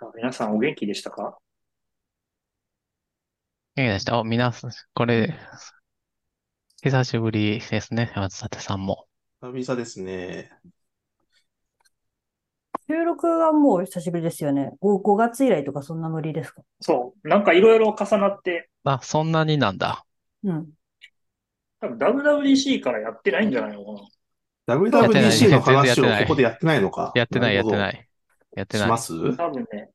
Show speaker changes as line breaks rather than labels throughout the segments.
あ皆さんお元気でしたか
元気でした。お、皆さん、これ、久しぶりですね。松舘さんも。
久々ですね。
収録はもう久しぶりですよね。5、5月以来とかそんな無理ですか
そう。なんかいろいろ重なって、
あ、そんなになんだ。
うん。
多分 WWDC からやってないんじゃないのかな。
やってない
WWDC の話を
全然やってない
ここでやってないのか。。
やってない、やってないい。やって
し
ない。
ま
も
す
多分ね、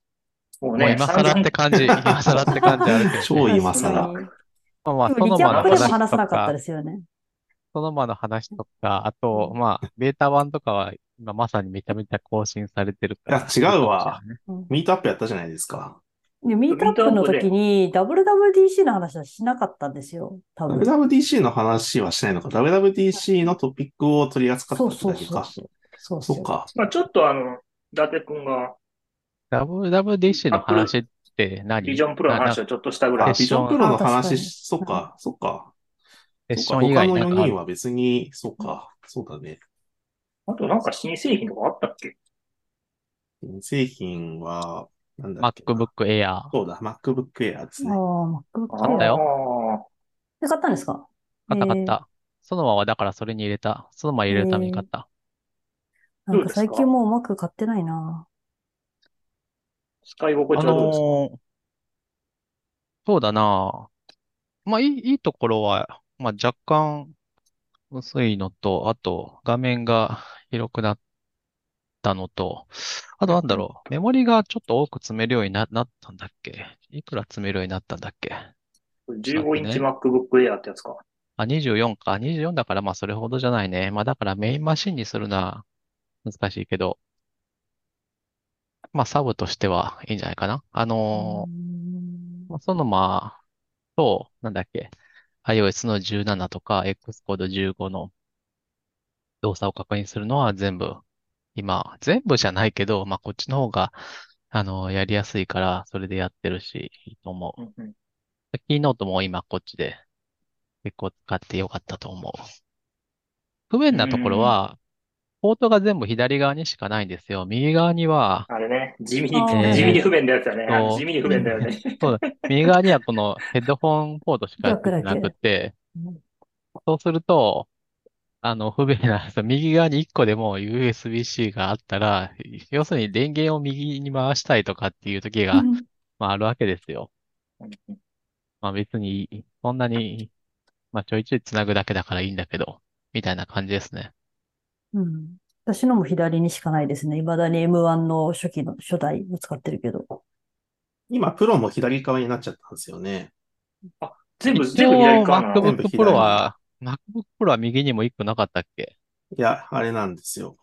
もう
う
ね、
今更って感じ、今更って感じあるけどね、
超今更。
まあまあ、
で
そ
も、
の
リキャ
場
ップ
の
でも話
話
さな
と
かった
か
で、すよね。
その場の話とか、あと、まあ、ベータ版とかは、今まさにめちゃめちゃ更新されてるから。
いや違うわ。
うん
ミートアップやったじゃないですか。
で、ミートアップの時に WWDC の話はしなかったんですよ。多分。
WWDC の話はしないのか。WWDC のトピックを取り扱った
そう
って
そう
だけ
そう
か。
そう。そう
そっか。
まあちょっとあの、伊達くんが
WWDC の話って何
ビジョンプロの話をちょっとしたぐら
あ
い。
ビジョンプロの話し、そ
あ
っ
確かに
か、そっか。
セッシ
そ
ョ
っ
ン
か
以外
他の
なんか
4
ある
人は別に、そっか、そうだね。
あとなんか新製品とかあったっけ
製品は、なんだっけな。
MacBook Air。
そうだ、MacBook Air です
あ
ね。
あ、MacBook
あったよ
Air。
で買ったんですか
買った買っ
えー
た。そのままだからそれに入れた。そのまま入れるために買った。
なん
どうで
か
すか
最近もううまく買ってないな。
使い心
あ
地はどうですか
のーそうだなぁまあ、いい、いいところは、まあ、若干薄いのと、あと、画面が広くなったのと、あとなんだろう、メモリがちょっと多く詰めるようにな、なったんだっけいくら詰めるようになったんだっけ
15インチ MacBook Air ってやつか。
あ、24か。24だからまあそれほどじゃないね。まあだからメインマシンにするのは難しいけど、まあサブとしてはいいんじゃないかな。あのーまあ、そのまあ、と、なんだっけ、iOS の17とか Xcode 15の動作を確認するのは全部、今、全部じゃないけど、まあこっちの方が、あの、やりやすいから、それでやってるし、いいと思
うんうん
う。キーノートも今こっちで結構使ってよかったと思う。不便なところは、ポートが全部左側にしかないんですよ。右側には、
あれね、地味
あ
に、
ー
地味に不便なやつだね。あ
そ
の
う
地味に不便だよね。
そうだ。右側にはこの ヘッドホンポートしか
ジャックだけ
なくて
うん、
そうすると、あの、不便なんですよ。右側に1個でも USB-C があったら、要するに電源を右に回したいとかっていう時が、まあ、あるわけですよ。まあ別に、そんなに、まあちょいちょい繋ぐだけだからいいんだけど、みたいな感じですね。
うん。私のも左にしかないですね。未だに M1 の初期の初代を使ってるけど。
今、プロも左側になっちゃったんですよね。
全部、
一
全部左
応
側なの。
全
MacBook
部
Pro
左
は、MacBook Pro は右にも1個なかったっけ
いや、あれなんですよ。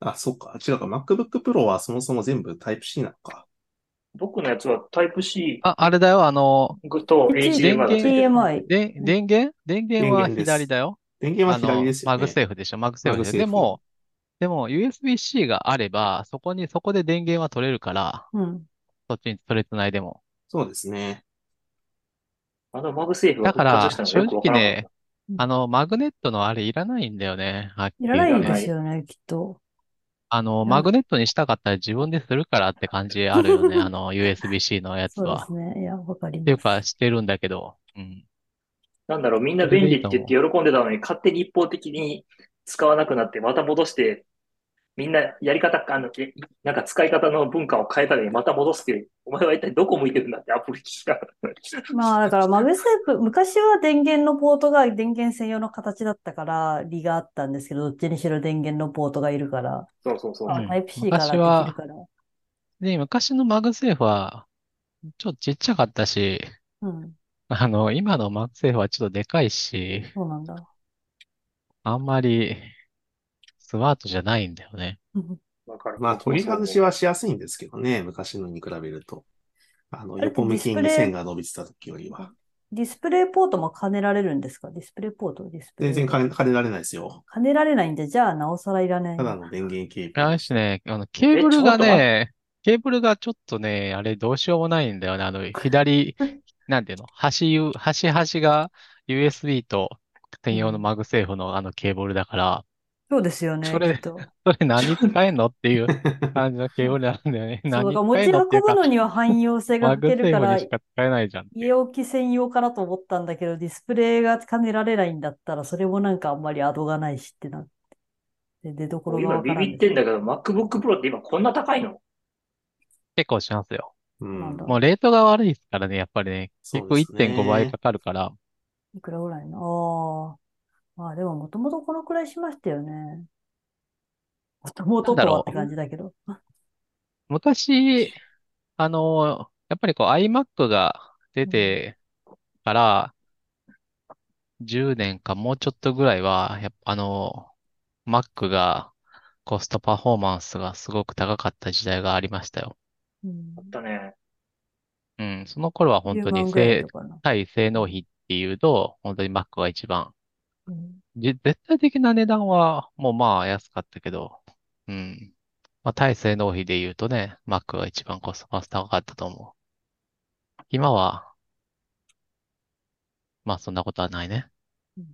あ、そっか。違うか。MacBook Pro はそもそも全部 Type-C なのか。
僕のやつは Type-C
あ、あれだよ、あの、
と
うち
HDMI がついてる。
HDMI。
で、電源電源は
電源です
左だよ。
電源
あ
は左
の、
ですよ
マグ
ね。
セーフでしょ、マグセーフ
マグ
でしょ。
セーフ
でも、でも USB-C があれば、そこに、そこで電源は取れるから、
うん。
そっちにそれ繋いでも。
そうですね。
あのマグセーフが
だか
復活
ら、
したの
正
よくわ
直
からなかっ
ね、あの、マグネットのあれいらないんだよね、はっき
い
り
らな
言
い
っ
ん
て
で
ね。
すよね、きっと。
あの、
うん
マグネットにしたかったら自分でするからって感じあるよ ね、あの、USB-C のやつ
そうで
は。
すね。いや、わかり
っていう
ます。
か、してるんだけど、うん。
た。なんだろう、みんな便利って言って喜んでたのに、勝手に一方的に使わなくなって、また戻して、みんなやり方、あの、えなんか使い方の文化を変えたのに、また戻すっていう、お前は一体どこ向いてるんだって、アップル聞か。
まあ、だから、マグセーフ、昔は電源のポートが電源専用の形だったから、利があったんですけど、どっちにしろ電源のポートがいるから、
そうそうそう。
あ、
うん
タイプ C からで
昔は
きるから。
で、昔のマグセーフは、ちょっとちっちゃかったし、
うん、
あの、今のマグセーフはちょっとでかいし、
そうなんだ。
あんまり、スマートじゃないんだよね。
うん
わかる。
まあ、取り外し
は。
はしやすいんですけどね。昔のに比べると。あの、
あれって
横向き
ディスプ
に
レイ
線が伸びてた時よりは。
ディスプレイポートも兼ねられるんですかディスプレイポート、ディスプレ
全
イ。
然兼ね兼ねられないですよ。
兼ねられないんで、じゃあ、なおさらいらない
た。だの電源ケーブル
あれしね、あの、ケーブルがね、ケーブルがちょっとね、あれどうしようもないんだよね。あの、 左、なんていうの、端ゆ、端端が USB と専用のマグセーフのあのケーブルだから、
そうですよね、
それ
きっと。
それ何に使えんのっていう感じのケーブルなんだよね。
そう、
何
だ
に
から持
使え
ち
んのってい
運
うか、
ぶのには汎用性が
マ
欠
グ
け
セ
る
ー
か
フ
ら
にし、か使えないじゃん。
家置き専用かなと思ったんだけど、ディスプレイが兼ねられないんだったら、それもなんかあんまりアドがないしってなって。で、出所が
今
わか
ビ
らん
ビ
で
っ
す
てんだけど、MacBook Pro って今こんな高いの
結構しますよ。
う
なんだ
ん。
もうレートが悪いですからね、やっぱりね。結構
そうですね
1.5倍かかるから、
いくらぐらいな。ああ。まあでも、もともとこのくらいしましたよね。もともととはって感じだけど。
昔、あの、やっぱりこう iMac が出てから10年かもうちょっとぐらいは、やっぱあの、Mac がコストパフォーマンスがすごく高かった時代がありましたよ。
うん。
だね。
うん、その頃は本当
10万
に
ぐらい
性
とかな。
対性能比っていうと、本当に Mac が一番。
うん
じ絶対的な値段は、もうまあ安かったけど、うん。まあ、対性能比で言うとね、Mac が一番コストパス高かったと思う。今は、まあそんなことはないね。
うん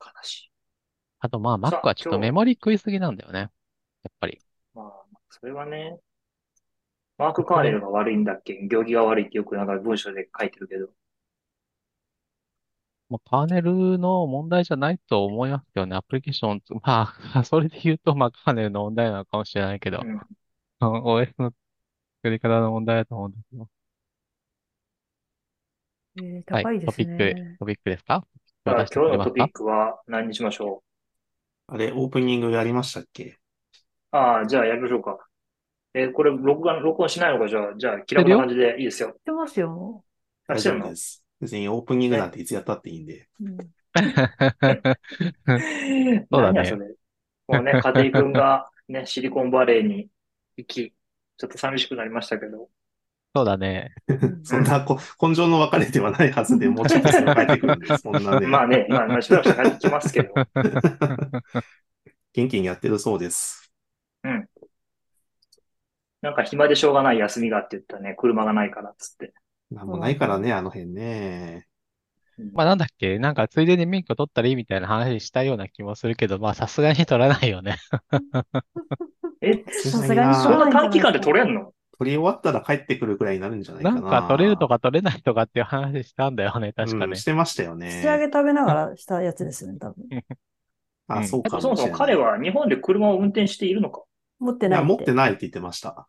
悲しい。
あとまあ
さあ
Mac はちょっと
今日
メモリ食いすぎなんだよね。やっぱり。
まあ、それはね、マーク・カーネルが悪いんだっけ行儀が悪いってよくなんか文章で書いてるけど。
もうカーネルの問題じゃないと思いますけどね。アプリケーション、まあ、 それで言うとまあカーネルの問題なのかもしれないけど
う、ん。
うん OS の作り方の問題だと思うんですけど。
えー
はい、
高いで
ト
す
ピック、
ね。
トピックですか
じゃあ
出して
今
く
日
れ
の
ま
ト
す
ピ
か
ックは何にしましょ
あれ、オープニングやりましたっけ
うああ、じゃあやりましょうか。えーこれ録画、録音しないのかじゃあ、じゃあ気楽な感じでいいですよ。
知ってますよ。
あ、
大
して
丈
る
夫
の
です。別にオープニングなんていつやったっていいんで。
うん
そうだね
何やそれ。もうね、家庭君がね、シリコンバレーに行き、ちょっと寂しくなりましたけど。
そうだね。
う ん
そんなこ根性の別れではないはずで、もうちょっとすぐ帰ってくるんで、そんな ね。
まあね、まあ、まあ、しばらくして帰ってきますけど。
元気にやってるそうです。
なんか暇でしょうがない休みがあって言ったね、車がないからっつって。
なんもないからね、あの辺ね。
まあなんだっけ、なんかついでに免許取ったらいいみたいな話したような気もするけど、まあさすがに取らないよね。
え、
さすがに
そんな短期間で取
れ
れんの
取り終わったら帰ってくるくらいになるんじゃない
な
か
ん
な。
か取れるとか取れないとかっていう話したんだよね、確か
うん
ね。
してましたよね。
仕上げ食べながらしたやつですよね、多分。
う
あ、
ん
そう
あ
か
とそも
も
そ
しれ
も
ない。
彼は日本で車を運転しているのか
持って
い
ない
や、
って。
持ってないって言ってました。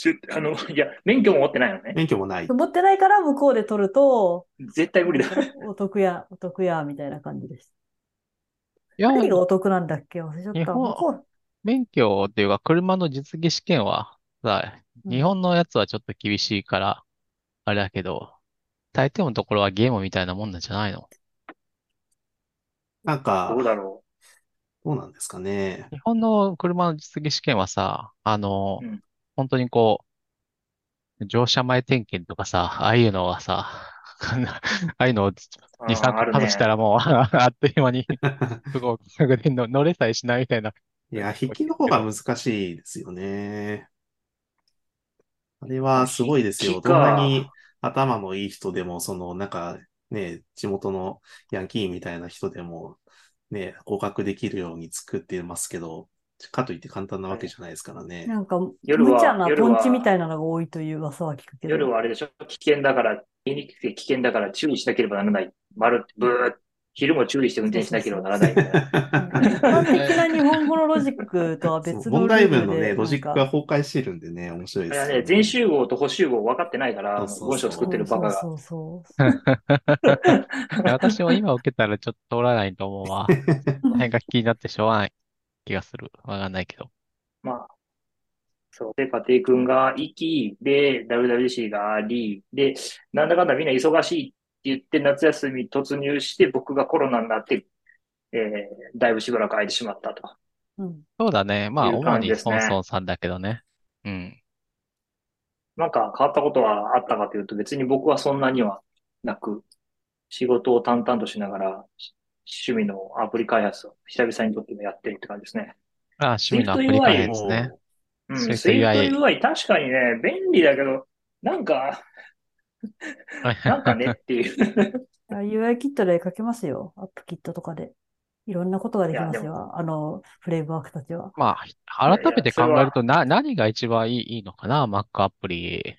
しあの、いや、免許も持ってないよね。
免許もない。
持ってないから向こうで取ると、
絶対無理だ。
お得や、お得や、みたいな感じでした。
いや、
何がお得なんだっけ忘れちゃっ
日
た。
本
向こ
免許っていうか車の実技試験はさ、
うん
日本のやつはちょっと厳しいから、あれだけど、大抵のところはゲームみたいなもんなんじゃないの
なんか
どう、だろ
どうなんですかね。
日本の車の実技試験はさ、あの、
うん
本当にこう、乗車前点検とかさ、ああいうのはさ、 ああいうのを2、
う。あ
3
ーあ
個
る
外
ね
したらもう、ああっという間 に、すごい、すぐにの乗れさえしないみたいな。
いや、筆記の方が難しいですよね。あれはすごいですよ。
筆記
どん
か
なに頭のいい人でも、その、なんか、ね、地元のヤンキーみたいな人でも、ね、合格できるように作ってますけど、かといって簡単なわけじゃないですから
う、
ね。
なんか、
夜は
無茶な
夜
ト
は
ンチみたいなのが多いという噂は聞くけど。
夜はあれでしょ危険だから、言いにくくて危険だから注意しなければならない。丸、ブー、昼も注意して運転しなければなら ないみたいな。
なんか一般的な日本語のロジックとは別
そう
の
問
ル
題
ール
文の
で
ね、ロジック
なんか
が崩壊してるんでね、面白い
い
で
や
す
ね
よ、
全集合と補集合分かってないから、
そうそうそう
文章作ってるバカが。
そうそうそう
いや私も今受けたらちょっと通らないと思うわ。変が気になってしょうがない気がする。わかんないけど。
まあ、そう。で、家庭君が行き、で、WWC があり、で、なんだかんだみんな忙しいって言って夏休み突入して、僕がコロナになって、えー、だいぶしばらく空いてしまったと。
うん。
そうだね。まあ、
いう
主
感じ
に
です
ソ
ね
ンソンさんだけどね。うん。
なんか変わったことはあったかというと、別に僕はそんなにはなく、仕事を淡々としながら、し趣味のアプリ開発を久々にとってもやってるって感じですね。
あ、趣味のアプリ開発ですね。
うん、
Swift
Swift
UI
UI 確かにね、便利だけど、なんか、 なんかねっていう。
あ UI キットで書けますよ。アップキットとかで。いろんなことができま
いや
す
で
よ。あの、フレームワークたちは。
まあ、改めて考えるとな、何が一番いいいいのかな ?Mac アプリ。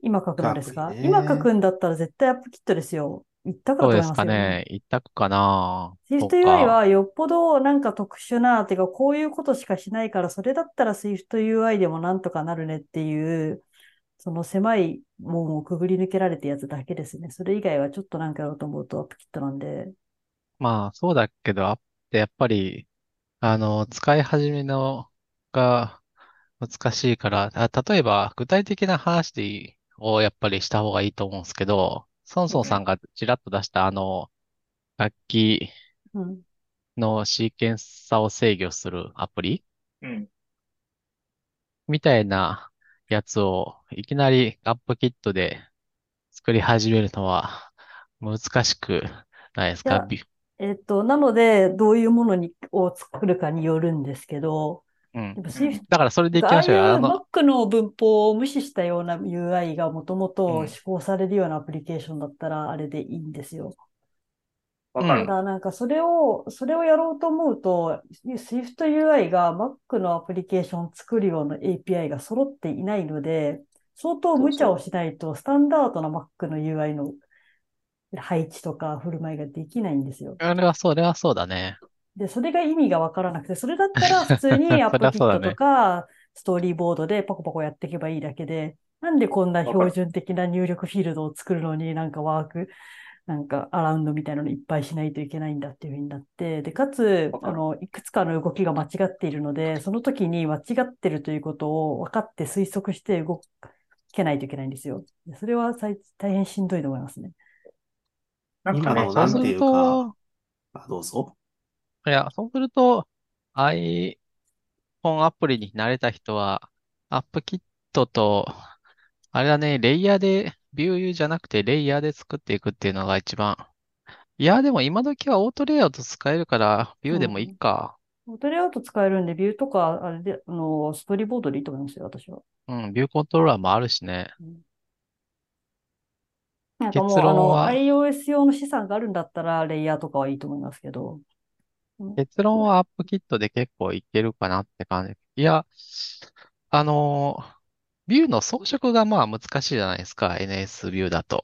今書くのですか
アプリね
今書くんだったら絶対アップキットですよ。一
ど
択だ
う
と思い
で
ますす
か
よ。
ね。一択かな
スイフト
と
UI
か
はよっぽどなんか特殊な、てかこういうことしかしないから、それだったらスイフト UI でもなんとかなるねっていう、その狭い門をくぐり抜けられたやつだけですね。それ以外はちょっとなんかやろうと思うとアップキットなんで。
まあ、そうだけど、アップってやっぱり、あの、使い始めのが難しいから、あ、例えば、具体的な話でをやっぱりした方がいいと思うんですけど、ソンソンさんがちらっと出したあの、楽器
うん。
のシーケンサーを制御するアプリ
うん。
みたいなやつをいきなりアップキットで作り始めるのは難しくないです
い
か
や
び
えっと、なので、どういうものにを作るかによるんですけど、
うん
やっ。ぱスイフト
だからそれでいき
あ
ま
あ
しょうよ。あの、
いう Mac の文法を無視したような UI がもとも
う
と
ん
施行されるようなアプリケーションだったらあれでいいんですよ。
わか
う
た
る。
だなんかそれを、それをやろうと思うと、Swift UI が Mac のアプリケーションを作るような API が揃っていないので、相当無茶をしないと、スタンダードな Mac の UI の配置とか振る舞いができないんですよ。
あれはそう、あれはそうだね。
で、それが意味がわからなくて、それだったら普 通
そり
に
ゃ
アップキ
そう
ッ
だ
ト
ね
とか、ストーリーボードでパコパコやっていけばいいだけで、なんでこんな標準的な入力フィールドを作るのになんかワーク、なんかアラウンドみたいなのいっぱいしないといけないんだっていう風になって、で、かつ
わ、か
あ
る
の、いくつかの動きが間違っているので、その時に間違ってるということを分かって推測して動けないといけないんですよ。でそれはさい大変しんどいと思いますね。
なんか
今
ね
の、
そ
な
うんす
てい
る
う
と
か、あ、どうぞ。
いや、そうすると、iPhone アプリに慣れた人は、AppKit と、あれだね、レイヤーで、ビューじゃなくてレイヤーで作っていくっていうのが一番。いや、でも今時はオートレイアウト使えるから、ビューでもいいか。
オートレイアウト使えるんで、ビューとか、あれで、あの、ストーリーボードでいいと思いますよ、私は。
うん、ビューコントローラーもあるしね。
なんかもう、
結
あ
論
の、
は
iOS 用の資産があるんだったら、レイヤーとかはいいと思いますけど。
結論は AppKit で結構いけるかなって感じ。いや、あのー、ビューの装飾がまあ難しいじゃないですか、NS ビューだと。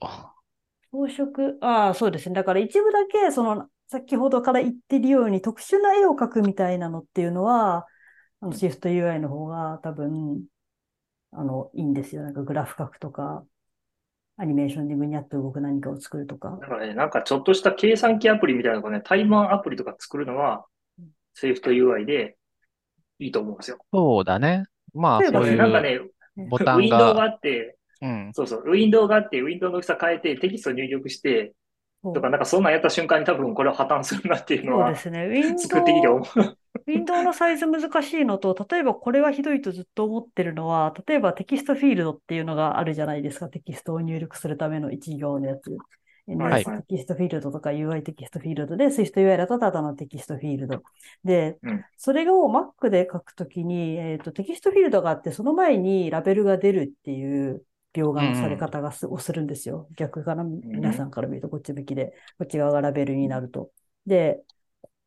装飾、ああ、そうですね。だから一部だけ、その、先ほどから言ってるように、特殊な絵を描くみたいなのっていうのは、あの、Shift UI の方が多分、あの、いいんですよ。なんかグラフ描くとか、アニメーションでぐにゃっと動く何かを作るとか。
だからね、なんかちょっとした計算機アプリみたいなのがね、タイマーアプリとか作るのは、セーフト UI でいいと思うんですよ。
そうだね。まあ、
例えば
そうい
なんか
う
ね、
ボ
ウ
タン
ィンドウが
が、
あって、
うん。
そうそう、ウィンドウがあって、ウィンドウの大きさ変えて、テキスト入力して、
そう
とか、なんかそんなんやった瞬間に多分これは破綻するなっていうの
そう
は
で、すね。ウィン
作ってきて
ドウ
思う。
ウィンドウのサイズ難しいのと、例えばこれはひどいとずっと思ってるのは、例えばテキストフィールドっていうのがあるじゃないですか。テキストを入力するための一行のやつ。
はい
NS テキストフィールドとか UI テキストフィールドで、Swift UI だとただのテキストフィールド。で
うん、
それを Mac で書くときに、えっと、テキストフィールドがあって、その前にラベルが出るっていう描画のされ方がす、をするんですよ。逆かな、皆さんから見るとこっち向きで、こっち側がラベルになると。で、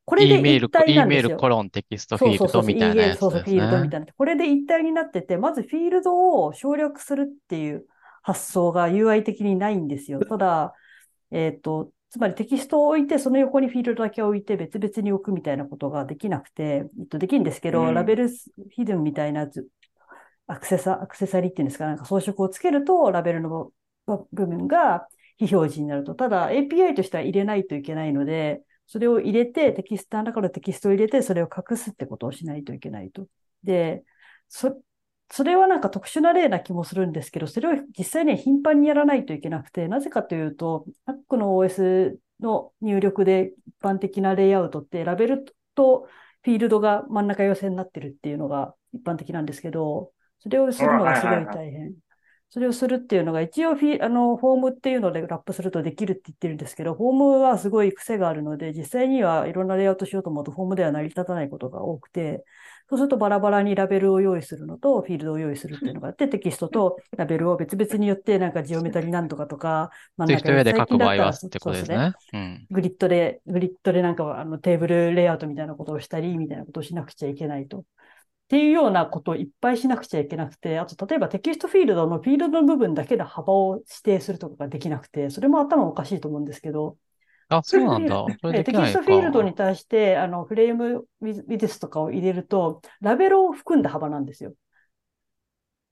これ
E
で
メー
一
ル、
体
E
なん
メー
です
ル
よ。
コロンテキストフ
そう
ィー
そう
ル
そ
ド
う、
みたいなやつ
そうそう、
で
フ
す
ィールドみ
ね
た。いな。これで一体になってて、まずフィールドを省略するっていう発想が UI 的にないんですよ。ただ、えっと、つまりテキストを置いて、その横にフィールドだけ置いて、別々に置くみたいなことができなくて、えっと、できるんですけど、
うん
ラベルヒドゥンみたいなやつ、アクセサ、アクセサリーっていうんですか、なんか装飾をつけると、ラベルの部分が非表示になると。ただ、API としては入れないといけないので、それを入れて、テキストの中のテキストを入れて、それを隠すってことをしないといけないと。で、そ、それはなんか特殊な例な気もするんですけど、それを実際には頻繁にやらないといけなくて、なぜかというと、Mac の OS の入力で一般的なレイアウトって、ラベルとフィールドが真ん中寄せになってるっていうのが一般的なんですけど、それをするのがすごい大変。それをするっていうのが、一応フィ、あの、フォームっていうのでラップするとできるって言ってるんですけど、フォームはすごい癖があるので、実際にはいろんなレイアウトしようと思うと、フォームでは成り立たないことが多くて、そうするとバラバラにラベルを用意するのと、フィールドを用意するっていうのがあって、テキストとラベルを別々によって、なんかジオメタリなんとかとか、まあ、
ツイ
な
フ
ん
トウェアで書く
最近だ
場合
った
は
ら
ってことです
そう
ね。うん。
グリッドで、グリッドでなんかあのテーブルレイアウトみたいなことをしたり、みたいなことをしなくちゃいけないと。っていうようなことをいっぱいしなくちゃいけなくて、あと例えばテキストフィールドのフィールドの部分だけで幅を指定するとかができなくて、それも頭おかしいと思うんですけど、
あ、そうなんだ。それ
え
で
テ
き
キ
な
ス
い
ト
か。
フィールドに対して、あの、フレームウィズウィデスとかを入れると、ラベルを含んだ幅なんですよ。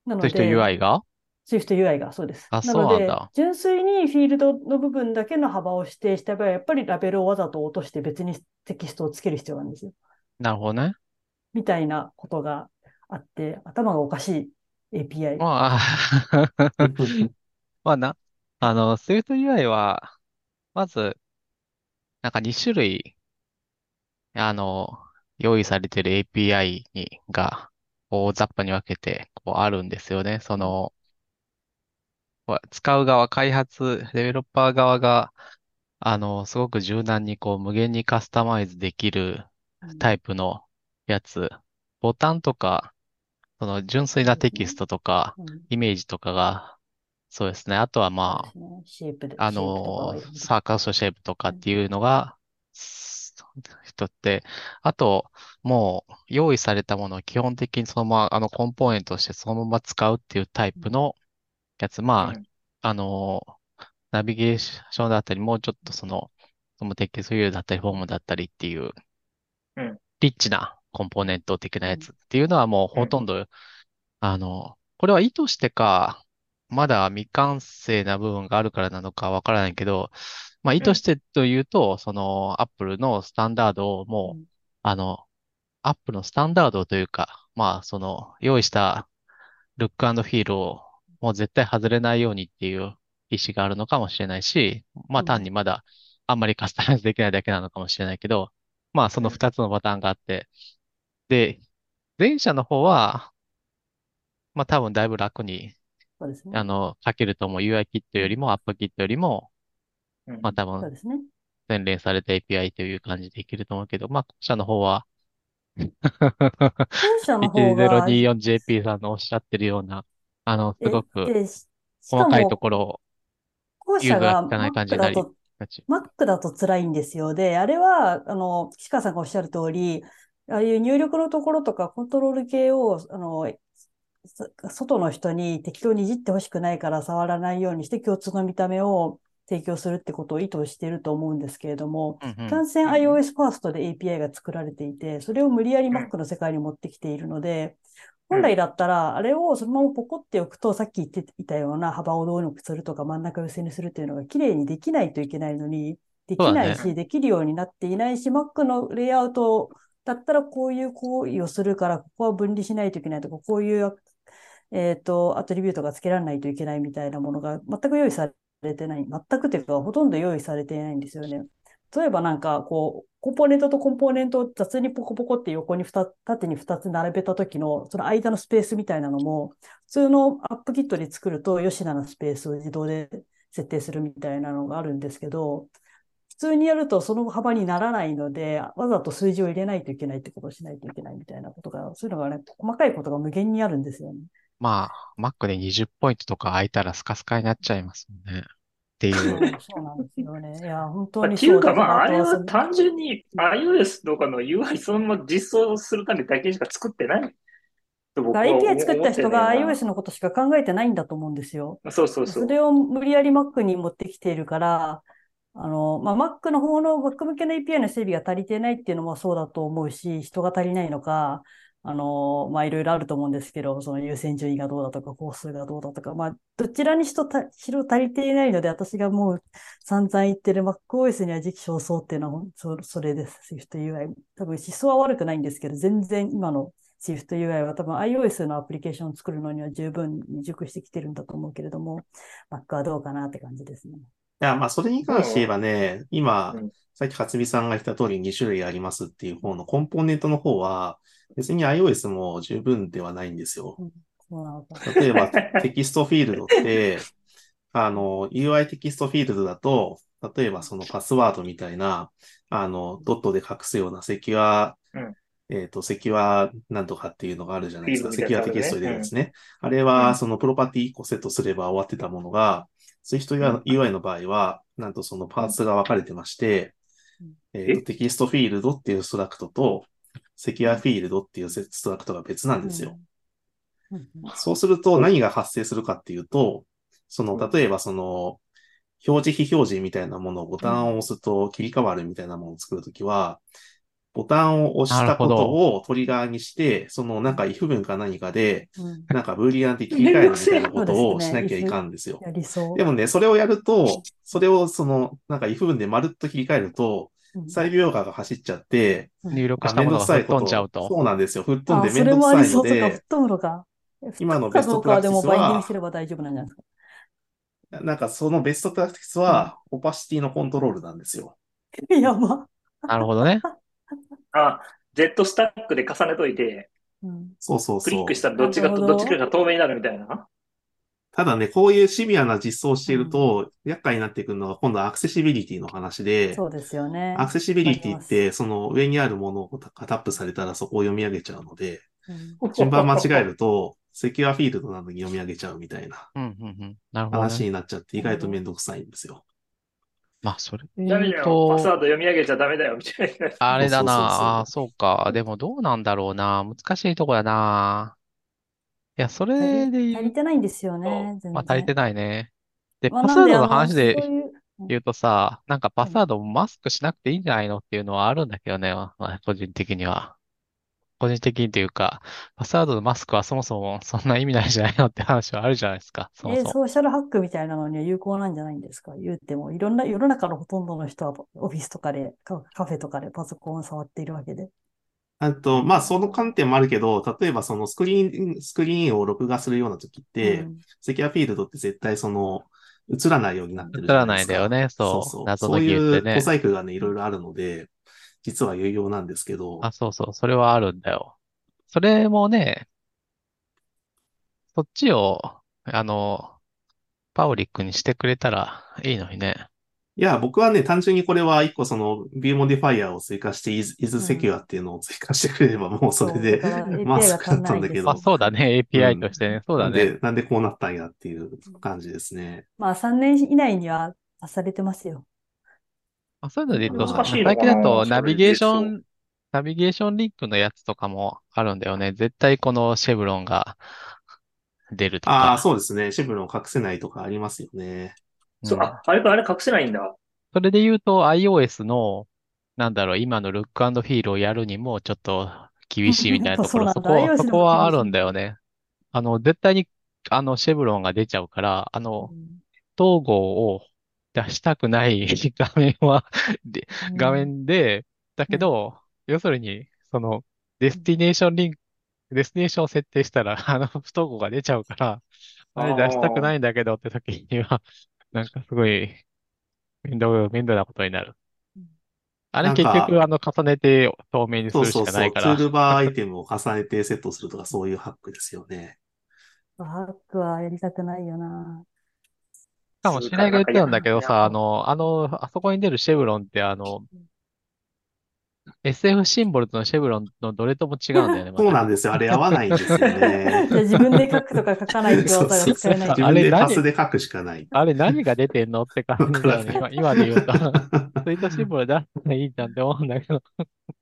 なの
そういう人
で、
UI が
Swift UI がそうです。
あ
な
そう
の
なん
で
だ、
純粋にフィールドの部分だけの幅を指定した場合は、やっぱりラベルをわざと落として別にテキストをつける必要があるんですよ。
なるほどね。
みたいなことがあって、頭がおかしい API。
まあ、まあな、あの、Swift UI は、まず、なんか2種類、あの、用意されてる API に、が、こう、雑把に分けて、こう、あるんですよね。その、こう使う側、開発、デベロッパー側が、あの、すごく柔軟に、こう、無限にカスタマイズできるタイプのやつ、ボタンとか、その純粋なテキストとか、
うんうん
イメージとかが、そうですね。あとはま
そうですねシェイプで。
あ、あ
シェイプとかは
の、サーカスシェイプとかっていうのが、そう人って、あと、もう用意されたものを基本的にそのまま、あの、コンポーネントとしてそのまま使うっていうタイプのやつ、ま
うん
あ、あの、ナビゲーションだったり、もうちょっとその、そのテキストフィールドだったり、フォームだったりっていう
うん、
リッチなコンポーネント的なやつっていうのはもうほとんど、あの、これは意図してか、まだ未完成な部分があるからなのかわからないけど、まあ意図してというと、その Apple のスタンダードをも
う、
うんあの、Apple のスタンダードというか、まあその用意したルックフィールをもう絶対外れないようにっていう意思があるのかもしれないし、まあ
うん
単にまだあんまりカスタマイズできないだけなのかもしれないけど、まあその
うん
2つのパターンがあって、で、前者の方は、まあ多分だいぶ楽に、
そうですね。
あの、書けると思う UI キットよりも App キットよりも、
うん
まあ多
そう
分
ですね。
洗練された API という感じでいけると思うけど、まあ後者の方は、
本社の方が、
1024JP さんのおっしゃってるような、あの、すご
え
く
でししか
細かいと
も、
ころを、
後者が
ユーザーが聞かない感じ
Mac
にな
だ
り
と
がち
Mac だと辛いんですよ。で、あれは、あの、岸川さんがおっしゃる通り、ああいう入力のところとかコントロール系を、あの、そ外の人に適当にいじってほしくないから触らないようにして共通の見た目を提供するってことを意図してると思うんですけれども、
うんうん。
完全 iOS ファーストで API が作られていて、それを無理やり Mac の世界に持ってきているので、
うん
本来だったら、あれをそのままポコっておくと、さっき言っていたような幅をどうにかするとか、真ん中寄せにするっていうのが綺麗にできないといけないのに、できない
そ
だ
う
し、できるようになっていないし、Mac のレイアウトだったらこういう行為をするから、ここは分離しないといけないとか、こういう、えっと、アトリビュートが付けられないといけないみたいなものが全く用意されてない。全くというか、ほとんど用意されていないんですよね。例えばなんか、こう、コンポーネントとコンポーネントを雑にポコポコって横に二つ、縦に二つ並べた時の、その間のスペースみたいなのも、普通のアップキットで作ると、吉田のスペースを自動で設定するみたいなのがあるんですけど、普通にやるとその幅にならないので、わざと数字を入れないといけないってことをしないといけないみたいなことが、そういうのがね、細かいことが無限にあるんですよね。
まあ、Mac で20ポイントとか空いたらスカスカになっちゃいますもんね。っていう。
そうなんですよね。いや、本
ま
当
あ
に
ってい
そううだ
か、
と
まあ、あ
と
れ
は
は
その
単純に iOS とかの UI そのまま実装するためだけしか作ってないと僕
だ
は
から
思
API 作った人が
思ってんだよ
iOS のことしか考えてないんだと思うんですよ。
なそうそうそ。
そうれを無理やり Mac に持ってきているから、あの、まあ、Mac の方の Mac 向けの API の整備が足りてないっていうのもそうだと思うし、人が足りないのか、あの、まあ、いろいろあると思うんですけど、その優先順位がどうだとか、工数がどうだとか、まあ、どちらにしろたしろ足りていないので、私がもう散々言ってる MacOS には時期尚早っていうのは、そそれです。SwiftUI。多分思想は悪くないんですけど、全然今の SwiftUI は多分 iOS のアプリケーションを作るのには十分に熟してきてるんだと思うけれども、Mac はどうかなって感じですね。
いや、まあ、それに関して言えばね、今
うん、
さっき勝美さんが言った通り2種類ありますっていう方のコンポーネントの方は、別に iOS も十分ではないんですよ。
そうなのか。
例 えば、テキストフィールドって、 あの、UI テキストフィールドだと、例えばそのパスワードみたいな、あの、ドットで隠すようなセキュア、
うん
えっと、セキュアなんとかっていうのがあるじゃないですか。
フィ
セ
ール
キ
ド
ュア
みたいな
テキ
やつ
ス
ね
ト入れるんですね。あれ
うん
は、そのプロパティ1個セットすれば終わってたものが、Swift が UI の場合は、なんとそのパーツが分かれてまして
うん、
えっと、
え
テキストフィールドっていうストラクトと、セキュアフィールドっていうストラクトが別なんですよ。
うん。うんうん
そうすると何が発生するかっていうと、その、例えばその、表示非表示みたいなものをボタンを押すと切り替わるみたいなものを作るときは、ボタンを押したこ
なる
と
ほ
をトリガーにして、そのなんか if 文か何かで、
うん
なんかブーリアンで切り替えるみたいなことをしなきゃいかんですよ。
やりそう。
でもね、それをやると、それをその、なんか if 文でまるっと切り替えると、
うん
再描画が走っちゃって、
入力
あ
した
めん
も
ど
のが
くさ
吹っ
いこ
飛ん
と。
じゃうと。
そうなんですよ。吹っ飛んで
あ
め
そ
ん
れ
どく
もあ
さ
り
いの
そうとか、
で
吹っ、飛ぶのか。
今の
か
ベス
ど
ト
う
プ
か
ラ
は
クティ
でも
ス
バインディング
は
す、れば大丈夫なんじゃないですか。
なんかそのベストプラクティスは、オパシティのコントロールなんですよ。
やば。
なるほどね。
あ、Z スタックで重ねといて、
うん。
そうそう
クリ
そ
ッ
う。
クしたらどっちが
なる
と、
ほど
どっちかが透明になるみたいな。
ただね、こういうシビアな実装をしていると、厄介になってくるのが今度はアクセシビリティの話で、
そうですよね。
アクセシビリティって、その上にあるものをタタップされたらそこを読み上げちゃうので、
うん
順番間違 えると、セキュアフィールドなどに読み上げちゃうみたいな
うん、うん、うん。なるほど
話
ね。
になっちゃって、意外とめんどくさいんですよ。
まあ、それで
ダ
言
メ
う
だよ。
と、
パスワード読み上げちゃダメだよ、みたいな。
あれだな
そうそうそうそう
あーそうか。でもどうなんだろうな。難しいとこだな。いや、そ
足り
れで言
足
う
りてないんですよね、全
と、
然。
まあ足りてないね。で、
まあ
パス
な
ワ
ん
ー
で
ドの
あの
話で
そういう
言うとさ、なんかパスワードもマスクしなくていいんじゃないのっていうのはあるんだけどね。まあ、個人的には。個人的にというか、パスワードのマスクはそもそもそんな意味ないんじゃないのって話はあるじゃないですか。そも
えー
そも。
ソーシャルハックみたいなのには有効なんじゃないんですか言うても、いろんな、世の中のほとんどの人はオフィスとかで、カカフェとかでパソコンを触っているわけで。
あと、まあ、その観点もあるけど、例えばそのスクリーン、スクリーンを録画するような時って、
うん
セキュアフィールドって絶対その、映らないようになってる
映
じゃ
ら
ない
な
で
いん
すか。
だよね。
そ
そ
う
う。
そう。
謎
そう
の技術
い
で
う
ね
小。細工がね、いろいろあるので、実は有用なんですけど、
あ、そうそう。それはあるんだよ。それもね、そっちを、あの、パブリックにしてくれたらいいのにね。
いや、僕はね、単純にこれは一個その、ビューモディファイアを追加して、is, is secure っていうのを追加してくれれば、もうそれで
そうだから API
マス
が
ク
足
だ
ん
った
な
ん
いん
だ
です
け
よ
ど
あ、、そうだね。
う
API
ん
としてね。そうだ
なん
ね。
で、なんでこうなったんやっていう感じですね。
まあ3年以内には足されてますよ。
あ、そういうので言うと、
難しい
のかな
最近だ
そ
と
れ
ナビゲーショ
実
ン、ナビゲーションリンクのやつとかもあるんだよね。絶対このシェブロンが出ると
ああ、
か。
そうですね。シェブロンを隠せないとかありますよね。
うん
そう、あ、あれか、あれ隠せないんだ。
それで言うと iOS の、なんだろう、今のルックアンドフィールをやるにもちょっと厳しいみたいなところ、
やっ
そ
ぱ
こ
そうな
は、
んだ iOS
そ
でも
こはあ
厳しい
るんだよね。あの、絶対に、あの、シェブロンが出ちゃうから、あの、統合を出したくない 画面は、で、画面で、だけど、要するに、その、デスティネーションリンク、デスティネーションを設定したら、 あの、不統合が出ちゃうから、あれ出したくないんだけどって時には、なんかすごい、面倒、面倒なことになる
うん。
あれ
なん
結
か
局、あの、重ねて透明にす
そう
る
そ
しか
う
な
そ。
いうか
ツ
ら。
ールバーアイテムを重ねてセットするとか、そういうハックですよね。
うんハックはやりたくないよな。
かもしれないが言ってたんだけど
いや
さ、あの、あの、あそこに出るシェブロンって、あの
うん、
SF シンボルとのシェブロンのどれとも違うんだよね、また
そうなんですよ。あれ合わないんですよね。
じゃあ自分で書くとか書かないって
そう
技
そ
が
う
使えない。
自
あ
分
れ
で
何
パスで書くしか ない。
あれ何が出てんのって感じだよね。
わ
今今で言うと。ツイートシンボル出したらいいじゃんって思うんだけど。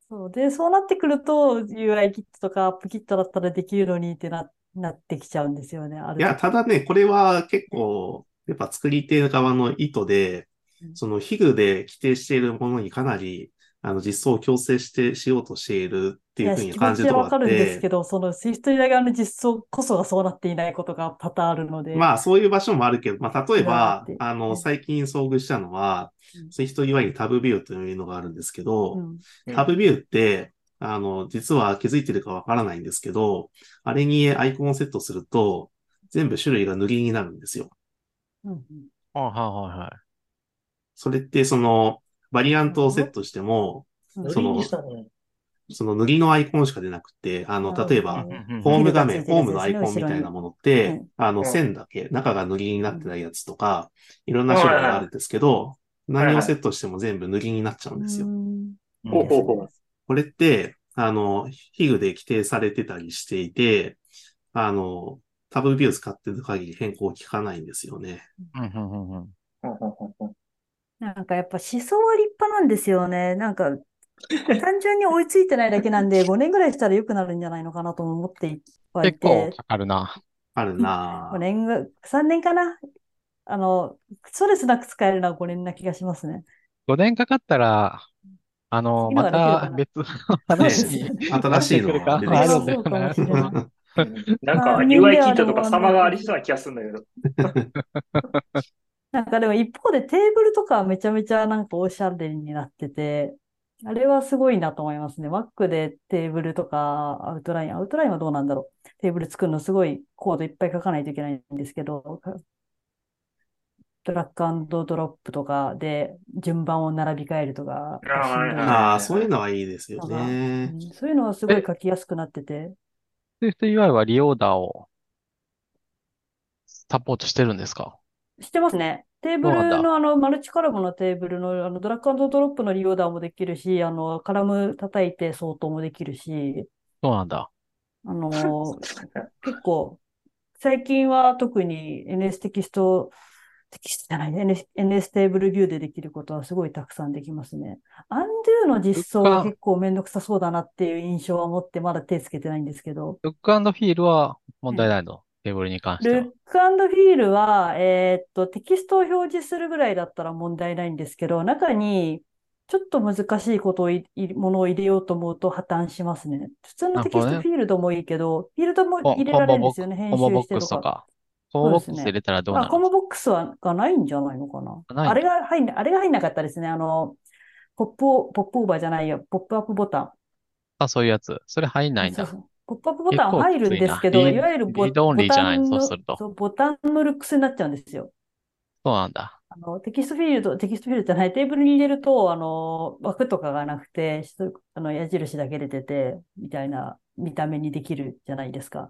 そうで、そうなってくると UIKit とか AppKit だったらできるのにってな、なってきちゃうんですよね。ある
いや、ただね、これは結構、やっぱ作り手側の意図で
う、ん
そのヒグで規定しているものにかなり、あの、実装を強制して、しようとしているっていうふうに感じる
いや
とこ
気持ちは
ろがあっ
わかるんです
て
け、ど、その Swift 側の実装こそがそうなっていないことが多々あるので。
まあ、そういう場所もあるけど、まあ、例えば
違うっ、て
あ
う
の、
ん
最近遭遇したのは
うん、
Swift UI にタブビューというのがあるんですけ
う
ど、
ん
うん
タブビューって、あの、実は気づいてるかわからないんですけど、あれにアイコンをセットすると、全部種類が塗りになるんですよ。
うんうん
はいはいはい。
それって、その、バリアントをセットしても、
うん
その
塗りにしたの
その塗りのアイコンしか出なくて、あの、
あ
例え
う
ば
ん、
ホーム画面、
フィルター
ホームのアイコンみたいなものって、
うん
あの、
うん
線だけ、中が塗りになってないやつとか、いろんな種類があるんですけど、
いはい
何をセットしても全部塗りになっちゃうんですよ。
ほうほうほう。
これって、あの、ヒグで規定されてたりしていて、あの、タブビュー使ってる限り変更効かないんですよね。
うんうんうん
うん
うん
うんうんうん
なんかやっぱ思想は立派なんですよね。なんか、単純に追いついてないだけ なんで、5年ぐらいしたら良くなるんじゃないのかなとも思ってはい
結構
て、
かかるな。
あるな
5
ぁ。
年ぐ、3年かな。あの、ストレスなく使えるのは5年な気がしますね。
5年かかったら、あの、
次の
ま
ができるかな
た別の話に
新しいのが出てき
ある
そ
ん
う
だよ
そうかもしれ
な
な。
なんか、
まあ
UI
人
キ
間
ットと
は
か
でも
様がありそうな気がするんだけど。
なんかでも一方でテーブルとかはめちゃめちゃなんかオシャレになってて、あれはすごいなと思いますね。Mac でテーブルとかアウトライン、アウトラインはどうなんだろう。テーブル作るのすごいコードいっぱい書かないといけないんですけど、ドラッグドロップとかで順番を並び替えるとか
あー
しんどい
はいはい
ああ、そういうのはいいですよね
う。んそういうのはすごい書きやすくなってて、
SwiftUI はリオーダーをサポートしてるんですか
してますね。テーブ
そうなん
ル
だ
のあのマルチカラムのテーブルのあのドラッグドロップのリオーダーもできるし、あのカラム叩いて相当もできるし、
そうなんだ。
あの結構最近は特に NS テキスト、テキストじゃないね、NS, NS テーブルビューでできることはすごいたくさんできますね。アンドゥの実
そっ
装は
か
結構めんどくさそうだなっていう印象は持ってまだ手つけてないんですけど、
ロックフィールは問題ないの。テーブルに関しては
ルッ。クアンドフィールは、えーっと、テキストを表示するぐらいだったら問題ないんですけど、中にちょっと難しいことをい、いものを入れようと思うと破綻しますね。普通のテキ
な
ス
る
ト
ほどね
フィールドもいいけど、フィールドも
コン
入れられるんですよね、
コンボボ
編集
ッ
して
ク
と
スと
か。
か。コンボボック
そうです
ス
ね
入れたらどう
あ、
な
コ
る
ムボックスはがないんじゃないのかな。
あないの
あれが入んな、あれが入んなかったですね。あの、ポップを、ポップオーバーじゃないよ。ポップアップボタン。
あ、そういうやつ。それ入んないん
そう
だ。
そうポップアップボタン
結構
入るんですけ
きつい
ど、
ない
わゆるボ
リードオンリーじゃない
ボタンの
そうすると
そうボタンのルックスになっちゃうんですよ。
そうなんだ。
あの、テキストフィールド、テキストフィールドじゃない、テーブルに入れると、あの、枠とかがなくて、しあの、矢印だけ出てて、みたいな見た目にできるじゃないですか。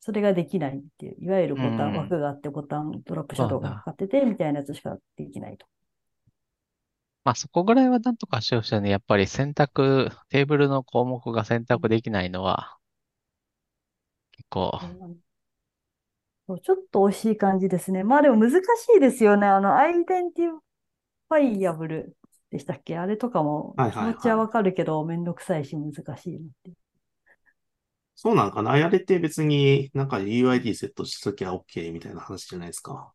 それができないっていう、いわゆるボタン、
うん
枠があってボタン、ドロップシャドウが
そうだ
かかってて、みたいなやつしかできないと。
まあそこぐらいはなんとかしてほしいね。やっぱり選択、テーブルの項目が選択できないのは、結構、
そうちょっと惜しい感じですね。まあでも難しいですよね。あの、アイデンティファイアブルでしたっけあれとかも
はい
気
はいはい
持ちはわかるけど、めんどくさいし難しいなっていう。
そうなんかな。あれって別になんか UID セットしときゃ OK みたいな話じゃないですか。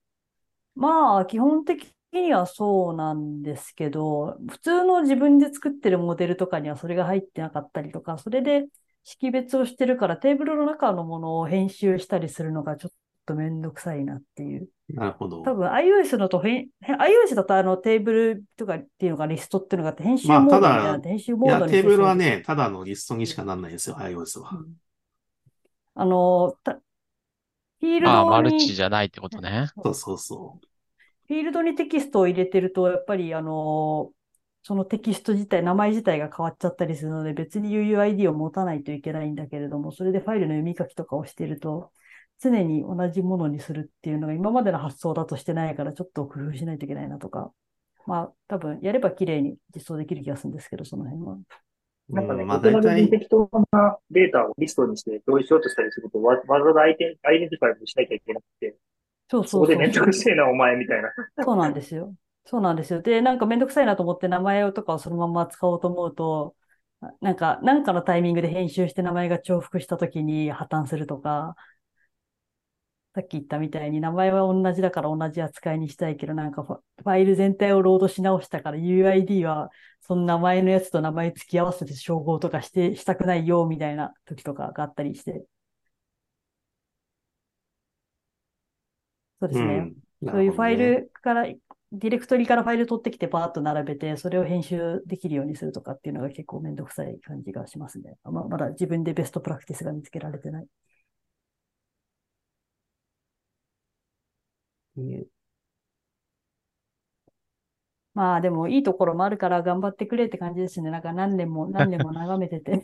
まあ、基本的にはそうなんですけど、普通の自分で作ってるモデルとかにはそれが入ってなかったりとか、それで識別をしてるからテーブルの中のものを編集したりするのがちょっとめんどくさいなっていう。
なるほど。
多分 iOS のと編、へ iOS だとあのテーブルとかっていうのがリストっていうのがあって編集
まあ
モード
た
み
だ
たいなので編集
い
モー
や、
ドに
テーブルは
して
ね、ただのリストにしかなんないんですよ、iOS
そう
は。
うんあの、たフィール
ああ、
ド
マル
に
チじゃないってことね。
そうそうそう。
フィールドにテキストを入れてると、やっぱり、あのそのテキスト自体、名前自体が変わっちゃったりするので、別に UUID を持たないといけないんだけれども、それでファイルの読み書きとかをしてると、常に同じものにするっていうのが今までの発想だとしてないから、ちょっと工夫しないといけないなとか、まあ、多分やれば綺麗に実装できる気がするんですけど、その辺は。
なんかね、
うんまあ
大人が
大体、
適当なデータをリストにして同意しようとしたりすると、わわざわざアイデンアイデンティファイブしなきゃいけなくて、
そう
そ
そう
こで
そう
めんどくせえな、お前みたいな。
そうなんですよ。そうなんですよ。で、なんかめんどくさいなと思って名前をとかをそのまま使おうと思うと、あなんか、なんかのタイミングで編集して名前が重複した時に破綻するとか、さっき言ったみたいに名前は同じだから同じ扱いにしたいけど、なんかファファイル全体をロードし直したから UID はその名前のやつと名前付き合わせて照合とかして、したくないよみたいな時とかがあったりして。そうです
う
ね。
ん。な
そうい
る
う
ほ
フ
ど
ァイ
ね。
ルから、ディレクトリからファイル取ってきてバーッと並べて、それを編集できるようにするとかっていうのが結構めんどくさい感じがしますね。ままだ自分でベストプラクティスが見つけられてない。まあでもいいところもあるから頑張ってくれって感じですね。なんか何年も 何年も眺めてて。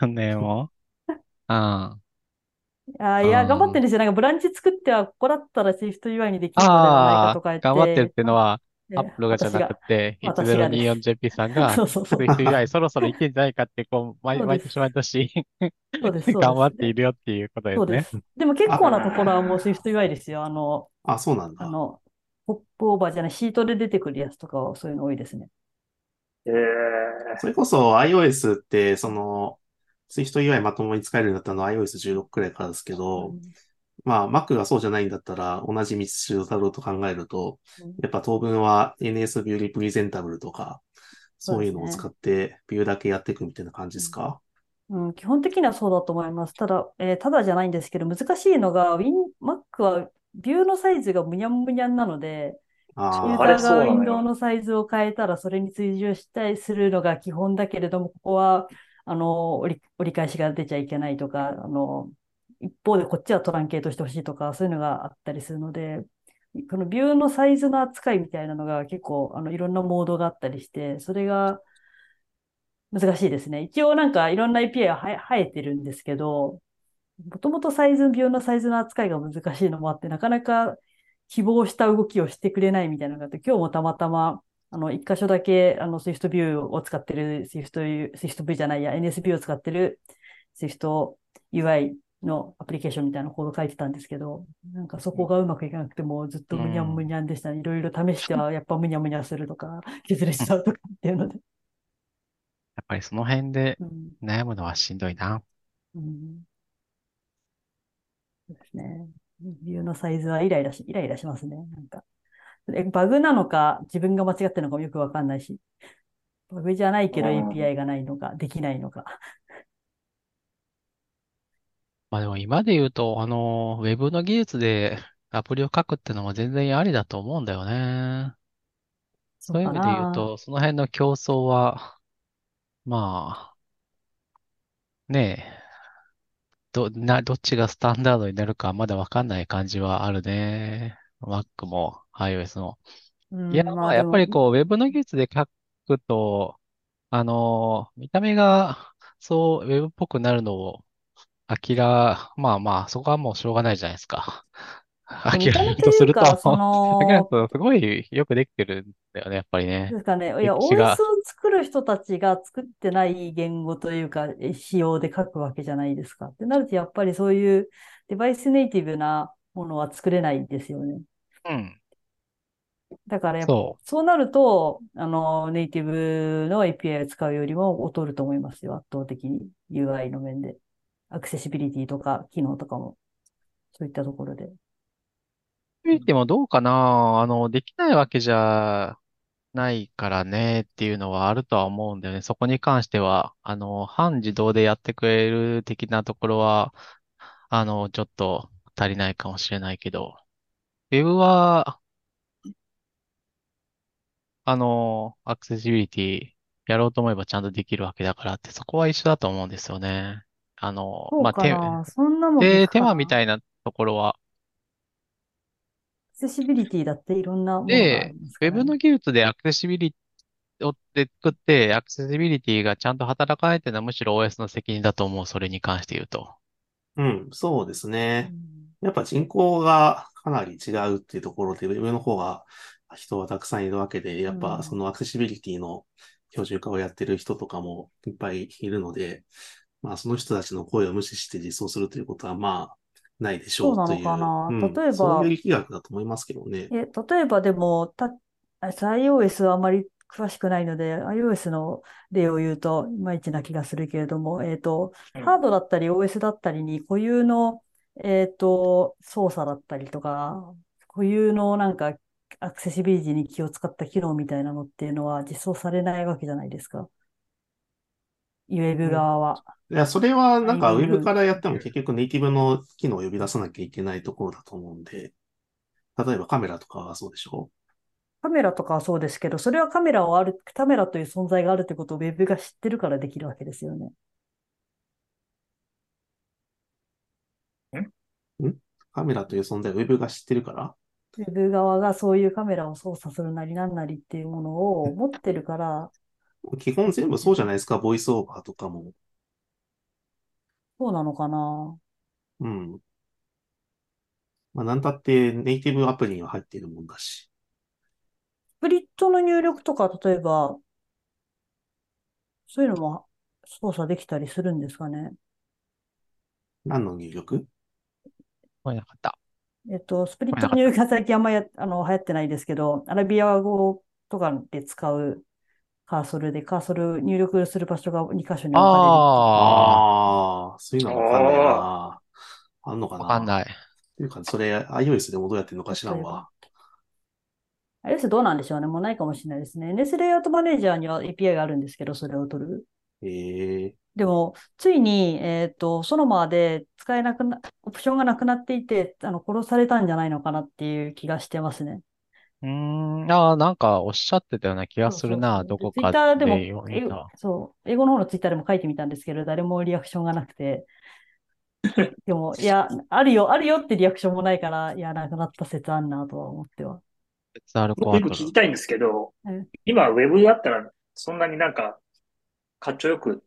何年も あ
あいや、
うん
頑張ってるんですよ。なんかブランチ作ってはここだったらシフト UI にできるのではないか
あ
と
ー、
か言って。
頑張ってるっていうのは、
え
アップロがじゃなくて、
私がです
1024JP さんが、
そうそうそう。
スイス以外そろそろいけんじゃないかって、こう、毎、
そう
毎
です
年毎年
そうです、そう
頑張っ
です
ているよっていうことです
そう
ね。
です。でも結構なところはもう Swift UI ですよ。あの、
あ、そうなん
あ
だ。
の、ポップオーバーじゃない、シートで出てくるやつとかはそういうの多いですね。
え
それこそ iOS って、その、Swift UI まともに使えるんだったのは iOS16 くらいからですけど、まあ Mac がそうじゃないんだったら、同じ道筋をたどると考えると、やっぱ当分は NS ビューリプレゼンタブルとか、そういうのを使って、ビューだけやっていくみたいな感じですか
うん、基本的にはそうだと思います。ただ、えーただじゃないんですけど、難しいのが、Win、Mac はビューのサイズがむにゃんむにゃんなので、ユ
あ
ー
あ、
ザ
あれ
ー
そうなの
が
よ
ウィンドウのサイズを変えたら、それに追従したりするのが基本だけれども、ここは、あの、折り、折り返しが出ちゃいけないとか、あの、一方でこっちはトランケートしてほしいとか、そういうのがあったりするので、このビューのサイズの扱いみたいなのが結構、あの、いろんなモードがあったりして、それが難しいですね。一応なんかいろんな API はは生えてるんですけど、もともとサイズ、ビューのサイズの扱いが難しいのもあって、なかなか希望した動きをしてくれないみたいなのがあって、今日もたまたま、あの、一箇所だけ、あの、Swift View を使ってる、Swift、Swift View じゃないや、NSView を使ってる Swift UI のアプリケーションみたいなコード書いてたんですけど、なんかそこがうまくいかなくて、もうずっとむにゃんむにゃんでしたね。いろいろ試しては、やっぱむにゃむにゃするとか、削れちゃうとかっていうので。
やっぱりその辺で
うん
悩むのはしんどいな。
うんそうですね。理由のサイズはイライラし、イライラしますね。なんか。えバグなのか、自分が間違ってるのかもよくわかんないし。バグじゃないけど
うん
API がないのか、できないのか。
まあでも今で言うと、あの、ウェブの技術でアプリを書くってのも全然ありだと思うんだよね。そういう意味で言うと、その辺の競争は、まあ、ねえ、ど、な、どっちがスタンダードになるかまだわかんない感じはあるね。Mac も iOS も。
うん
いや、
ま
ま
あ
あ、やっぱり
でも
こう、ウェブの技術で書くと、あの、見た目が、そう、ウェブっぽくなるのを、諦、まあまあ、そこはもうしょうがないじゃないですか。
見た
諦め
目
る
と
とす
いう
る
か、
と、
そ
だから
の、
そうすごいよくできてるんだよね、やっぱりね
で。すかね。いや、
歴史が
OS を作る人たちが作ってない言語というか、え仕様で書くわけじゃないですか。ってなると、やっぱりそういうデバイスネイティブなものは作れないですよね。
うん。
だからやっぱ、
そ
そうなると、あの、ネイティブの API を使うよりも劣ると思いますよ。圧倒的に UI の面で。アクセシビリティとか、機能とかも、そういったところで。
う。見てもどうかな。あの、できないわけじゃないからねっていうのはあるとは思うんだよね。そこに関しては、あの、半自動でやってくれる的なところは、あの、ちょっと足りないかもしれないけど、ウェブは、あの、アクセシビリティやろうと思えばちゃんとできるわけだからって、そこは一緒だと思うんですよね。あの、
そう
まあ、
か
手、
な。そんなもん
手、
いく
手
か
間
な。
みたいなところは、
アクセシビリティだっていろんなものがあ
で
ります
ウ
か
ェ
ら
ブの
ね。
技術でアクセシビリティを作って、アクセシビリティがちゃんと働かないっていうのはむしろ OS の責任だと思う、それに関して言うと。
うん、そうですね。やっぱ人口がかなり違うっていうところで、上の方が人はたくさんいるわけで、やっ
うん
ぱそのアクセシビリティの標準化をやってる人とかもいっぱいいるので、まあその人たちの声を無視して実装するということはまあないでしょう
そうな
と
の
いう。
かな
うん
例えば
そういう力学だと思いますけどね。
え、例えばでも、た、あ iOS はあまり詳しくないので、iOS の例を言うと、いまいちな気がするけれども、えっと、
ー
ハードだったり OS だったりに固有の、えっと、操作だったりとか、固有のなんかアクセシビリティに気を使った機能みたいなのっていうのは実装されないわけじゃないですか。ウェブ側は。
いや、それはなんか
う
ウ
ん
ェブからやっても結局ネイティブの機能を呼び出さなきゃいけないところだと思うんで、例えばカメラとかはそうでしょ
カメラとかはそうですけど、それはカメラをある、カメラという存在があるってことをウェブが知ってるからできるわけですよね。
カメラという存在をウェブが知ってるから
Web 側がそういうカメラを操作するなりなんなりっていうものを持ってるから、
基本全部そうじゃないですか、ボイスオーバーとかも。
そうなのかな。
うん。まあ、なんたってネイティブアプリには入っているもんだし。
スプリットの入力とか、例えば、そういうのも操作できたりするんですかね。
何の入力
これなかった。
えっと、スプリットの入力が最近あんまや、あの、流行ってないですけど、アラビア語とかで使うカーソルで、カーソル入力する場所が2箇所に分か
あ
ああ、そういうのわかんないな。あんのか
あ、
な
わかん
い。っ
ない。
ていうか、それ iOS でもどうやってんのか知らんわ。
れる。iOS どうなんでしょうね。もうないかもしれないですね。NS レイアウトマネージャーには API があるんですけど、それを取る。
ええ
でも、ついに、えっと、ソノマで使えなくな、オプションがなくなっていて、あの、殺されたんじゃないのかなっていう気がしてますね。
うーん、ああ、なんかおっしゃってたような気がするな、どこ
ツイ
か
ッターでも、
で読んだ。
英そう、英語の方のツイッターでも書いてみたんですけど、誰もリアクションがな くて。でも、いや、あるよ、あるよってリアクションもないから、いや、なくなった説あんなとは思っては。
別アルコ
僕
ア
よく
ト
聞
ル
き。たいんですけど
うん、
今、ウェブだったら、そんなになんか、かっちょよく、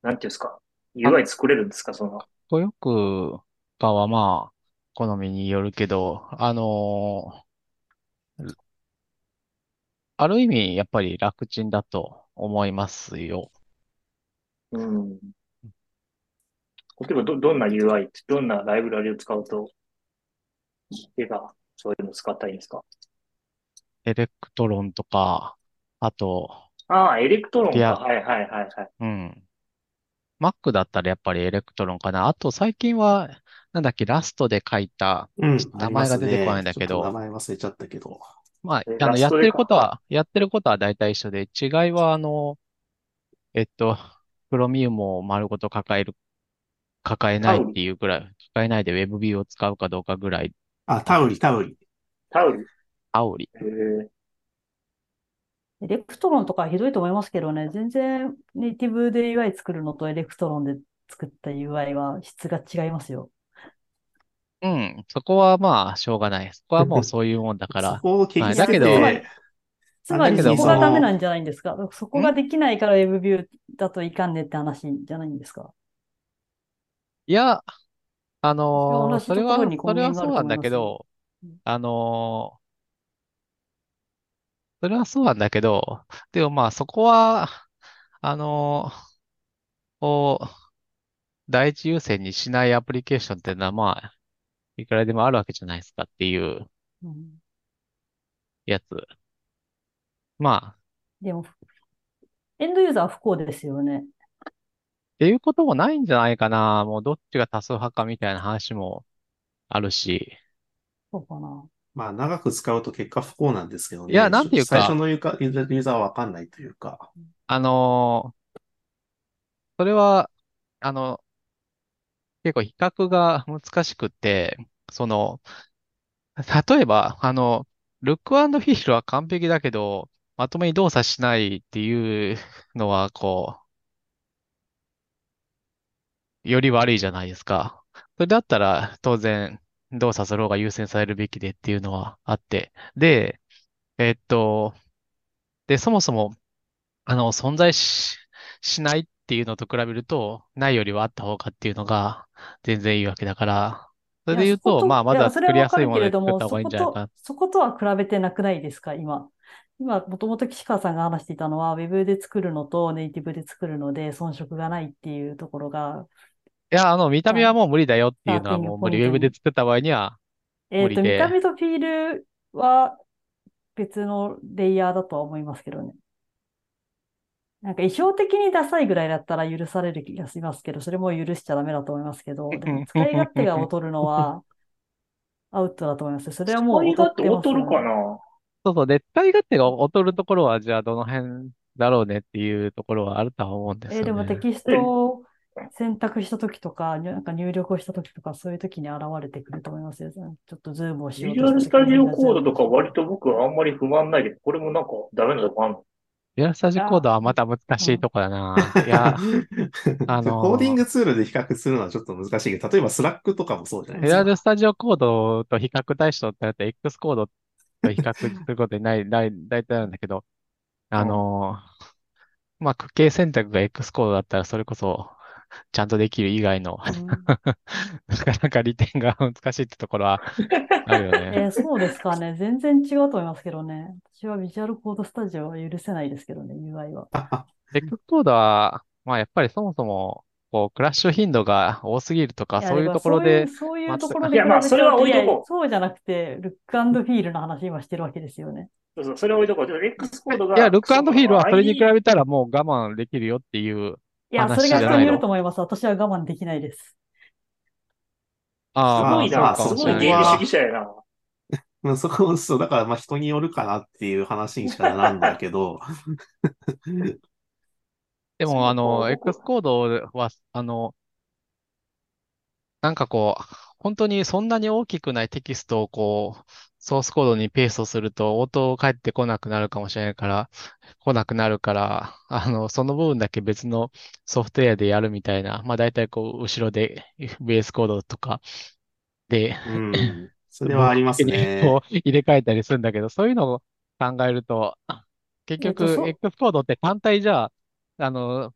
なんていうんですか、UI 作れるんですか、その、
かっこよくかはまあ、好みによるけど、あのーある意味やっぱり楽ちんだと思いますよ。
うん。例えば、ど、どんな UI って、どんなライブラリを使うと、絵が、そういうの使ったらいいんですか
エレクトロンとか、あと、
ああ、エレクトロン
い
か。
や
はいはいはいはい。
うん。Mac だったらやっぱりエレクトロンかな。あと最近は、なんだっけ、ラストで書いた、
うん、
ちょっと
あ
名
り
前
ま
が
す
出てこ
ね。
ないんだけ
ちょっと
ど、
名前忘れちゃったけど。
まあ、
え
あの、
ラス
やっ
ト
て
で
ることは、やってることは大体一緒で、違いは、あの、えっと、クロミウムを丸ごと抱える、抱えないっていうぐらい、抱えないで WebView を使うかどうかぐらい、
あ、タウリ、タウリ。
タオル。
アオリ。
へえ。
エレクトロンとかひどいと思いますけどね、全然ネイティブで UI 作るのとエレクトロンで作った UI は質が違いますよ。
うん、そこはまあ、しょうがない。そこはもうそういうもんだか
そ
ら。
こを気にしてて、
はいだけど
つまり
だけど
そこ
そ
が
の
ダメなんじゃないんですかそこができないから WebView だといかんねって話じゃないんですか
いや、あのー
同じ
それ
ところ
は、
に
それは
根源が
そ
あ
うなん
ると思
だ
いますよ
けど
うん、
あのーそれはそうなんだけど、でもまあそこは、あのーこう、第一優先にしないアプリケーションっていうのはまあ、いくらでもあるわけじゃないですかっていう
うん
やつ。まあ、っ
でも、エンドユーザーは不幸ですよね。
ていうこともないんじゃないかな。もうどっちが多数派かみたいな話もあるし。
そうかな。
まあ、長く使うと結果不幸なんですけどね。
いやなんていうか
最初のユーカユーザーユーザーはわかんないというか。
あのーそれは、あの、結構比較が難しくって、その、例えば、あの、ルックフィールは完璧だけど、まとめに動作しないっていうのは、こう、より悪いじゃないですか。それだったら、当然、動作する方が優先されるべきでっていうのはあって。で、えっと、で、そもそも、あの、存在し、しないっていうのと比べると、ないよりはあった方がっていうのが、全然いいわけだから、それで言う、
いやそこと
まあ、まず
い
は
やそれ
作り
はわ
や
か
すい
る
も
け
ので
れど
作っ
も、
た方がいいんじゃないかな。
そこと、そことは比べてなくないですか、今。今、もともと岸川さんが話していたのは、ウェブで作るのとネイティブで作るので遜色がないっていうところが、
いや、あの、見た目はもう無理だよっていうのはもう無理。ウ
ス
ェ
ターティングポイント
ブ
に
で作った場合には、
えっ
無理
と、
で
見た目とフィールは別のレイヤーだとは思いますけどね。なんか、意表的にダサいぐらいだったら許される気がしますけど、それも許しちゃダメだと思いますけど、でも使い勝手が劣るのはアウトだと思います。それはもう
使い
劣
勝
っ
手
てます
劣る
よ
か
ね
な
そうそう、で、使い勝手が劣るところは、じゃあどの辺だろうねっていうところはあるとは思うんです
えー
よ
でも
ね。
テキストを選択したときとか、になんか入力をしたときとか、そういうときに現れてくると思いますよ。ちょっとズームをし
ビ
よう
ジ
と
ュアル
し
ス
て画
タジ
面
オ
が
コード
ズーム
とか割と僕はあんまり不満ないけど、これもなんかダメなとこあんの
リアルスタジコードはまた難しいとこだな。い や、あのー
コーディングツールで比較するのはちょっと難しいけど、例えばスラックとかもそうじゃないで
リ
す
ア
か。
ルスタジオコードと比較対象ってなって、X コードと比較することにない、ない、大体なんだけど、あのーまあ、区形選択が X コードだったら、それこそ、ちゃんとできる以外の、なかなか利点が難しいってところはあるよ
え
ね。
ーそうですかね。全然違うと思いますけどね。私はビジュアルコードスタジオは許せないですけどね、UI は。
X コードは、まあ、やっぱりそもそも、こう、クラッシュ頻度が多すぎるとか、
いや
そういう
だから
ところで、
そういう、そうい
ま
う
あ
ところ
い
で
や
比
まあ
べち
それ
ゃう
は
と、
置いとこう
やそうじゃなくて、ルックアンドフィールの話今してるわけですよね。
そうそう、それを置いとこう。ちょっと X コードが、
いや、ルックアンドフィールはそれに比
て、
べたらもう我慢できるよっていう、
いや、そ
話
れ
じゃ
が
ないの
人によると思います。私は我慢できないです。
ああ、
すごい
ま
な、
あ、そうか
す
もし
ご
れ
い
ない。
原理主義者やな。
まあ、そこ、そう、だから、まあ、人によるかなっていう話にしかならんだけど、
で
そう
も、あの、
僕
X コードは、あの、なんかこう、本当にそんなに大きくないテキストをこう、ソースコードにペーストすると、応答返ってこなくなるかもしれないから、来なくなるから、あの、その部分だけ別のソフトウェアでやるみたいな、まあ大体こう、後ろで VS コードとかで、
うん。それはありますね。
こう入れ替えたりするんだけど、そういうのを考えると、結
えっと
局、
そう
X コードって単体じゃ、あの、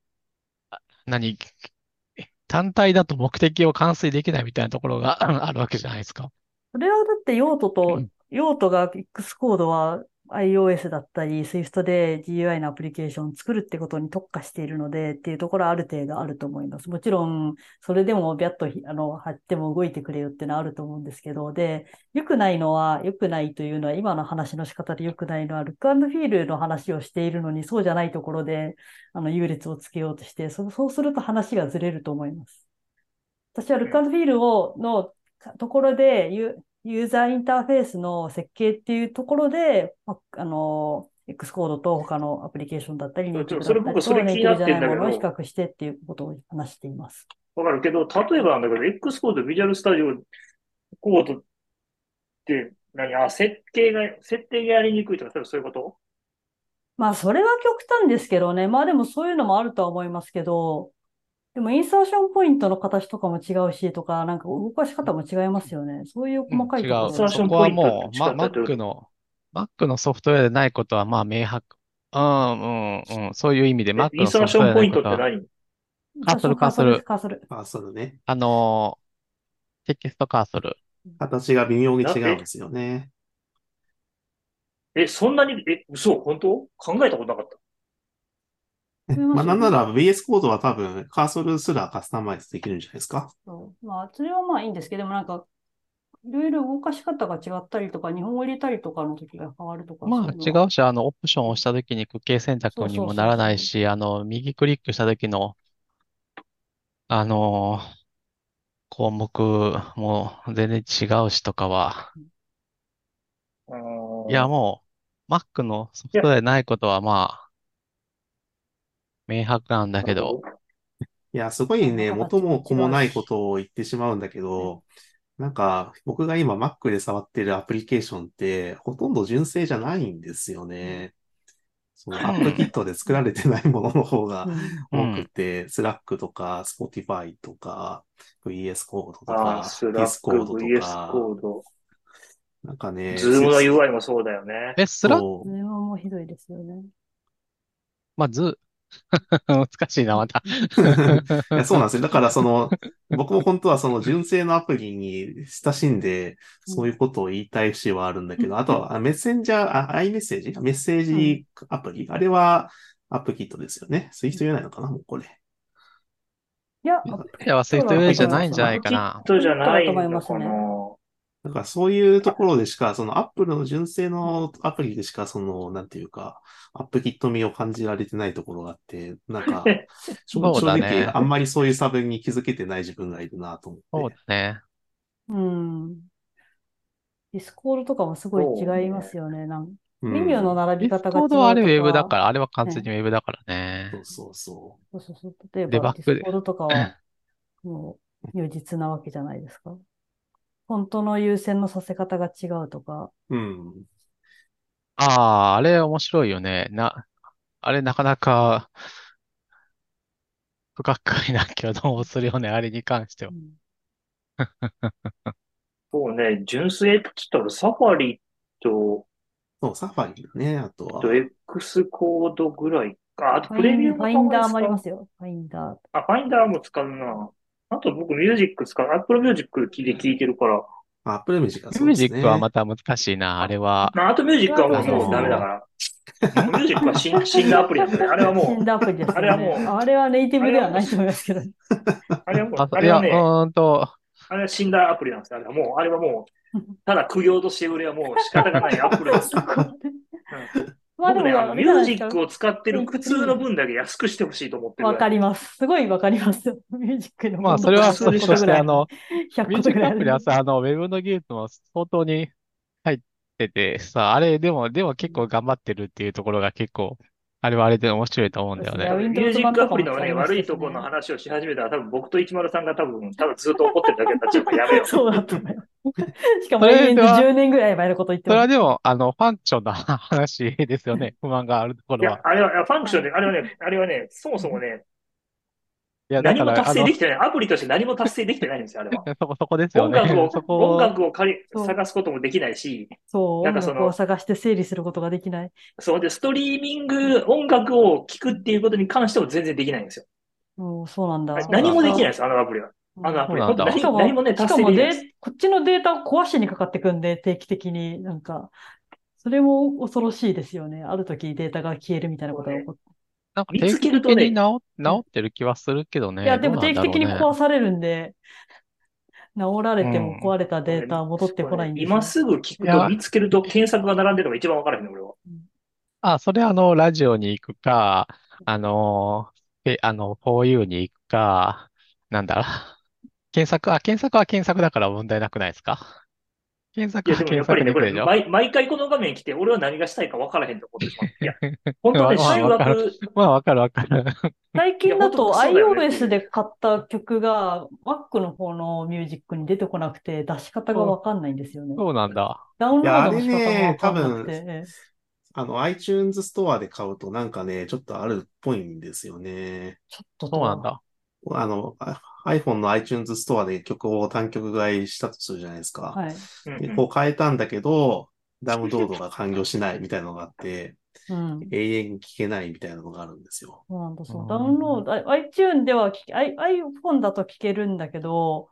あ何、単体だと目的を完遂できないみたいなところが ああるわけじゃないですか。
それはだって用途
う
と
ん、
用途が X コードは iOS だったり、Swift で GUI のアプリケーションを作るってことに特化しているので、っていうところはある程度あると思います。もちろん、それでもビャッとひあの貼っても動いてくれよってのはあると思うんですけど、で、良くないのは、良くないというのは、今の話の仕方で良くないのは、ルックアンドフィールの話をしているのに、そうじゃないところで、あの、優劣をつけようとして、そそうすると話がずれると思います。私はルックアンドフィールを、のところで、ユユーザーインターフェースの設計っていうところで、まあ、あの、X コードと他のアプリケーションだったり、ネイティブだった
ちょ
り
それ僕それ
とネイ
気に
テ
なっ
ィブじ
て
ゃ
んだ
な
け
い
ど
ものを比較してっていうことを話しています。
わかるけど、例えばなんだけど、X コード、ビジュアルスタジオコードって、何あ、設計が、設定がやりにくいとか、そういうこと
まあ、それは極端ですけどね。まあ、でもそういうのもあるとは思いますけど、でもインサーションポイントの形とかも違うしとか、なんか動かし方も違いますよね。そういう細かい
違
ところ
う。
インサーション
そこ
ポ
は
イント
もう、
近かった
ま、
ってこと
Mac の、Mac のソフトウェアでないことは、まあ明白。うん、うん、うん。そういう意味で
え
Mac
イン
の
サ
ソ
ー
フ
シ
トウェア
ョンポイ
でない
ン
こ
トって
とは、
何
カーソル
カーソルです、カーソル。
まあ、そうだね。
あの、テキストカーソル。
形が微妙に違うんですよね。
え、そんなに、え、嘘本当考えたことなかった。
え
まあ、なんなら VS コードは多分、カーソルすらカスタマイズできるんじゃないですか。
そうまあ、それはまあいいんですけど、でもなんか、いろいろ動かし方が違ったりとか、日本語入れたりとかの時が変わるとか、
まあ
そういう
違
のは
うし、あの、オプションを押したときに区形選択にもならないし、あの、右クリックしたときの、あのー、項目も全然違うしとかは、
うーん
いや、もう、Mac のソフトウェアでないことは、まあ、明白なんだけど、
いや、すごいね、
なんか
元も子もないことを言ってしまうんだけど、なんか、僕が今 Mac で触ってるアプリケーションって、ほとんど純正じゃないんですよね。その AppKit で作られてないものの方が多くて、Slack とか Spotify とか VS コードと
ああ、
か
スラッ
Discord
ク、
と
VS
か、
コード、
なんかね、
ズームの
せ
UI もそうだよね。
え、スラック、
そう
ズームもひどいですよね。
まあ、ず、 難しいな、ま た。
いやそうなんですよ。だから、その、僕も本当はその純正のアプリに親しんで、そういうことを言いたい節はあるんだけど、あとは、あメッセンジャー、あ、iMessage? メッセージアプリ、あれは、アップキットですよね。スイート言えないのかなもうこれ。
いや、
なんか
いや、スイートウェアじゃないんじゃないかな。
そうじゃないの
だと思います
か
ね
な。
だからそういうところでしか、そのアップルの純正のアプリでしか、その、なんていうか、アップキット味を感じられてないところがあって、な んか、正
そう
正
だね
直、あんまりそういう差分に気づけてない自分がいるなと思って。
そうだね。
うん。ディスコードとかもすごい違いますよね。なん
うん
メニューの並び方が違
コ
う
ー
と
ドはあれウェブだ
か、
から、あれは完全にウェブだからね。
そうそうそ
そうそうそう例えば
デバッグで
ディスコードとかは、もう、如実なわけじゃないですか。フォントの優先のさせ方が違うとか、
う。うん。
ああ、あれ面白いよね。な、あれなかなか、不可解な挙動をするよね、あれに関しては。
そうね、純粋エプキットのサファリと、
そう、サファリだね、あとは。
と X コードぐらいか。あと、
フ
プレミアム
ァインダー
版。
もありますすよ。ファインダ
あ、ファインダーも使うな。あと僕、ミュージック使う。Apple Music で聞いてるから。
アップルミュージックはそう
ミュー
で
ジ
す
ックは
ね。
また難しいな、あれは。
まあ、あとミュージックはもうもうダメだから。ミュージックは 死ん死んだアプリだね。あれは
ー。死
も
ん
う、
だアプリですよね。
あれはもう
あれはネイティブではないと思いますけど。
あれはもう、
あ、
あ
い
れ
や、
は
う
ね、
ーんと、
あれは死んだアプリなんですよ。あれはもう、あれはもう、ただ苦行として俺はもう仕方がないアプリ です。
そこまで。まあ
僕
で
ね、あ
も、
のミュージック
を。
を使ってる苦痛の分だけ安くしてほしいと思ってる
わ
ぐら
か
い。
ります。すごいわかります。ミュージックの。
まあ、それは
そう
そ
で
う
す
として、あ の、
100
ミュー
個
ジッ
ぐ
ク
らい
アプリはさ、あの、ウェブの技術も相当に入ってて、さ、あれ、でも、でも結構頑張ってるっていうところが結構、あれはあれで面白いと思うんだよね。
そうです
ミ
ね
ュージックアプリの
Windows 版とかも使
ね、
いますし
悪いところの話をし始めたら、多分僕と一丸さんが多分、ただずっと怒ってるだけになっちゃうからやめよう。
そうだと思います。しかも、
それでは
延々と10年ぐらい前のこと言っ
そ
て
れ
ま
は
す。
でも、あの、ファンクションな話ですよね。不満があるとこ
い
ろ
や
は。、
あれは、いやファンクションで、あれはね、あれはね、そもそもね、
いや、だ
何
か
も
ら、
達成
あ
できてない。アプリとして何も達成できてないんですよ、あれは。
の、そこ、そこ ですよ
音
ね。
楽を、
そこ
音楽を借り、
そう
探すこともできないし、
そう、
なん
音
かその
楽を探して整理することができない。
そうで、ストリーミング、音楽を聴くっていうことに関しても全然できないんですよ。
うん、そうなんだ。
何もできないです、あのアプリは。あのアプリ。
そうなんだ
何
しかも、
何もね、
し
達
か
成
も
できないです。
で、こっちのデータを壊しにかかってくんで、定期的に、なんか、それも恐ろしいですよね。ある時データが消えるみたいなことが起こって。
なんか
見
定
つ
期
けると
的
ね
に直、直ってる気はするけどね。
いや、でも
どう
定
なんだ
期
ろう
的に
ね
壊されるんで、直られても
うん
壊れたデータは戻ってこないんですよ
今すぐ聞く
いや
と見つけると検索が並んでるのが一番わからへんの、俺は。
あ、それあの、ラジオに行くか、あの、え、あの、こういうに行くか、なんだろう。検索、あ、検索は検索だから問題なくないですか
い
検索
や、
は
でもやっ
検
ぱり
索で
ね、こ
行く
れ、
でし
毎、
ょ
毎回この画面来て、俺は何がしたいか分からへんと思ってしまう。いや、本当ね、
まあ
修
わかる
学、
まあ、わかるわかる。
最近
いや本
だと
当にそ
iOS
うだよね
で買った曲が Mac の方のミュージックに出てこなくて出し方がわかんないんですよね。
そうなんだ。
ダウンロードの仕
いやあれ
方もわ
ね
かんなくて。
多
ええ
あの、iTunes ストアで買うとなんかね、ちょっとあるっぽいんですよね。
ちょっと
そうなんだ。
あの、あ iPhone の iTunes ストアで曲を単曲買いしたとするじゃないです
と
か。
は。はい。
うん
で、こう変えたんだけど、ダウンロードが完了しないみたいなのがあって、
うん。
永遠に聴けないみたいなのがあるんですよ。
そうなんだ、そうの
ん
ダウンロード、あ iTune では聞け、I- iPhone だと聞けるんだけど、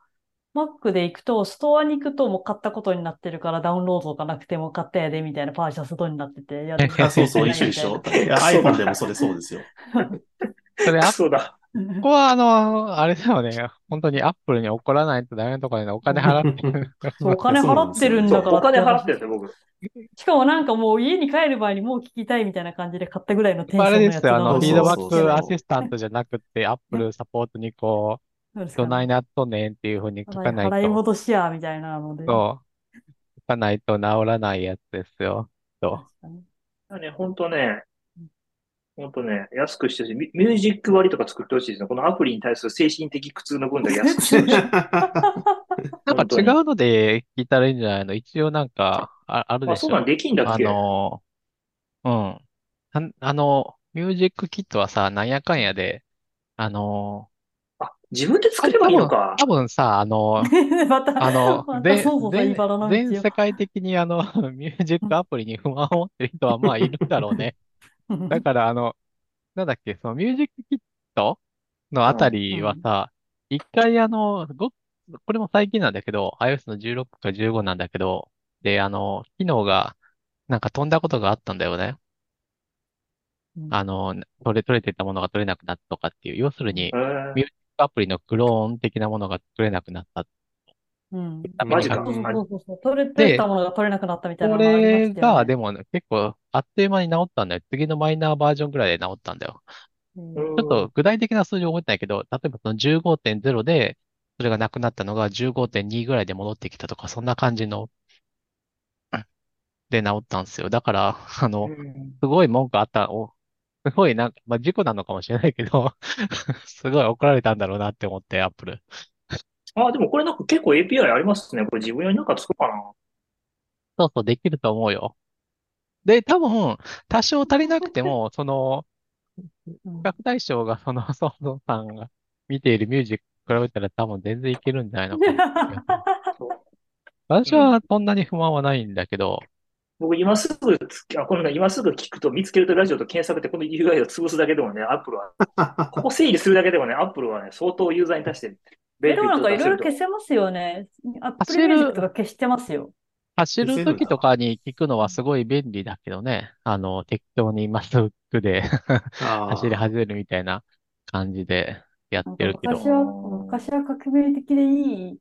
Mac で行くと、ストアに行くともう買ったことになってるからダウンロードがなくてもう買ったやでみたいなパーシャスドになってて、いや、でも
あ、そうそう、
買っ
一
て
緒
ない
一緒
み。
いや、iPhone でもそれそうですよ。
それ、
うん
あ、こ
そうだ。
たいな
こはあの、あれだよね。本当にアップルに怒らないとダメなところにお金払ってる。
そう、お金
そうな
払
んで
っ
す
て
よ
るん
そ
だ
う、
から
お金
って
払
話
ってるんですよ、僕。
しかもなんかもう家に帰る前にもう聞きたいみたいな感じで買ったぐらいのテンション
あれ
の
で
や
す
つ
よ。あ
な
の、
の
フ
に
ィー
そう
ド
そう
バ
そ
ックア
う
シスタントじゃなくて、アップルサポートにこ
そうです
う、ど
か
ないなっとねんっていうふうに書かない
払い
と。
戻しや、みたいなので。
そう。書かないと治らないやつですよ。と。
確かに
だからね、本当ね、本当ね、安くしてほしい。ミミュージック割とか作ってほしいですね。このアプリに対する精神的苦痛の分だけ安く してほしい。
なんか
本当
違
に
うので聞いたらいいんじゃないの一応なんか、あ、ある
あ、
で
そ
し
うなん
ょ。
できんだっ
あ
け
の、うん。なんあの、ミュージックキットはさ、なんやかんやで、あの、
あ、自分で作ればいいのか。
多分さ、あ の、
また、
あの、
また、
全、
そうそう、
全、
バラの道
全
を
世界的にあの、 ミュージックアプリに不満を持ってる人はまあいるんだろうね。 だからあの、なんだっけ、そのミュージックキットのあたりはさ、一回あの、ご、これも最近なんだけど、iOS の16か15なんだけど、で、あの、機能が、なんか飛んだことがあったんだよね。
うん
あの、取れ、取れてたものが取れなくなったとかっていう、要するに、
えー
ミュージックアプリのクローン的なものが取れなくなった
うん。
ため
マ
に
ジ
書
か
く
そうそう
あ
そうそうそう。取れ、取れたものが取れなくなったみたいな
こ
のもありま
れ
したよ
が、
ね。
でもね結構、あっという間に治ったんだよ。次のマイナーバージョンぐらいで治ったんだよ。
うん
ちょっと具体的な数字覚えてないけど、例えばその15.0で、それがなくなったのが15.2ぐらいで戻ってきたとか、そんな感じの、うんで治ったんですよ。だから、あの、
うん
すごい文句あった、お、すごいなんか、まあ、事故なのかもしれないけど、 すごい怒られたんだろうなって思って、アップル。
あ、でもこれなんか結構 API ありますね。これ自分用になんか作ろうかな。
そうそう、できると思うよ。で、多分、多少足りなくても、その、
う
比
ん
較対象がその、 ソンソンさんが見ているミュージックと比べたら多分全然いけるんじゃないのかなって気がする私はそんなに不満はないんだけど、
僕今すぐつ、あ、このね、今すぐ聞くと見つけるとラジオと検索ってこの UI を潰すだけでもね、アップルは、 ここ整理するだけでもね、アップルはね、相当ユーザーに対してベ
え
ネ
で
フィ
も
ットを
なんか
出
い
せ
ろ
る
いろ
と。
消せますよね。アップ
走
ル
る
ミュージックとか消してますよ。
走る
消せる
時とかに聞くのはすごい便利だけどね、あの、適当にまっすぐで走り始めるみたいな感じでやってるけ
なん
ど
か昔、は、昔は革命的でいい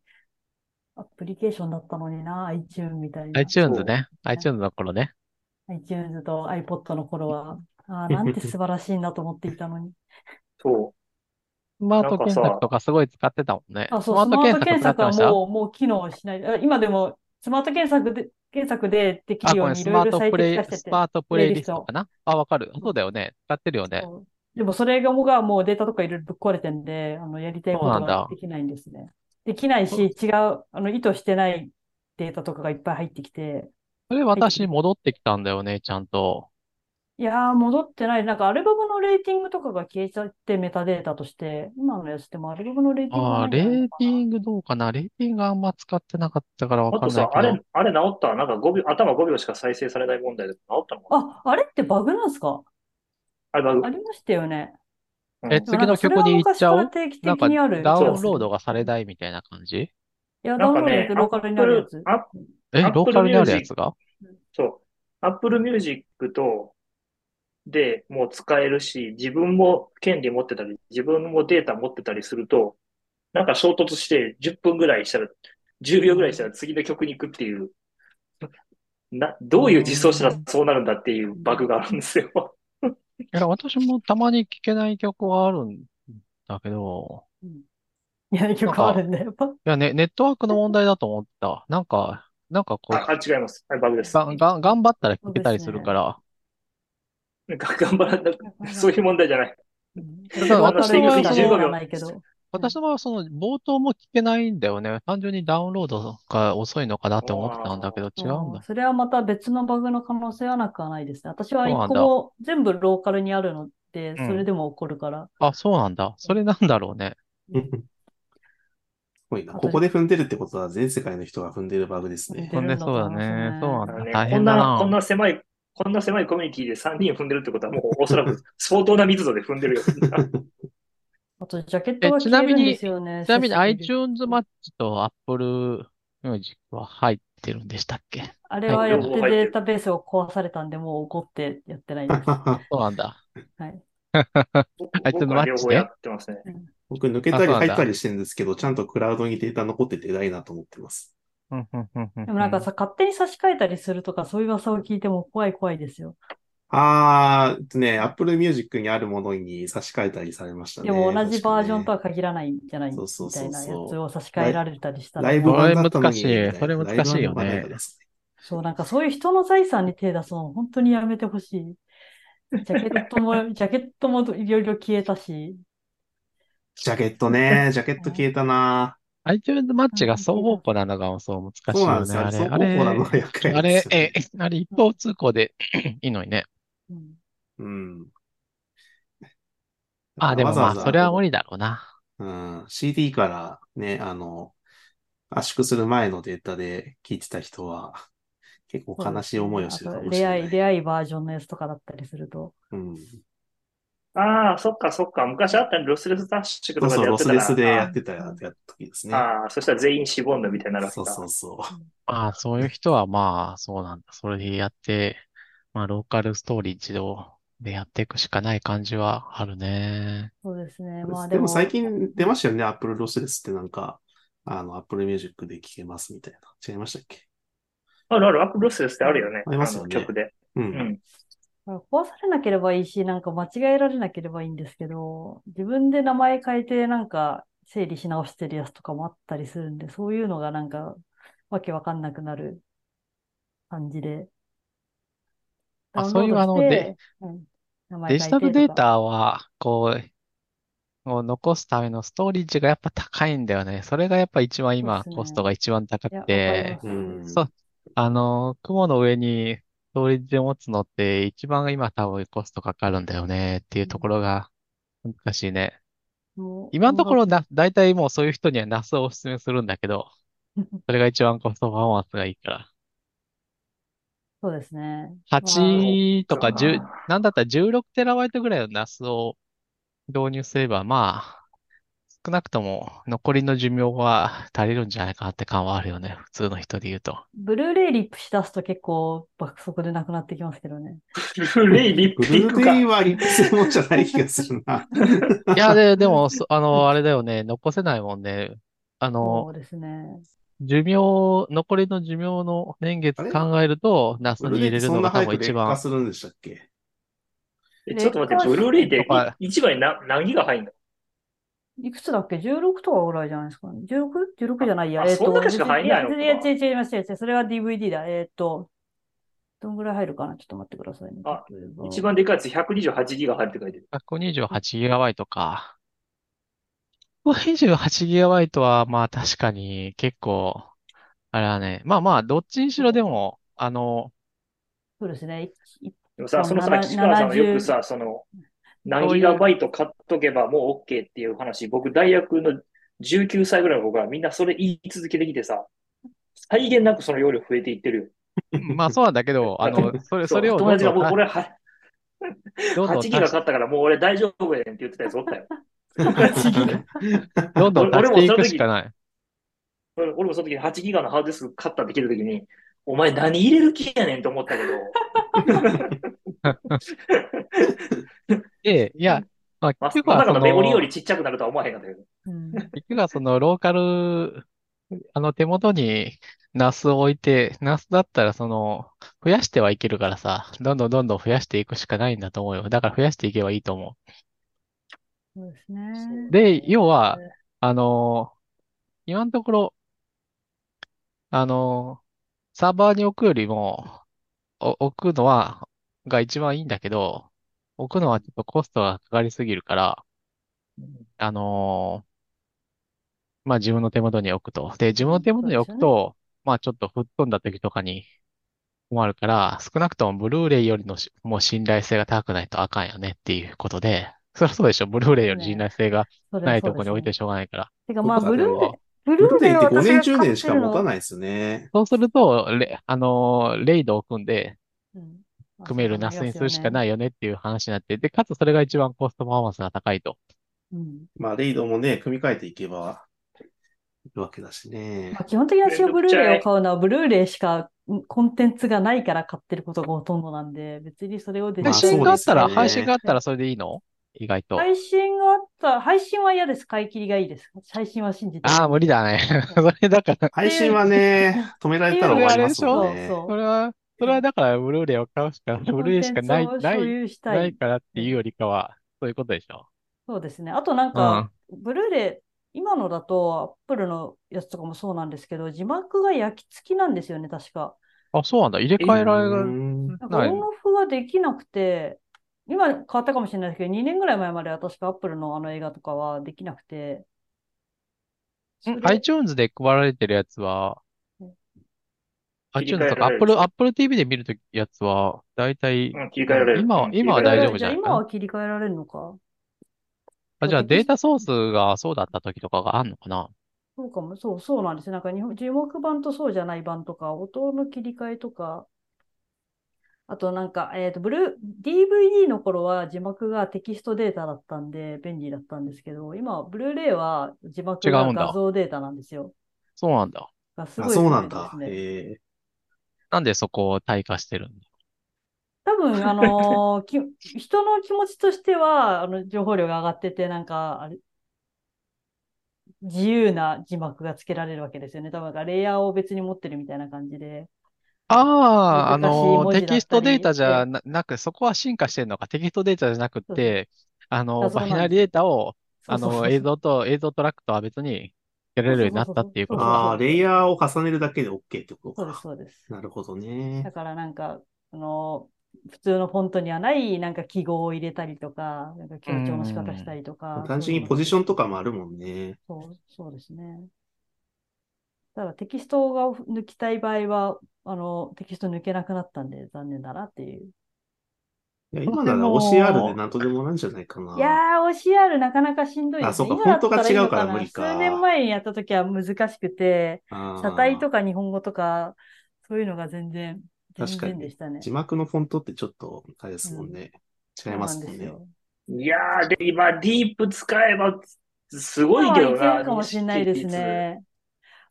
アプリケーションだったのにな、iTunes みたいな。
iTunes ね、iTunes の頃ね、
iTunes と iPod の頃は、あ あ、なんて素晴らしいなと思っていたのに。
そう。
スマー
なん
ト
か
検
さ
索とかすごい使ってたもんね。
あ、
ス
そう、
マ
ス
ート
マート
検索
検
使って
索は
ました
もう、もう機能しない。あ今でも、スマート検索で、検索ででき
あ、
るよ
ごめ
う
ん、
にい
ス
ろ
マ
い
ー
ろ
ト
最
プ
適
レイ、
化して
ス
て。
マートプレイ
プレ
リ
イ
ス
リス
ト
ト
かなあ、わかる。そうだよね。使ってるよね。
そうでもそれがもがもうデータとかいろいろぶっ壊れてんで、あのやりたいこと
そうなんだ
ができないんですね。できないし、違う、あの意図してないデータとかがいっぱい入ってきて、
それ私戻ってきたんだよね、ちゃんと。
いやー、戻ってない。なんかアルバムのレーティングとかが消えちゃって、メタデータとして、今のやつでもアルバムのレーティング
あ
が
あ、
ない
レ
んじゃ
ー
ないのか
ティングどうかなレーティングあんま使ってなかったからわ
あと
かんない
さ、
け
あ
ど。
れ、あれ治ったなんか5秒、頭5秒しか再生されない問題で治ったのかな
な。あ、あれってバグなんですか
あれバグ
あ。りましたよね。
うん
え
でも
次の曲に行っちゃおう
なんかそれは昔から定期
なん
的
か
にある
ダ
そう
ウ
で
ン
す
ロードがされないみたいな感じ
いや、
なんか
ダウ
ね
ンロードやってローカルになるやつ。
アップル
え、ローカルにあるやつが
そう。Apple Music と、で、もう使えるし、自分も権利持ってたり、自分もデータ持ってたりすると、なんか衝突して10分ぐらいしたら、10秒ぐらいしたら次の曲に行くっていう、な、どういう実装したらそうなるんだっていうバグがあるんですよ。
いや、私もたまに聴けない曲はあるんだけど、
いや、よくあるんだよ。やっぱ
いや、ね、ネットワークの問題だと思った。なんか、なんかこう、
あ、あ違います。あれバグです。
がん、がん、頑張ったら聴
そう
け
ですね
たりするから。
なんか頑張らなく、そういう問題じゃない。
うん
そう
ローカルになった
私は
のはないけど。
私の場合はその冒頭も聞けないんだよね。単純にダウンロードが遅いのかなって思ってたんだけど違うんだ。
それはまた別のバグの可能性はなくはないですね。私は
そう
一
なんだ
個も全部ローカルにあるのって、
うん
それでも起こるから。
あ、そうなんだ。それなんだろうね。
すごいな。ここで踏んでるってことは全世界の人が踏んでるバグですね。
ほんでそうだね。そうな
あ
ん
の
だ。
ね、
大
こん
変だ
な、こん
な。
な狭い、こんな狭いコミュニティで3人踏んでるってことはもうおそらく相当な密度で踏んで るよ。
あと、ジャケットが
えちな
消
み
えるん
に
ですよね。
ちなみに
久しぶり
iTunes マッチと Apple Music は入ってるんでしたっけ
あれはやって
はい
データベースを壊されたんで、もう怒ってやってないです。
そうなんだ。
はい。
僕
あいつ
僕は
マッ
両
チ
方
ね
やってますね。
僕抜けたり入ったりしてるんですけど、ちゃんとクラウドにデータ残ってて偉いなと思ってます。
うんうんうんうん
でもなんかさ、勝手に差し替えたりするとか、そういう噂を聞いても怖い怖いですよ。
あー、ね、Apple Music にあるものに差し替えたりされました
で
ね。
も同じバージョンと
確か
は限らないんじゃない
そ
み
うそう
た
そうそう
いなやつを差し替えられたりした
ね
ら
ライブ
もう
版だったのに
それ難しい
みたな
それ難しいよね
ライブ版の版ないからさ
そう、なんかそういう人の財産に手出すの、本当にやめてほしい。ジャケッ トも、ジャケットもいろいろ消えたし、
ジャケッ トね、ジャケット消えたな。
iTunes マッチが双方向なのがそう難しい
そうなん
よ
です
ね。
よ。
あれ、
双
あ
方向な
れ
のが厄介
あ
で
れ
す、よ
え
ね。、
あれ一方通行でいいのにね。
うん
うん。
あ、でもまあ、
わざわざ
それは無理だろうな。
うん、CD からね、あの、圧縮する前のデータで聞いてた人は、結構悲しい思いをしてるかもしれな
あと
い。
レアい、レアいバージョンのやつとかだったりすると。
うん。
ああ、そっかそっか。昔あったねロスレスダッシュと
そ
か
うそ
で
う、
や
ロ
って
ス
た
レ
ら。
スでやってた
う
や
ん
つやった時ですね。
ああ、そしたら全員しぼんだみたいになるわけ
そう
か。
そうそ
まあ、そういう人はまあ、そうなんだ。それでやって、まあ、ローカルストーリー自動でやっていくしかない感じはあるね。
そうですね。
う。
まあ
で
で
も
も、
最近出ましたよね、Apple ロスレスってなんか、あの、Apple Music で聴けますみたいな。違いましたっけ
あるある、アップロスレスってあるよね。
ありますよね
の曲で。う
う。
んん。
壊されなければいいし、なんか間違えられなければいいんですけど、自分で名前変えてなんか整理し直してるやつとかもあったりするんで、そういうのがなんかわけわかんなくなる感じで。
あ
ダウン
そういう
ロードして
あので
うん名前
デジタ
変
ル
え
デ
てと
ー
か。
タは、こう、を残すためのストーリージがやっぱ高いんだよね。それがやっぱ一番今、
そうっすね
コストが一番高
い
く
や、わかり
て
ま、す。
うん。
そう、あの、雲の上にストレージを持つのって一番今多分コストかかるんだよねっていうところが難しいね。
もう
今のところな、大体もうそういう人にはナスをおすすめするんだけど、それが一番コストパフォーマンスがいいから。
そうですね。
8と
そ
か
うか
10、なんだったら16テラバイトぐらいのナスを導入すれば、まあ、少なくとも残りの寿命は足りるんじゃないかなって感はあるよね。普通の人で言うと。
ブルーレイリップしだすと結構爆速でなくなってきますけどね。
ブルーレイリッ
ブ
プ
ル
リック
ー
か
レイ。はリップするもんじゃない気がするな。
いや、で、でも、そあの、あれだよね。残せないもんね。あの
そ、うですね。
寿命、残りの寿命の年月
あれ
考えると、ナス
ブ
に
ルー
入
レイっ
れ
て
る
そ
の
んな
が多
早
分
く
一
劣
番
化するんでしたっけ
えちょっと待って、
レ
ブ
イ
ルーレイで
とか
い一枚な何ギガ入んの
いくつだっけ ?16 とかぐらいじゃないですかね。16?16 じゃないや。
あ
えっ
そ
と、
んなしか入んないのか
いや、いや違う違います、違います。それは DVD だ。えっと、どんぐらい入るかなちょっと待ってくださいね。
あ一番でかいやつ128ギガ入るって書いてる。
128GB か。128GB は、まあ確かに結構、あれはね、まあまあ、どっちにしろでも、あの、
そうですね。いい
でもさ、その
な
さ、
な
岸川さんがよくさ、
70
その、何ギガバイト買っとけばもう OK っていう話、僕、大学の19歳ぐらいの子がみんなそれ言い続けてきてさ、際限なくその容量増えていってるよ。
ま あそうなんだけど、あの、それ、それを
友達がもう、
どんどん
俺は、
どんどん
8ギガ買ったからもう俺大丈夫やねんって言ってたやつお ったよ。
どんどん足
俺も
してい
その
く
時
しかない。
俺俺もその時に8ギガのハードディスク買ったって聞いた時に、お前何入れる気やねんと思ったけど、
で、いや、まあ
ま
結局
ま
は
さか
そ
のメモリよ
の、
りちっちゃくなるとは思わへんかったけど。
うん、
結局はそのローカル、あの手元にナスを置いて、ナスだったらその、増やしてはいけるからさ、どんどんどんどん増やしていくしかないんだと思うよ。だから増やしていけばいいと思
そうですね
う。。で、要は、あの、今のところ、あの、サーバーに置くよりも、お置くのは、が一番いいんだけど、置くのはちょっとコストがかかりすぎるから、あのーまあ自分の手元に置くと。で、自分の手元に置くと、まあちょっと吹っ飛んだ時とかに困るから、少なくともブルーレイよりのしもう信頼性が高くないとあかんよねっていうことで、そりゃそうでしょ。ブルーレイより信頼性が
それ
ない
そう
とこに置いて
ですね。
しょうがないから。
てか、まあ、
そうか
ブ
で
ルーレイ
も、
ブ
ブルー
ルーレ
レイ
イ
って
を
5
私
年充
が買
電
っ
してか
る
持
の
たないですね。
そうすると、レ、あのーレイドを組んで、
うんまあ
組める
そうな
ナ
り
ス
ま
に
す
す
よ
るしか
ね。
ないよねっていう話になって、で、かつそれが一番コストパフォーマンスが高いと。
うん
まあ、レイドもね、組み替えていけば、いるわけだしね
まあ、。基本的に私がブ
め
ルー
んどくちゃ
レイ
い
を買うのは、ブルーレイしかんコンテンツがないから買ってることがほとんどなんで、別にそれをデ
配
まあ
ジタル
信
そう
があ
で
っ
す
た
よ
ら、
ね
配信があったらそれでいいの意外と。
配信があった、配信は嫌です。買い切りがいいです。配信は信じて。
ああ、無理だね。 それだから、
配信は ね、止められたら終わりますもん
ってい
ね
うあれでし。ょ
それは、それはだから、ブルーレイを買うしか、ブ
コン
ルーレイ
テ
し
ン
か
ツ
ない、
を
な
所
い、
有した
ないい。からっていうよりかは、そういうことでしょ。
そうですね。あとなんか、ブルーレイ、今のだと、アップルのやつとかもそうなんですけど、字幕が焼き付きなんですよね、確か。
あ、そうなんだ。入れ替えられ
う
る。
ん
なんか
な
オン
い。
オフができなくて、今変わったかもしれないですけど、2年ぐらい前までは確かアップルのあの映画とかはできなくて、そ
ん
れ
iTunes で配られてるやつは
うん、
切り替
iTunes
え
と
ら
か
れるでし
Apple、
ょ
Apple TV で見るときやつは、だいたい、
うん、切り替えられる。
今は
うん
今は
切り替えられる
大丈夫じゃないかな
じゃあ今は切り替えられるのか。
あ、じゃあデータソースがそうだったときとかがあんのかな
そうかも、そう、そうなんですよ。なんか日本、字幕版とそうじゃない版とか、音の切り替えとか、あとなんか、えっと、ブルー、DVD の頃は字幕がテキストデータだったんで、便利だったんですけど、今、ブルーレイは字幕
違う
が
んだ
画像データなんですよ。
そうなんだ。
がす
あ
ごい
そうなん
不便で
だ
す。ね
え
なんでそこを退化してるんだ
多分、あのー き、人の気持ちとしては、あの、情報量が上がってて、なんか、あれ、自由な字幕がつけられるわけですよね。多分、なんかレイヤーを別に持ってるみたいな感じで。
ああ、あ
難しい
の、
文字だったり
テキストデータじゃな、なく、そこは進化してるのか、テキストデータじゃなく
そう
て、あの、
画像
バ
なん
イ
です
ナリーデータを、
そう
あ
そうそう
の、
そう
映像と、映像トラックとは別に、やれるようになったっていうこ
ー、
と
そうそうそう
か。
ああ、レイヤーを重ねるだけで OK ってこと
そうです、
か。
そうです。
なるほど
だ
ね。
からなんか、あの、普通のフォントにはないなんか記号を入れたりとか、なんか強調の仕方したりとか、
単純にポジションとかもあるもんね。
そう、そうですね。ただテキストが抜きたい場合は、あの、テキスト抜けなくなったんで残念だなっていう。
いや、今なら OCR で何とでもなんじゃないかな。
いやー、OCR なかなかしんどいですね。
あそうか
今だった
フォントが違うから
いいの
無理か
数年前にやった時は難しくて、
あー
車体とか日本語とか、そういうのが全然、全
確かに
然でしたね。
字幕のフォントってちょっと、あれですもんね。違いますもん
そうなんです
ね。
よ。
いやー、で、今、ディープ使えば、すごいけど
今はいけ
な、
るかもしれないですね。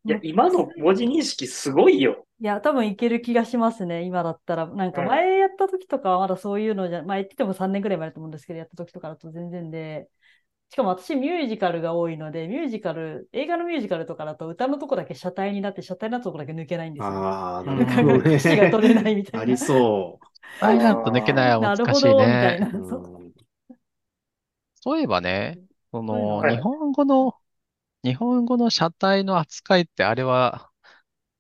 認識率。いや、今の文字認識すごいよ。
いや、多分いける気がしますね、今だったら。なんか前やった時とかはまだそういうのじゃ、まあ言ってても3年ぐらい前だと思うんですけど、やった時とかだと全然で、しかも私ミュージカルが多いので、ミュージカル、映画のミュージカルとかだと歌のとこだけ車体になって、車体のとこだけ抜けないんですよ。
ああ、
う
なんる
なん
ほど
か口が取れ
ね。
ないみた
あ
い
り
な。
そう。
アイランド抜けないは
なる
難
ほ
しい
ど、みたい
ね。
な。
うん
そう
そういえばね、そ
そういうの
の、
が
日本語の、日本語の車体の扱いってあれは、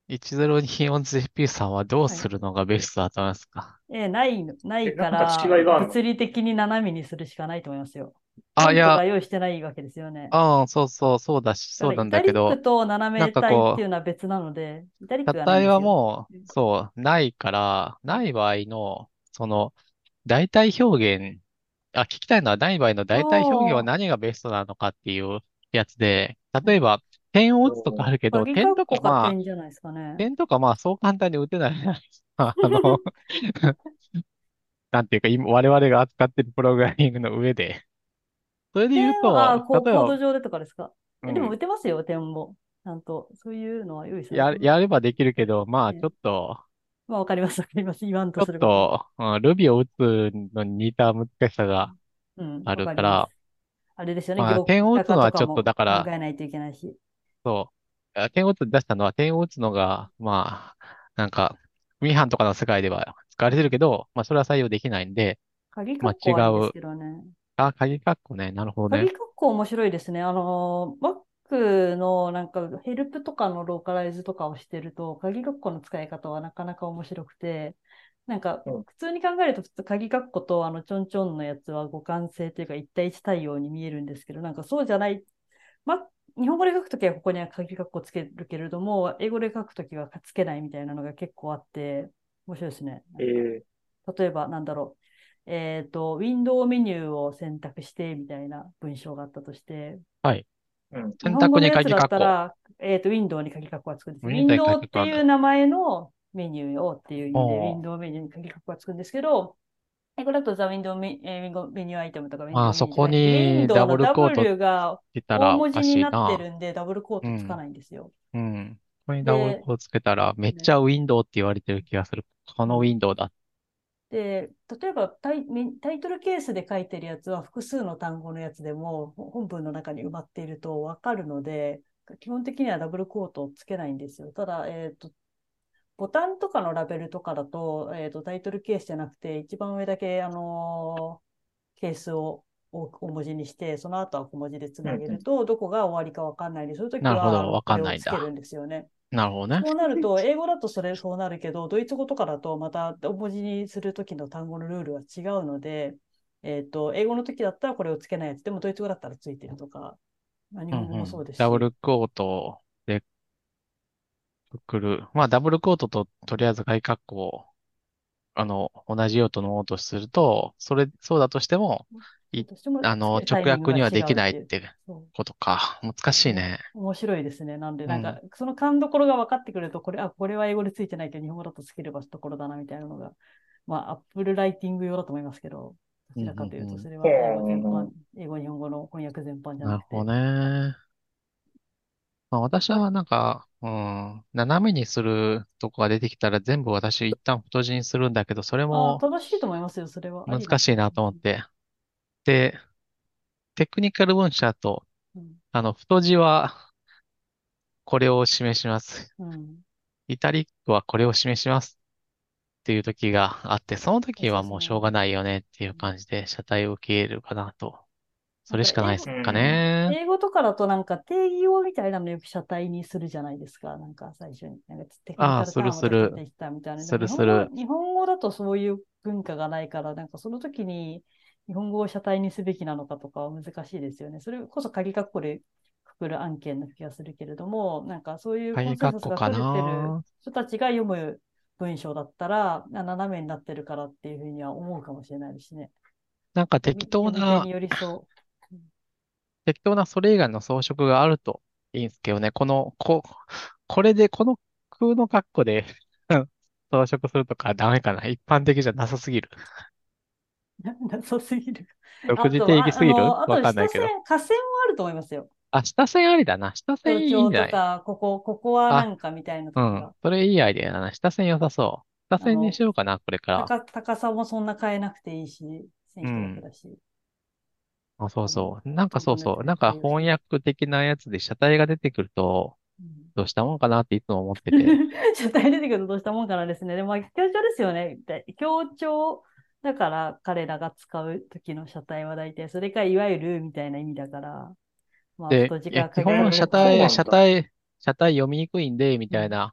1024JP さんはどうするのがベストだと思いますか
えーないの、ない
え
か
なん
ら、
か違いがあるの
物理的に斜めにするしかないと思いますよ。
あ、い
フォント
や、
が用意してないわけですよね。
うん、そうそう、そうだし、そうなんだけ
イタリ
ど
ック、と斜め体っていうのは別なので、イタリック
車
ない
体
んです
は
よ
も
う
う、
ん
そう、ないから、ない場合の、その、代替表現、あ、聞きたいのは、ない場合の代替表現は
おー
何がベストなのかっていうやつで、例えば、点を打つとかあるけど、
鍵
点とか
括弧
まあ、
点じゃないですかね。
点とかまあそう簡単に打てないじゃないですか。あの、 なんていうか今我々が扱ってるプログラミングの上で。それで言う
点はあーこ
と、
う
例え
コー
ば
ド、上でとかですか。え、でも
うん
打てますよ、点も。ちゃんと。そういうのは用意されて
や、
ます
やればできるけど、まあ
ね
ちょっと、
まあ、わかります、わかります。言わん
ち
と
ょ
する
っ、
こと
うん、Ruby を打つのに似た難しさが
と。うん、
ある
わ
か
り
ら
ます。あれですよね、
まあ
行
点を打つのは
高
ちょっと
も
だから
考えないといけないし。
そう。あ点を打つ、出したのは点を打つのが、まあ、なんか、ミハンとかの世界では使われてるけど、まあそれは採用できないんで、
鍵
まあ
括弧はいいん
違う
ですけどね。
あ、鍵括弧ね、なるほど
鍵
ね。
括弧面白いですね。あのー、Mac のなんかヘルプとかのローカライズとかをしてると、鍵括弧の使い方はなかなか面白くて、なんか
うん
普通に考えると普通鍵括弧とあのちょんちょんのやつは互換性というか一対一対応に見えるんですけど、なんかそうじゃない、ま、日本語で書くときはここには鍵括弧つけるけれども、英語で書くときはつけないみたいなのが結構あって、面白いですね。
えー
例えば、なんだろう。えっ、と、ウィンドウメニューを選択してみたいな文章があったとして、
うん。
日
選
本語
択
の
に
やつ
鍵
だ
括
っ
弧。
たら、えっ、と、ウィンドウに鍵括弧がつくんです。
ウ
ウィ
ィ
ン
ンドウに
ドウっ
鍵括
て
弧がある
いう名前のメニューをっていう意味で、ウ
おー
ィンドウメニューに鍵括弧がつくんですけど、英語だとザ・ウィンドウメ,、えーウィンドウメニューアイテムとかウィンドウメニュー
ああ、そこ
じゃなくてウィン
に
ドウ
ダ
の
ブルコー
W
ト
が
つけた
大
ら
文
お
字
か
に
しい
なって
な。
るんで、ダブルコートつかないんですよ。
うん。ここに
で
ダブルコートつけたらめっちゃウィンドウって言われてる気がする。このウィンドウだ。
で、例えばタイメタイトルケースで書いてるやつは複数の単語のやつでもほ本文の中に埋まっているとわかるので、基本的にはダブルコートをつけないんですよ。ただ、えっと、ボタンとかのラベルとかだと、えっと、タイトルケースじゃなくて、一番上だけ、あのーケースを大大文字にして、その後は小文字でつなげると、どこが終わりかわかんないんで、そういう時
なるほど
は、あの
わかんないん
こ
だ
れをつけるんですよね。
なるほどね。
そうなると、英語だとそれそうなるけど、ドイツ語とかだとまた大文字にするときの単語のルールは違うので、えっと、英語の時だったらこれをつけないやつ、でもドイツ語だったらついてるとか、まあ、日
うん
本語
う。
もそうんですし、
ダブルコートでくくる。まあダブルコートととりあえず鍵括弧を、あの、同じ用途のものとすると、それ、そうだとしても、い
どうしても
あの、
つける
直
タイミング
訳
が
には
違
でき
う
ない
て
っ
いう
て
そう
ことか。難しいね。
面白いですね。なんで、
うん
なんか、その勘どころが分かってくると、これ、あ、これは英語でついてないけど、日本語だとつければところだな、みたいなのが、まあ、アップルライティング用だと思いますけど、どちらかという
うんうん
と、
うん
それは英語全般、英語、日本語の翻訳全般じゃ
な
な
る
くて
ほ、どね。まあ、私はなんか、うん、斜めにするとこが出てきたら全部私一旦太字にするんだけど、それ
あ
も
正しいと思いますよ、それは。
難しいなと思っ
あ
て。で、テクニカル文章だと、
りです
あの、太字はこれを示します。
うんうん
イタリックはこれを示します。っていう時があって、その時はもうしょうがないよねっていう感じで、車体を受け入れるかなと。それしかないですかね。
英語とかだとなんか定義語みたいなのよく車体にするじゃないですか。なんか最初に。なんかテクニカ
ああ
ルターン
す
を
るする
出してきたみたいな。
する
日
す
本語
る
日本語だとそういう文化がないから、なんかその時に日本語を車体にすべきなのかとかは難しいですよね。それこそ鍵括弧でくる案件な気がするけれども、なんかそういうコ
会
ン
議
センサ
学
ス
校
が
か
取れてる
な
人たちが読む文章だったら、あ斜めになってるからっていうふうには思うかもしれないですね。
なんか適当
読み手
な
に、よりそう。
適当なそれ以外の装飾があるといいんですけどね。この、こ、これで、この空の格好で 装飾するとかダメかな。一般的じゃなさすぎる。
ななさすぎる。
独
あ
自
と
定
は
義すぎる
あのあと
わかんないけど。
下線、下線はあると思いますよ。
あ、下線ありだな。下線い
東
い
京
んじゃな
と
い
か、ここ、ここはなんかみたいなと
う
か
ん。、それいいアイデアだな。下線良さそう。下線にしようかな、これから。
高高さもそんな変えなくていいし、選手だけだし。
あ、そうそう。なんか
そ
そうう
そう
そう。なんか翻訳的なやつで車体が出てくると、どうしたもんかなっていつも思ってて。
社体出てくるとどうしたもんかなですね。でも、まあ協調ですよね。で協調だから彼らが使う時の車体は大体、それかいわゆるみたいな意味だから、まあ、
で、
太字
いや、
が書
基
けら
本車
れる
そうなん
体、
だ
車体、車体読みにくいんで、みたいな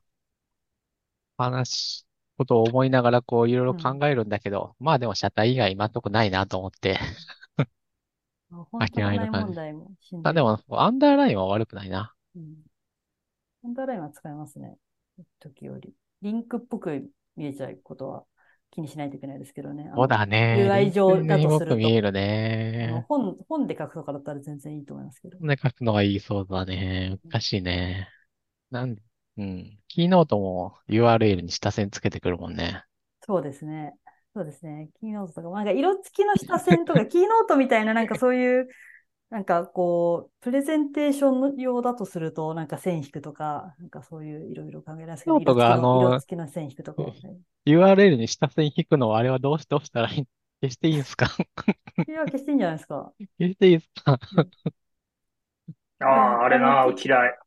話、ことを思いながらこういろいろ考えるんだけど、まあでも車体以外今んとこないなと思って。
本当ない問題もしんどい
あ、でも、アンダーラインは悪くないな。
うんアンダーラインは使えますね。時より。リンクっぽく見えちゃうことは気にしないといけないですけどね。あの
そうだね。
友愛情だとする
よく
と
見える
あの
ね。
本本で書くとかだったら全然いいと思いますけど。
ね、書くのはいいそうだね。難しいね。なん、うん。キーノートも URL に下線つけてくるもんね。
そうですね。そうですね。キーノートとか、なんか色付きの下線 とか、キーノートみたいな、なんかそういう、なんかこう、プレゼンテーション用だとすると、なんか線引くとか、なんかそういういろいろ考えられますけど、
キーノートが
色付きの
あの
色付きの線引くとか。
URL に下線引くのはあれはどうし、どうしたらいい、消していいんすか
いや、消していいんじゃないですか。
消していいんすか
ああ、あれな、嫌い。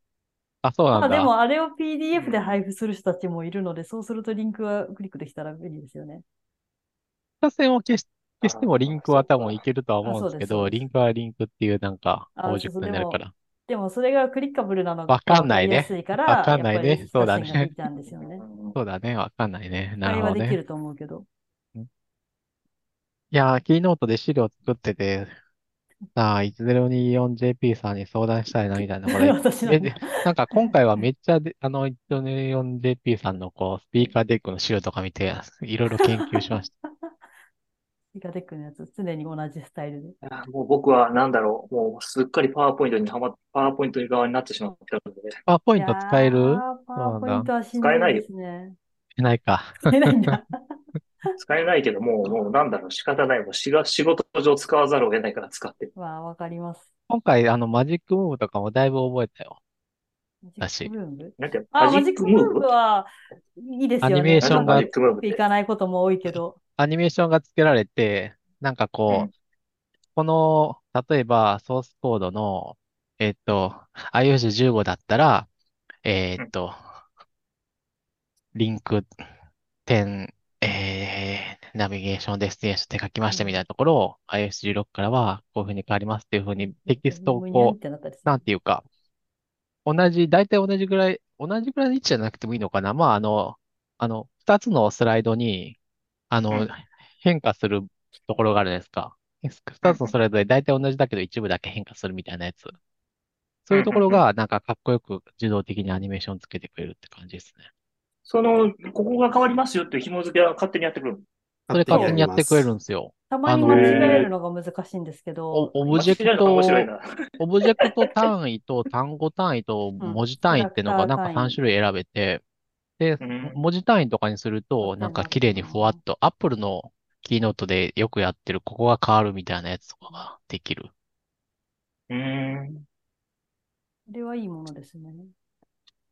あ、そうなん
まあ、で
だ。
もあれを PDF で配布する人たちもいるので、そうするとリンクはクリックできたら便利ですよね。
下線を消し、消してもリンクは多分いけるとは
あ
思うんですけ
そう
ど、
ですそうです
リンクはリンクっていうなんか、オー
あそう
ジ
そう
になるから。
でもそれがクリッカブルなのが
わかんないね
わかりやすいから、
わかんないね
やっぱり
そうだね
下線が見ちゃうんですよ ね。
そうだね。わかんないね。な
あ
る
れ
ほ
は
ど
で
ね。
きると思うけど。
いやー、キーノートで資料作って て、さあ、1024JP さんに相談したいな、みたいな。これ、
私なん
で
だ
でなんか今回はめっちゃで、 あの、1024JP さんのこう、スピーカーデックの資料とか見て、いろいろ研究しました。
イカテックのやつ、常に同じスタイルで。
あーもう僕は、なんだろう、もうすっかりパワーポイントにはまっ、パワーポイント側になってしまったので、
パワーポイント使え
いや
る
ーパワーポイントはしんどいですね。
しないか。
使えない んだ。
使えないけど、もう、もうなんだろう、仕方ない。もうしが仕事上使わざるを得ないから使ってる。
まあ、わかります。
今回、あの、マジックムーブとかもだいぶ覚えたよ。
マジ
だ
ッ
し
クムーブ
なんて、
あ、
マ
マ
ジ
ジ
ッ
ッ
ク
ク
ム
ム
ー
ー
ブ
ブはいいですよね。
アニメーションが
マジックムーブって
いかないことも多いけど。
アニメーションがつけられて、なんかこ
うん
う、この、例えばソースコードの、えっと、iOS15 だったら、えーっと、リンク点、えー、ナビゲーションデスティネーションって書きましたみたいなところを iOS16 からはこういうふうに変わりますっていうふうにテキストを
むにゃんっ
こ
てなったり
う、
する
なんていうか、同じ、大体同じぐらい、同じぐらいの位置じゃなくてもいいのかな。まあ、あの、あの、二つのスライドに、あ
う
の
ん、
変化するところがあるじゃないですか。二つのスライドで大体同じだけど一部だけ変化するみたいなやつ。そういうところが、なんかかっこよく自動的にアニメーションつけてくれるって感じですね。
その、ここが変わりますよっていう紐付けは勝手にやってくるの。
それ勝手にやってくれるんですよ。
たまに間違えるのが難しいんですけ
お
ど、
オブジェク
面白い
ト、
な。
オブジェクト単位と単語単位と文字単位ってのがなんか3種類選べて、で
うん、
文字単位とかにすると、
うん
なんか綺麗にふわっと、Apple のキーノートでよくやってる、ここが変わるみたいなやつとかができる。
うーん。
あれはいいものですね。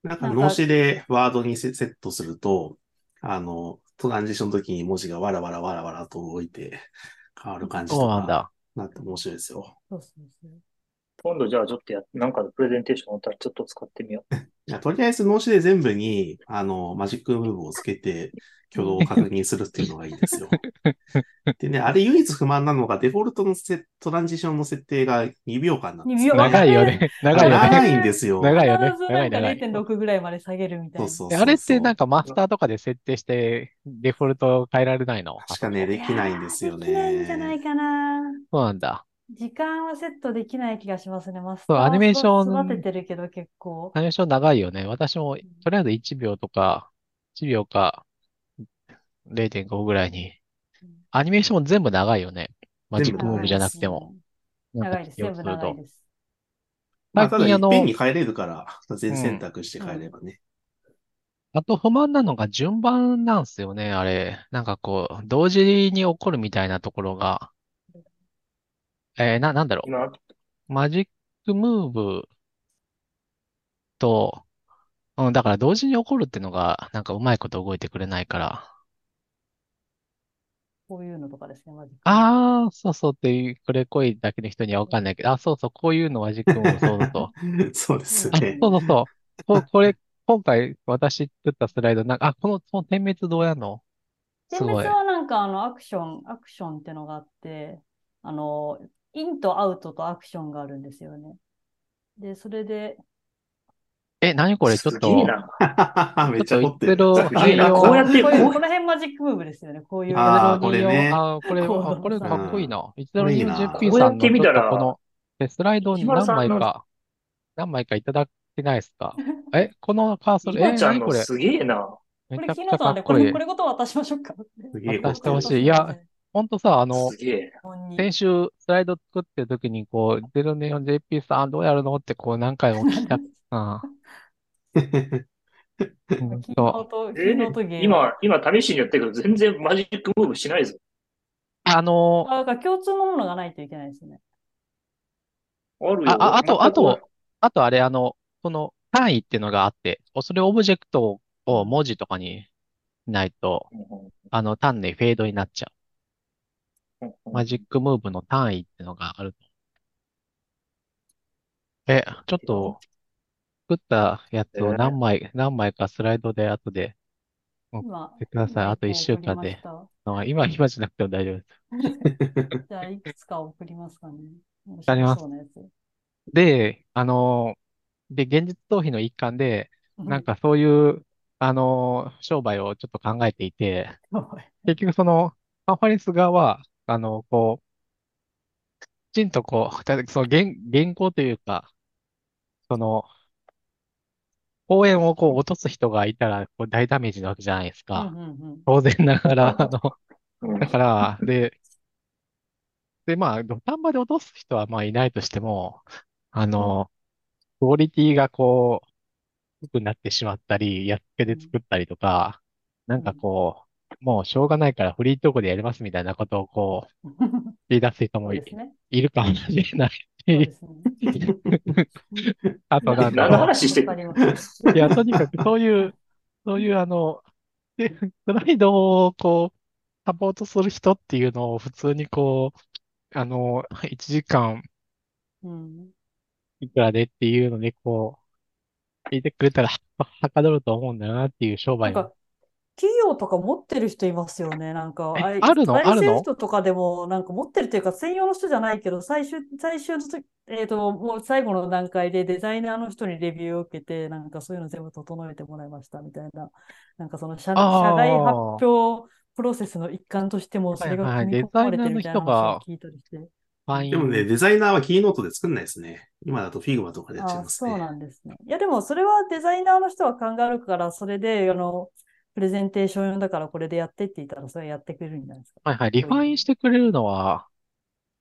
なんか、脳死でワードにセセットすると、あの、トランジションの時に文字がわらわらわらわらと動いて変わる感じと
そうなん
か、
だ。
なって面白いですよ。
そうそうそう。
今度じゃあちょっとや、なんかのプレゼンテーションあったらちょっと使ってみよう。
いやとりあえず脳死で全部に、あの、マジックムーブをつけて、挙動を確認するっていうのがいいです よ。でね、あれ唯一不満なのが、デフォルトのセトランジションの設定が2秒間なんです
いや
長いよ ね。長いよね。
長いんです よ。
長いよね
必ずなんか
長い長
0.6ぐらいまで下げるみたい
そうそうそう
な。
で
そう。
あれってなんかマスターとかで設定して、デフォルト変えられないの
確かね、できないんですよね。
できないんじゃないかな。
そうなんだ。
時間はセットできない気がしますね、マス
そう
ター
アニメーション
育ててるけど結構。
ナレーション長いよね。私も、とりあえず1秒とか、1秒か0.5ぐらいに
うん。
アニメーションも全部長いよね。マジッ
全
ク
部
ムーブじゃなくて
長い
も。
ですね。
なんか
長いです。
起用
全部
する
長
と
いです。
まあ、た
最
だ、
近
い
あ
っ
の
ぺんに帰れるから、全選択して帰ればね。
あと不満なのが順番なんですよね、あれ。なんかこう、同時に起こるみたいなところが。えーな、なんだろう。
今、
マジックムーブと、うん、だから同時に起こるってのが、なんかうまいこと動いてくれないから。
こういうのとかですね、マジック。
ああ、そうそうっていう、これこいだけの人にはわかんないけど、あ、そうそう、こういうのマジックムーブ、そうそうそう。
そうです
あ、
ね。
そうそうそう。こ、これ、今回私作ったスライド、なんか、あ、この、この点滅どうやんのす
点
ご
滅
い。
はなんかあのアクション、アクションってのがあって、あの、インとアウトとアクションがあるんですよね。で、それで、
え、何これ、ちょっ
すげえ
と、
な。
めっちゃ凝ってる。
ちょっと言ってる
すげえな。
あ
こうやって、
こ
こ
う
う
いうこの辺マジックムーブですよね。こういう。
あー
これ
これね
あーこれ、あ
こう
これかっこいいな。
うんこれい
10JP
い
な
さんの、
こうやって見
ち
た
ょっと
ら
この、えスライドを
石丸
何
さんの
枚か、何枚かいただけないですかえ、このカーソル、え
今
ー、
ちゃん
何
の
これ
すげえな。
めち
これ、
ゃく
キー
ち
ノー
ゃ
ト
か
なん
っ
で、こ
こ
れ、
いい
こ。れごと渡しましょうか。
すげえ凝
渡
っ
して
て
ほ
る
しい。いや、ほんとさ、あの
す、げえ。
本人
先週スライド作ってる時に、こう、04JP さんどうやるのってこう何回も聞きたく、うん、うん
キーノ
と。
ート、キ
え
ーノートゲー。
今、今試しにやってるけど、全然マジックムーブしないぞ。
あの、
あ、だから共通のものがないといけないですね。
あるよ。
あ、あ、あと、
全く
あ
ない
と、あとあれ、あの、この単位っていうのがあって、おそれオブジェクトを文字とかにしないと、あの、単にフェードになっちゃ
うんうん
う。マジックムーブの単位っていうのがある。え、ちょっと、作ったやつを何枚、何枚かスライドで後で、
今
っ、てください
今
あと
一
一週
個
間
送りま
で
した
あ今、暇じゃなくても大丈夫です。
じゃあ、いくつか送りますかね。面
かりま
白
す
そうなやつ。
で、あの、で、現実逃避の一環で、なんかそういう、あの、商売をちょっと考えていて、結局その、カンファレンス側は、あの、こう、きちんとこう、 たその原、原稿というか、その、講演をこう落とす人がいたら、こう大ダメージなわけじゃないです
うん
か。
うんうん
当然ながら、あの、
うん
だ から、で、で、まあ、土壇場で落とす人はまあいないとしても、あの、クオリティがこう、低くなってしまったり、やっつけで作ったりとか、なんかこう、もうしょうがないからフリートークでやりますみたいなことをこう、言い出す人
そ
も
う
い
ですね。
いるかもしれない
そうで
し、
すね。
あとなんだ
何の
ろ
話してる
わかります
う。いや、とにかくそういう、そういうあの、でスライドをこう、サポートする人っていうのを普通にこう、あの、1時間、
うん
いくらでっていうので、こう、聞いてくれたら、 ははかどると思うんだよなっていう商
な
売
ん
も。
か、企業とか持ってる人いますよね。なんか、
え
い
あるの
ライセン
あるの
人とかでも、なんか持ってるというか、専用の人じゃないけど、最終、最終のと、えっと、もう最後の段階でデザイナーの人にレビューを受けて、なんかそういうの全部整えてもらいましたみたいな、なんかその社、社
あー
外発表プロセスの一環としても、それが
はいはい
組み込まれてるみたいな話を聞いたりして。
ファイン。
でもね、デザイナーはキーノートで作んないですね。今だとフィグマとかでやっちゃいます
あ
ね。
そうなんですね。いや、でもそれはデザイナーの人は考えるから、それで、あの、プレゼンテーション用だからこれでやってって言ったら、それやってくれるんじゃないですか。
はいはい、リファインしてくれるのは、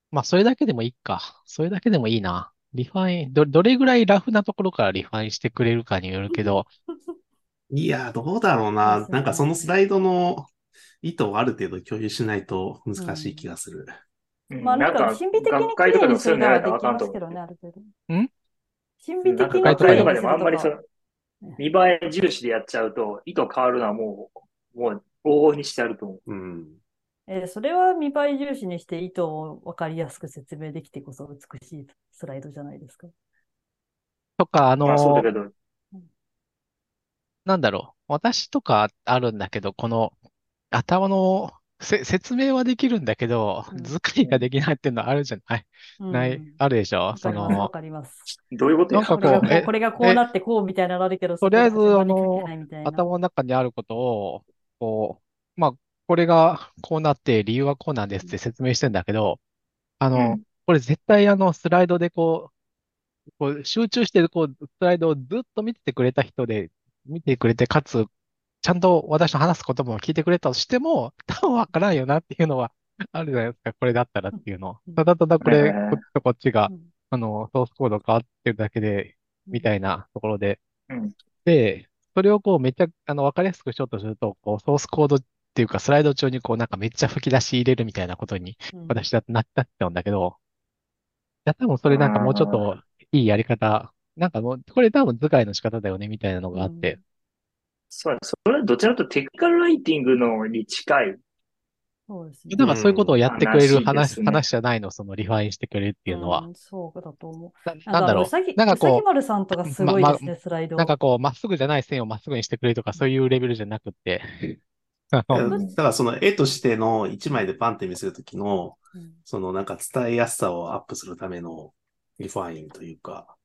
まあ、それだけでもいいか。それだけでもいいな。リファイン、ど、どれぐらいラフなところからリファインしてくれるかによるけど、
いやー、どうだろう
そうで
な。
すね
なんかそのスライドの意図をある程度共有しないと難しい気がする。
うん
まあ、なんか、
か
神秘的に
学
綺
会とか
麗
で
に
も
す
そうい
る
うの
な
や
ら
ら
で
なあ
き
かん
ま
と
す
思
け
う。
どね、ある程度。
ん
神
な
秘
ん
的
か
に
学
綺麗
会と
にす
か
る
で
と
もあんまりそ
か
の、見栄え重視でやっちゃうと、意図変わるのはもう、もう往々にしてあると思う。
うん。
えーそれは見栄え重視にして意図を分かりやすく説明できてこそ美しいスライドじゃないですか。
とか、あの
まあそうだけど、
なんだろう。私とかあるんだけど、この頭のせ説明はできるんだけど、
うん
図解ができないっていうのはあるじゃない、
うん
ない、あるでしょ
わ
そ
かります、
の
わ、かります。
どういうことや
なんか
これがこ
こうえ
う、これがこうなってこうみたいなのあるけど、
とりあえず
そこが言葉に書けないみたいな
頭の中にあることを、こう、まあ、これがこうなって、理由はこうなんですって説明してんだけど、あ
う
の
ん、
これ絶対あの、スライドでこう、こう集中してこう、スライドをずっと見ててくれた人で、見てくれて、かつ、ちゃんと私の話す言葉も聞いてくれたとしても、多分わからんよなっていうのはあるじゃないですか、これだったらっていうの。ただただこれ、
うん
こっちとこっちが
う、ん
あの、ソースコード変わってるだけで、みたいなところで
うん。
で、それをこうめっちゃ、あの、わかりやすくしようとすると、こう、ソースコードっていうか、スライド中にこう、なんかめっちゃ吹き出し入れるみたいなことに、
うん
私だとなっちゃったんだけど、いや、多分それなんかもうちょっといいやり方、なんかもう、これ多分図解の仕方だよね、みたいなのがあって、
そうや、それはどちらかというとテクニカルライティングのに近い。
そうです
だからそういうことをやってくれる
うん
話、
話ですね
話じゃないの、そのリファインしてくれるっていうのは
う。んそうだと思う。
な、
あ
なんだ
の
ろ
うさぎ、
なんかこう
うさぎ丸さんとかすごい
ま
ですね、スライ
う、
ド。
なんかこう、まっすぐじゃない線をまっすぐにしてくれるとか、そういうレベルじゃなくって、あ
だ
の、
からその絵としての一枚でパンって見せるときの、
うん
そのなんか伝えやすさをアップするためのリファインというか、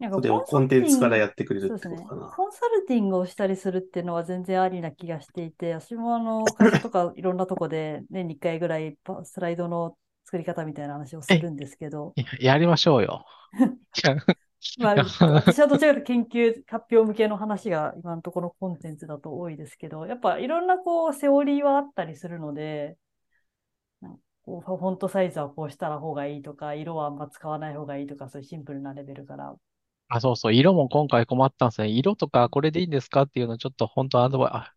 なんか
それを
コ
コ
ン
ン
サ
テ
ルティ
ン
ング
ツからやってくれる
そう
っ
で
て
す
こと
ね。
かな。
コンサルティングをしたりするっていうのは全然ありな気がしていて、私もあの、会社とかいろんなとこで年に1回ぐらいパスライドの作り方みたいな話をするんですけど、
い ややりましょう よ。いや
まあ、
いや
私はどちらかというと研究発表向けの話が今のところコンテンツだと多いですけど、やっぱいろんなこう、セオリーはあったりするので、なんかこうフォントサイズはこうした方がいいとか、色はあんま使わない方がいいとか、そういうシンプルなレベルから。
あ、そうそう。色も今回困ったんですね。色とかこれでいいんですかっていうのちょっと本当アドバイ、あ、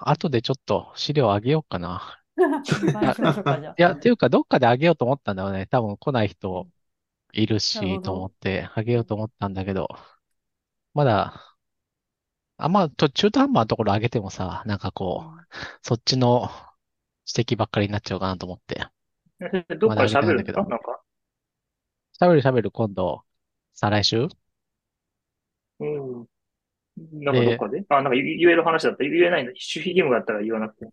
あ、後でちょっと資料あげようかな。
リファインしましょ うか、じゃあ。
いや、っていうかどっかであげようと思ったんだよね。多分来ない人いるし
なるほど
と思ってあげようと思ったんだけど。まだ、あ、まあ、と中途半端なところあげてもさ、なんかこう、そっちの指摘ばっかりになっちゃうかなと思って。
どっかで
まだあれな
喋
ん
る
だ
ん
け
だ
ど
かなんか。
喋る喋る今度、再来週
うん。なんかどっかであ、なんか言言える話だった。言えないの。守秘義務があったら言わなくて。
いや、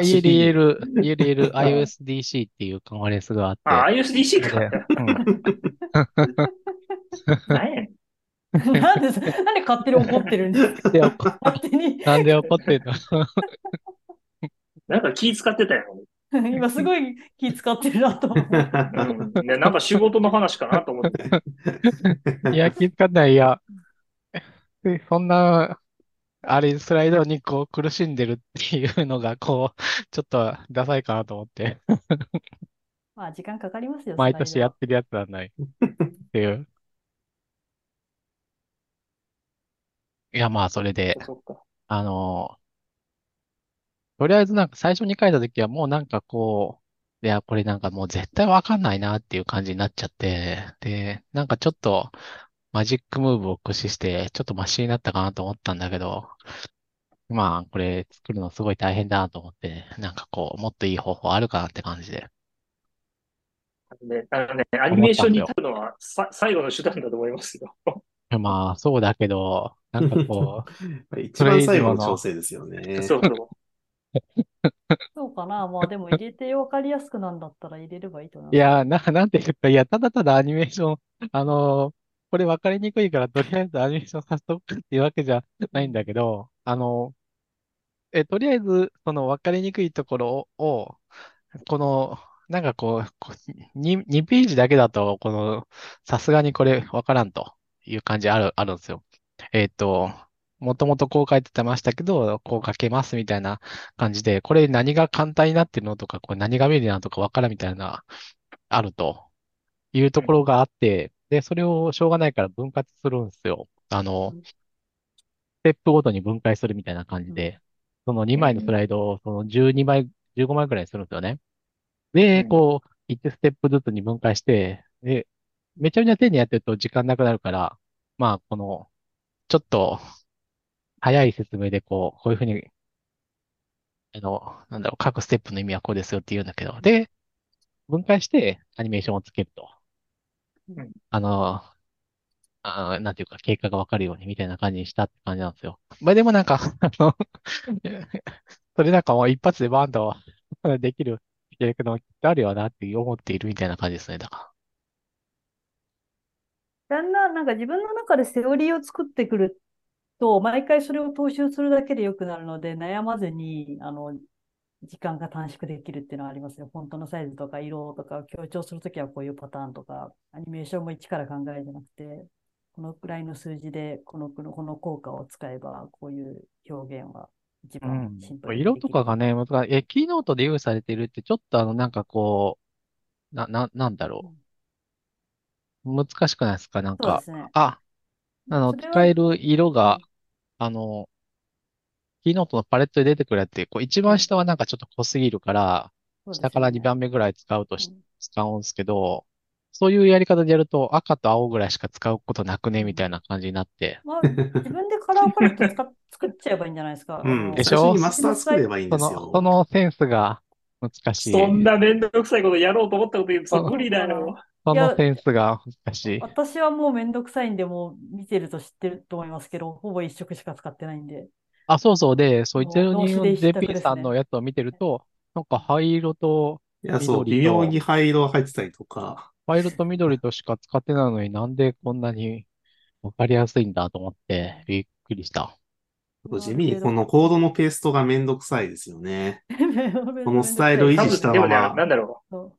言える
指摘
言える、言える言える IOSDC っていうカンファレンスがあって。
あ、ISDC
で
か。
うん
何やねん。
なんで、なんで勝手に怒ってるんですか
で怒っ
勝手 に、
なんで怒ってんの
なんか気使ってたよ。
今すごい気使ってるなと 思って。
うん。でなんか仕事の話かなと思って。
いや、気づかない。いや、えそんな、あれ、スライドにこう苦しんでるっていうのが、こう、ちょっとダサいかなと思って、
まあ時間かかりますよ、
毎
スライド
年やってるやつはないっていう。いや、まあ、それで、
そっか。
あの、とりあえずなんか最初に書いた時はもうなんかこう、いや、これなんかもう絶対わかんないなっていう感じになっちゃって、で、なんかちょっとマジックムーブを駆使して、ちょっとマシになったかなと思ったんだけど、まあこれ作るのすごい大変だなと思って、なんかこう、もっといい方法あるかなって感じで。
ね、あのね、アニメーションに立るのはさ最後の手段だと思いますよ。
まあそうだけど、なんかこう、
一番最後の調整ですよね。
そうそう。
そうかな。まあでも入れて分かりやすくなんだったら入れればいいと思
いや、な、 なんていうか、いや、ただただアニメーション、あのーこれ分かりにくいから、とりあえずアニメーションさせておくっていうわけじゃないんだけど、あのーえ、とりあえず、その分かりにくいところを、をこの、なんかこう、こうに2、ページだけだと、この、さすがにこれ分からんという感じある、あるんですよ。えっと、もともとこう書いてましたけど、こう書けますみたいな感じで、これ何が簡単になってるのとか、これ何が便利なのとか分からんみたいな、あるというところがあって、で、それをしょうがないから分割するんですよ。あの
うん、
ステップごとに分解するみたいな感じで、その2枚のスライドをその12枚、15枚くらいにするんですよね。
う
で、
ん
こう、1ステップずつに分解して、で、めちゃめちゃ丁寧にやってると時間なくなるから、まあ、この、ちょっと、早い説明でこう、こういうふうに、あの、なんだろう、各ステップの意味はこうですよって言うんだけど、で、分解してアニメーションをつけると
うん。
あの、あーなんていうか、経過がわかるようにみたいな感じにしたって感じなんですよ。 まあでもなんか、あの、 それなんかもう一発でバーンと できるやり方もきっとあるよなって思っているみたいな感じですね。だか
う。だんだんなんか自分の中でセオリーを作ってくると、毎回それを踏襲するだけで良くなるので、悩まずに、あの、時間が短縮できるっていうのはありますよ。フォントのサイズとか色とかを強調するときはこういうパターンとか、アニメーションも一から考えじゃなくて、このくらいの数字でこの、このこの効果を使えば、こういう表現は一番シンプルにできる
色とかがね、難しい。え、キーノートで用意されてるって、ちょっとあの、なんかこう、な、な、なんだろう。難しくないですかなん
そうで
か。
すね。
あ、あの、
それは
使える色が
うん、
あの、キーノートのパレットで出てくるやつって、こう、一番下はなんかちょっと濃すぎるから、
そう
下
です
から
よね
2番目ぐらい使うとし
うん
使うんですけど、そういうやり方でやると赤と青ぐらいしか使うことなくね、みたいな感じになって。
まあ、自分でカラーパレット使っ作っちゃえばいいんじゃないですか。
う
あ
ん。
の
でし
最
ょ
初にマスター作ればいいん
そ
ですよ。
の、そのセンスが難しい。
そんなめんどくさいことやろうと思ったこと言う
そ
と
う
無理だよ。
そ
いや
のセンスが難しい。
私はもうめんどくさいんで、もう見てると知ってると思いますけど、ほぼ一色しか使ってない んで。
あ、そうそう。で、そう、イ
もう
タリア
脳死で一択
JP
です
さん
ね
のやつを見てると、なんか灰色と、
いや、そう、
緑
微
と
妙に灰色が入ってたりとか、
灰色と緑としか使ってないのになんでこんなにわかりやすいんだと思って、びっくりした。
あと地味にこのコードのペーストがめんどくさいですよね。
こ
このスタイルを維
多
持
分
した
でもね、
まま
なんだろう。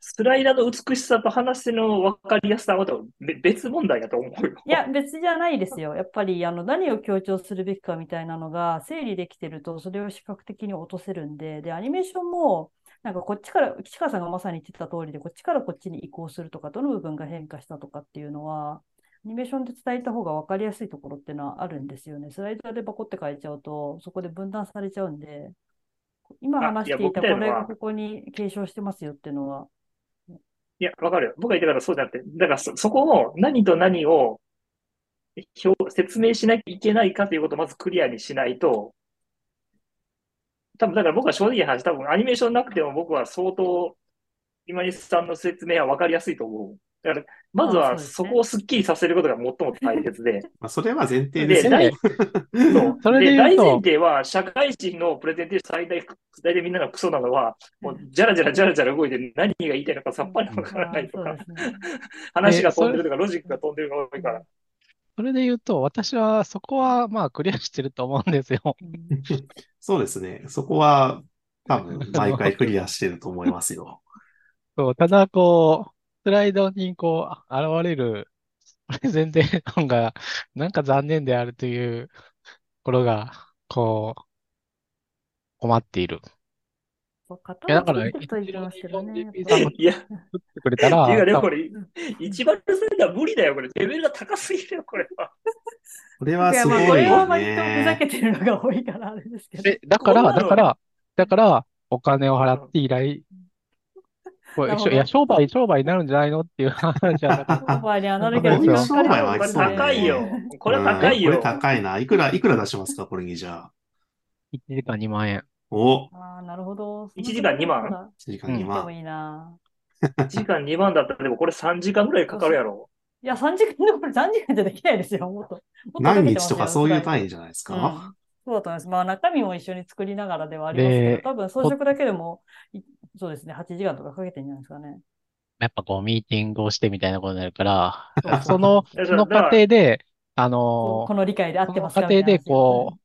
スライダーの美しさと話の分かりやすさはまたべ別問題だと思うよ。
いや、別じゃないですよ。やっぱり、あの、何を強調するべきかみたいなのが、整理できてると、それを視覚的に落とせるんで、で、アニメーションも、なんかこっちから、岸川さんがまさに言ってた通りで、こっちからこっちに移行するとか、どの部分が変化したとかっていうのは、アニメーションで伝えた方が分かりやすいところっていうのはあるんですよね。スライダーでバコって変えちゃうと、そこで分断されちゃうんで、今
あ
話
いや
してい
僕
た
みたい
こ
な
れ
のは
がここに継承してますよっていうのは、
いや、わかるよ。僕が言ってたからそうじゃなくて、だからそ、そこの何と何を表説明しなきゃいけないかということをまずクリアにしないと、多分だから僕は正直な話、多分アニメーションなくても僕は相当今西さんの説明はわかりやすいと思う。だから、まず
あ
は
あそうです
そ
ね
こをスッキリさせることが最も大切で、
まあ、それは前提で
です
よ
大
ね。
そう
それで言う
大
と
前提は、社会人のプレゼンテーション最大、大体みんながクソなのは、もう、じゃらじゃらじゃらじゃら動いて何が言いたいのかさっぱりわからないと
あ
か
ー、そうですね。
話が飛んでるとか、ロジックが飛んでるが多いから。
それで言うと、私はそこはまあクリアしてると思うんですよ。
うん
そうですね。そこは多分毎回クリアしてると思いますよ。
そう、ただ、こう、スライドに、こう、現れる、プレゼンテーションが、なんか残念であるというところが、こう、困っている。
そう、
いや、だ
刀
か
作
ら、
ってるといいと思いますけどね。
一
やっ
応
ぱ
いや、
作ってくれたら、
っていうかでも
多
こ
分
れ
ん、
一番するのは無理だよ、これ。レベルが高すぎるよ、これは。
これはい
や
す
まあ
ご
こ
い
れは
よ
割とふざ
ね。
けてるのが多いからあれですけど。
え、だから、
こんなの
だから、だから、お金を払って依頼、これ、
なるほど
いや、商売、商売になるんじゃないのっていう 話じゃなくて、
商売にはなるけ
こ
ど、
ういう
時間かか
商
る
売は飽
こ
き
れ
そうだね
高いよ。これは高い
うん
よ
こ。れ高いな。いくら、いくら出しますかこれにじゃあ。
1時間2万円。
お、
ああ、なるほど。
一時間二万
1時間2
でも
万。
いいな。
1時間2万だったら、でもこれ3時間ぐらいかかるやろ。
いや、3時間でこれ3時間じゃできないですよ。もっと。もっとかけ
何
て
日
ます
と
よ
かそういう
位
単位じゃないです
うん
か。
そうだと思います。まあ中身も一緒に作りながらではありますけ
で
ど、多分装飾だけでも、いそうですね、8時間とかかけてんじゃないですかね。
やっぱこう、ミーティングをしてみたいなことになるから、
そうそう
その、
だか
そ
ら
の過程で、あの
こ
ー
の理解で合ってます
そ
か
の過程で
みたいな話を
こ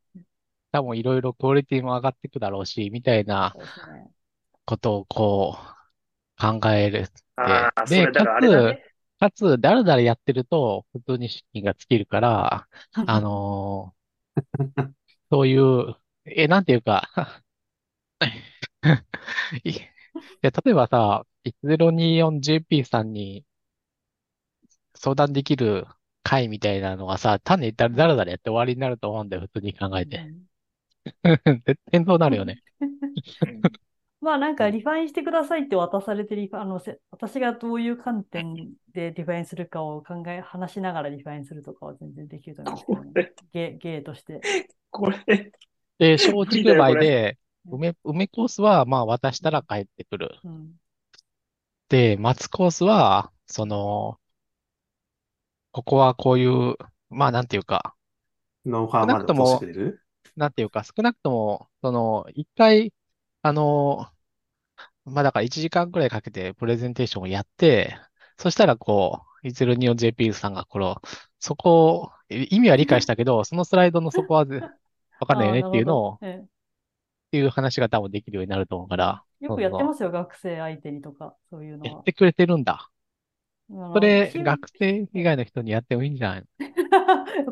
多分いろいろクオリティも上がっていくだろうし、みたいな
そうですね。
ことをこう考えるって。
ああ、そ
で、
れだからあれだね。
かつ、かつ、だらだらやってると、普通に資金が尽きるから、あのーそういう、え、なんていうか いいや、例えばさ、1024JP さんに相談できる会みたいなのがさ、単にだだらだらやって終わりになると思うんだよ、普通に考えて。 絶対そうなるよね。
うん
まあなんかリファインしてくださいって渡されてリファ、あの、せ私がどういう観点でリファインするかを考え、話しながらリファインするとかは全然できると思いますけ
こ
どね。
れ、
芸、芸として。
これ、
で、松
無理
竹
だよ
梅
こ
で、
れ
梅、梅コースは、まあ、渡したら帰ってくる。
うん。
で、松コースは、その、ここはこういう、まあ、なんていうか、
ノウハウまで落としてくれる
なんていうか、少なくとも、その、一回、あの、まあ、だから1時間くらいかけてプレゼンテーションをやって、そしたら、こう、1024JP さんが、この、そこを、い意味は理解したけど、そのスライドのそこはぜ、わかんないよねっていうのを、
ああなるほどええ
っていう話が多分できるようになると思うから、
よくやってますよ、学生相手にとか、そういうの
や
は
っ。てくれてるんだ。
あの
それ、
ひ
学生以外の人にやってもいいんじゃないの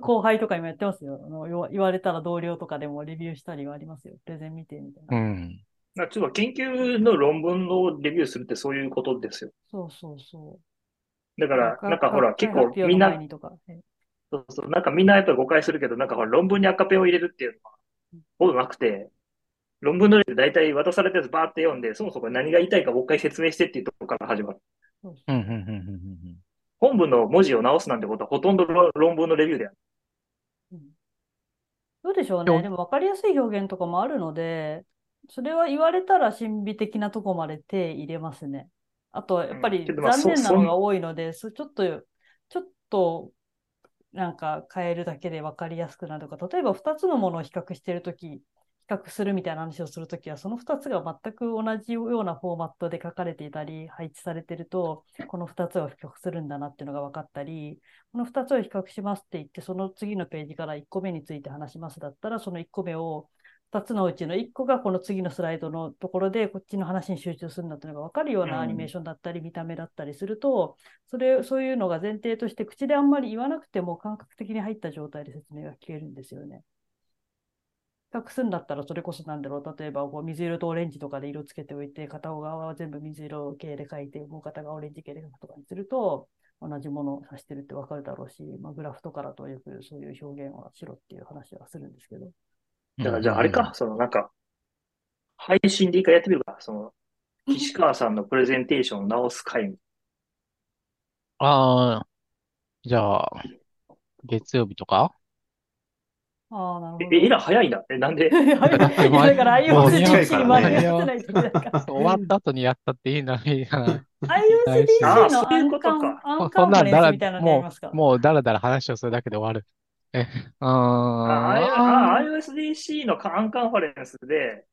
後輩とかにもやってますよ。あの言わ言われたら同僚とかでもレビューしたりはありますよ。プレゼン見てみたいな。
うん。
なんかちょっと研究の論文のレビューするってそういうことですよ。
そうそうそ
だ
う。
から、なんかほら、結構
発表の
みんな
前、にとかはい
そうそう、なんかみんなやっぱ誤解するけど、なんかほら論文に赤ペンを入れるっていうのは、ほぼなくて、論文の例で大体渡されたやつバーって読んで、そもそも何が言いたいかもう一回説明してっていうところから始まる。
そう
う
そ
ん、
う
うん、うん、うんうんうん。
本文の文字を直すなんてことはほとんど論論文のレビューである。
うんどうでしょう
表
ね。でも分かりやすい表現とかもあるので、それは言われたら心理的なとこまで手入れますね。あと、やっぱ
う
り
んけどまあ
残念な
そそん
のが多いので、そちょっと、ちょっと、なんか変えるだけで分かりやすくなるとか、例えば2つのものを比較してるとき、比較するみたいな話をするときは、その2つが全く同じようなフォーマットで書かれていたり、配置されてると、この2つを比較するんだなっていうのが分かったり、この2つを比較しますって言って、その次のページから1個目について話しますだったら、その1個目を、2つのうちの1個がこの次のスライドのところで、こっちの話に集中するんだっていうのが分かるよう
うん
なアニメーションだったり、見た目だったりすると、それ、そういうのが前提として、口であんまり言わなくても感覚的に入った状態で説明が聞けるんですよね。比較するんだったら、それこそなんだろう、例えばこう水色とオレンジとかで色つけておいて、片側は全部水色系で書いて、もう片側オレンジ系で書くとかにすると、同じものを指してるってわかるだろうし、まあ、グラフとかだとよくそういう表現をしろっていう話はするんですけど。
だからじゃああれか、そのなんか、配信で一回やってみるか、そ の、岸川さんのプレゼンテーションを直す回み
ああ、じゃあ、月曜日とか
ああ、なるほ
たい
ど。
な。え、えら早いな。え、なんで
いやいやいや だから
もう
IOC
近いからね
に間に合わせないといけないから。
終わった後にやったっていいな、いいな。
あ
IOCDC
そ
の
うい
ア
うこ
ン
とか
カン、ア
もう
ンカンファレンスみたいなのや
も
りますか
う、もうだらだら話をするだけで終わる。え、うーん、
あ、あ
あ
あ IOSDC のカンカンファレンスで、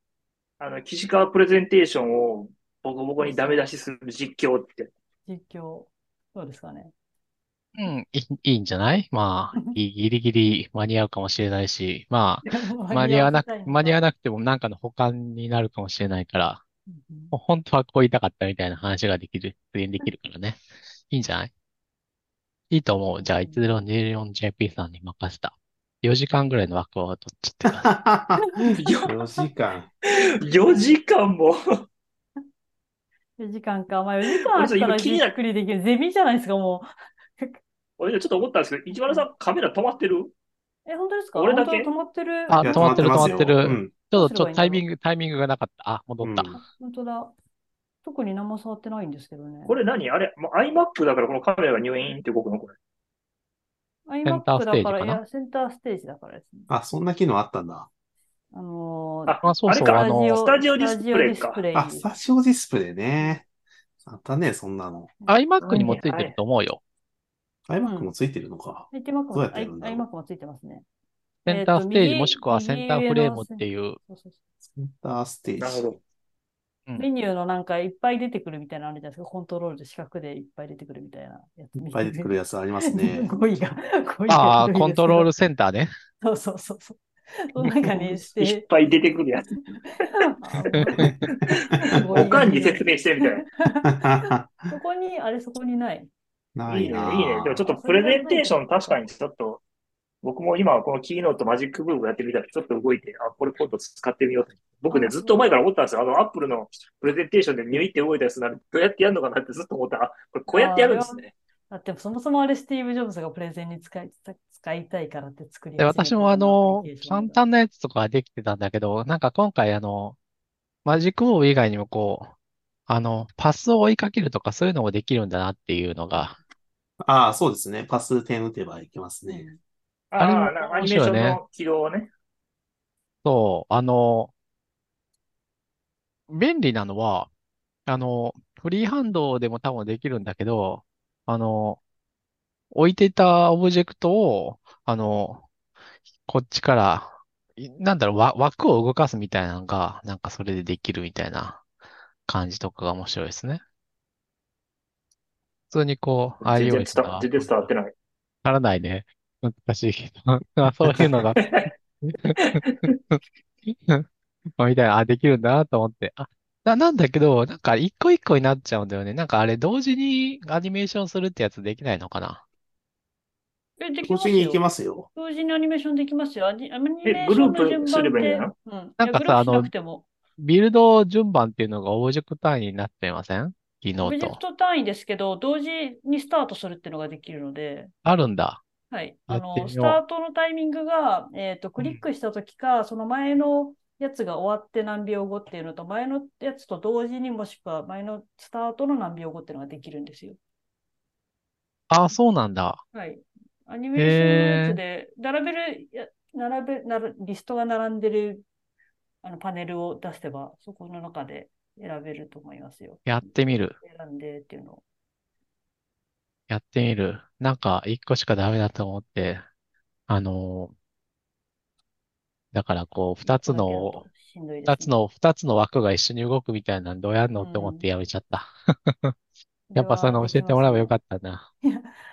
あの、岸川プレゼンテーションをボコボコにダメ出しする実況って。
実況。そうですかね。
ーうん、いい、いいんじゃないまあ、ぎギリギリ間に合うかもしれないし、ま あ、間に合わなく、間に合わ
な
なくてもなんかの保管になるかもしれないから、
い。うん
もう本当はこう言いたかったみたいな話ができる、出演できるからね。いいんじゃないいいと思う。じゃあ、1024JP さんに任せた。4時間ぐらいの枠を取っちゃってください。
4時 間。
4時間も
四時間か。まあ4時間あ
俺
った
今
ら
気にな
じっくりできる。ゼミじゃないですか、も
俺ちょっと思ったんですけど、市丸さんカメラ止まってる
う。え、本当ですか
俺だけ
本当だ止まってる。
あ
いや
止まってる
ますよ
止まってる
うん
ちょっと、
どうすれば
ちょっと
いいんだろう
タイミング、タイミングがなかった。あ、戻った。
うん
本当だ。特に何も触ってないんですけどね。
これ何あれ、もう iMac だからこのカメラがニュイーンって動くのこれ。
iMac
ンターステージ
だから、
か
い
な
や、センターステージだからですね。
あ、そんな機能あったんだ。
あのー
あ
あ、そうそう、
あ
あ
れか
の、
スタジオディスプレイか
スタジオディ
あ、
ス
ス
プレ
タジオディスプレイね。あったね、そんなの。
iMac にもついてると思うよ。
iMac もついてるのか。
イ。
ど
iMac
う
も
やってやるんだろう
iMac もついてますね。
センターステージ
えーと
もしくはセンターフレームっていう、
そうそうそ
センターステージ。
なるほど。
う
うんメニューのなんかいっぱい出てくるみたいなのあるじゃないですか。コントロールで四角でいっぱい出てくるみたいなやつ。い
いっぱい出てくるやつありますね。
語彙が、語彙が
ああ、
古いですけど
コントロールセンターね。
そうそうそう そう。その中にし、
いってぱい出てくるやつ。
あー語
お
彙
か
が
んに説明してみたいな。
そこに、あれそこにない。
ない
いね、
ない
いね。でもちょっとプレゼンテーション確かにちょっと、僕も今はこのキーノートマジックブームやってみたらちょっと動いて、あ、これ今度使ってみようと。僕ね、ずっと前から思ったんですよ。あの、アップルのプレゼンテーションでニュイって動いたやつなら、どうやってやるのかなってずっと思ったら、あこれこうやってやるんですね。
だってそもそもあれスティーブ・ジョブズがプレゼンに使い使いたいからって作り
で、
始め
私
た
もあの、簡
な
単なやつとかはできてたんだけど、なんか今回あの、マジックボール以外にもこう、あの、パスを追いかけるとかそういうのもできるんだなっていうのが、
ああ、そうですね。パス点打てばいけますね。
あれも
ああ、なア
面
ニメー
白
シ
い
ョ
ね
ンの起動をね。
そう、あの、便利なのは、あの、フリーハンドでも多分できるんだけど、あの、置いてたオブジェクトを、あの、こっちから、いなんだろう、わ枠を動かすみたいなのが、なんかそれでできるみたいな感じとかが面白いですね。普通にこう、
全然
iOS
伝
が
わ全然伝わってない。
ならないね。 難しいけど。まあそういうのが。あみたいな、あ、できるんだなと思って。あ、な、なんだけど、なんか一個一個になっちゃうんだよね。なんかあれ同時にアニメーションするってやつできないのかな。
え、でき
同
ます
時に行け
よ。
ますよ。
同時にアニメーションできますよ。アニ、アニメ
え、
ー
グ
シ
ル
ョン
ー
の順
プすればいいんだ
番
な。
って、うん。
ないん
や、
か
グルー
さ、
プ
あ
しな
の
く、ても、
ビルド順番っていうのがオブジェクト単位になってません機
オ
能
ブジェク
と。
ト単位ですけど、同時にスタートするっていうのができるので、
あるんだ。
はい。
や
あ
って
の、
み
ス
よう
タートのタイミングが、えっと、クリックしたときか、その前のやつが終わって何秒後っていうのと、前のやつと同時に、もしくは前のスタートの何秒後っていうのができるんですよ。
あ、そうなんだ。
はい。アニメーションのやつで、並べる、や並べ、なる、リストが並んでる、あの、パネルを出せば、そこの中で選べると思いますよ。
やってみる。
選んでっていうのを。
やってみる。なんか一個しかダメだと思って。あのーだからこう、二つ
だけだ
の、
としんどいですね
二つの、二つの枠が一緒に動くみたいなのどうやんのって思ってやめちゃった。やっぱそういうの教えてもらえばよか
っ
ったな。
た。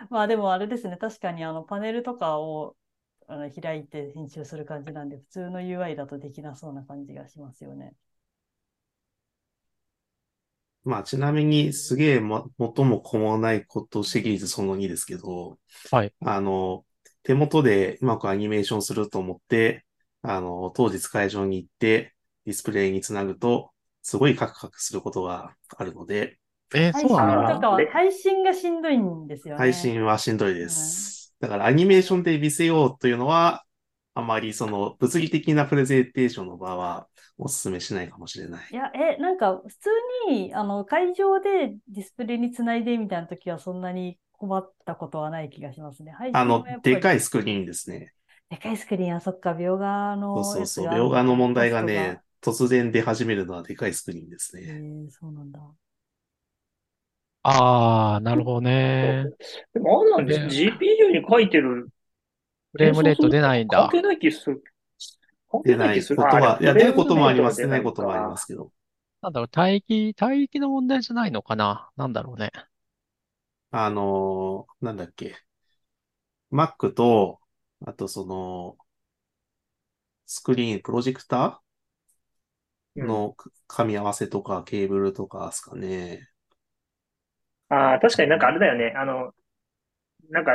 まあでもあれですね、確かにあのパネルとかをあの開いて編集する感じなんで、普通の UI だとできなそうな感じがしますよね。
まあ、ちなみに、すげえ、ま、元も子もないことシリーズその2ですけど、
はい。
あの、手元でうまくアニメーションすると思って、あの、当日会場に行って、ディスプレイにつなぐと、すごいカクカクすることがあるので、
えー
配
そ
信と
う
か
なの
だ
は、配信がしんどいんですよね。
配信はしんどいです。だからアニメーションで見せようというのは、あまりその物理的なプレゼンテーションの場はお勧めしないかもしれない
い。や、え、なんか、普通に、あの、会場でディスプレイにつないでみたいな時は、そんなに困ったことはない気がしますね。配信
あの
はやっ、ぱり
でかいスクリーンですね。
でかいスクリーン、あ、そっか、描画
そう
の
そう
やつ
そう。
がある
描
の
画の
か
問題が
コスト
ね、突然出始めるのはでかいスクリーンです
え
ね。
ー、そうなんだ。
ああ、なるほどね。
でもあんなん
で
GPU に書いてる、
フレームレート出ないん
関。
だ
係ない気する。関係
出
な
ないい
気す
こ
る。
とは、いや、出ることもあります。出
出。
ないこともありますすけど。
なんだろう、帯域、帯域の問題じゃないのかな。なんだろうね。
あのーなんだっけ。Mac と、あとその、スクリーン、プロジェクター
うん
の噛み合わせとか、ケーブルとかですかね。
ああ、確かになんかあれだよね。あの、なんか、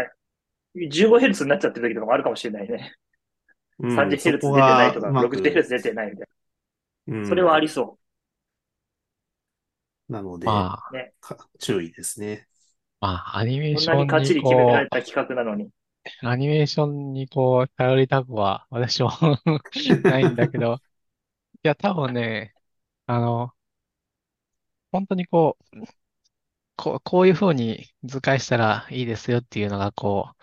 15Hz になっちゃってる時とかもあるかもしれないね。
う
30Hz
ん、そ
出て
こ
な
が
いとか、
うまく
60Hz 出てないみたい
うん
な。それはありそ
なので、
まあ、
か注意ですね。
まあ、アニメー
う。こん
シ
なに
ョ
か
ン
っ
に
ちり決められ
こ
た企画なのに。
う、アニメーションにこう、頼りたくは、 私もないんだけど。いや、多分ね、あの、本当にこう、こう、こういう風に図解したらいいですよっていうのがこう、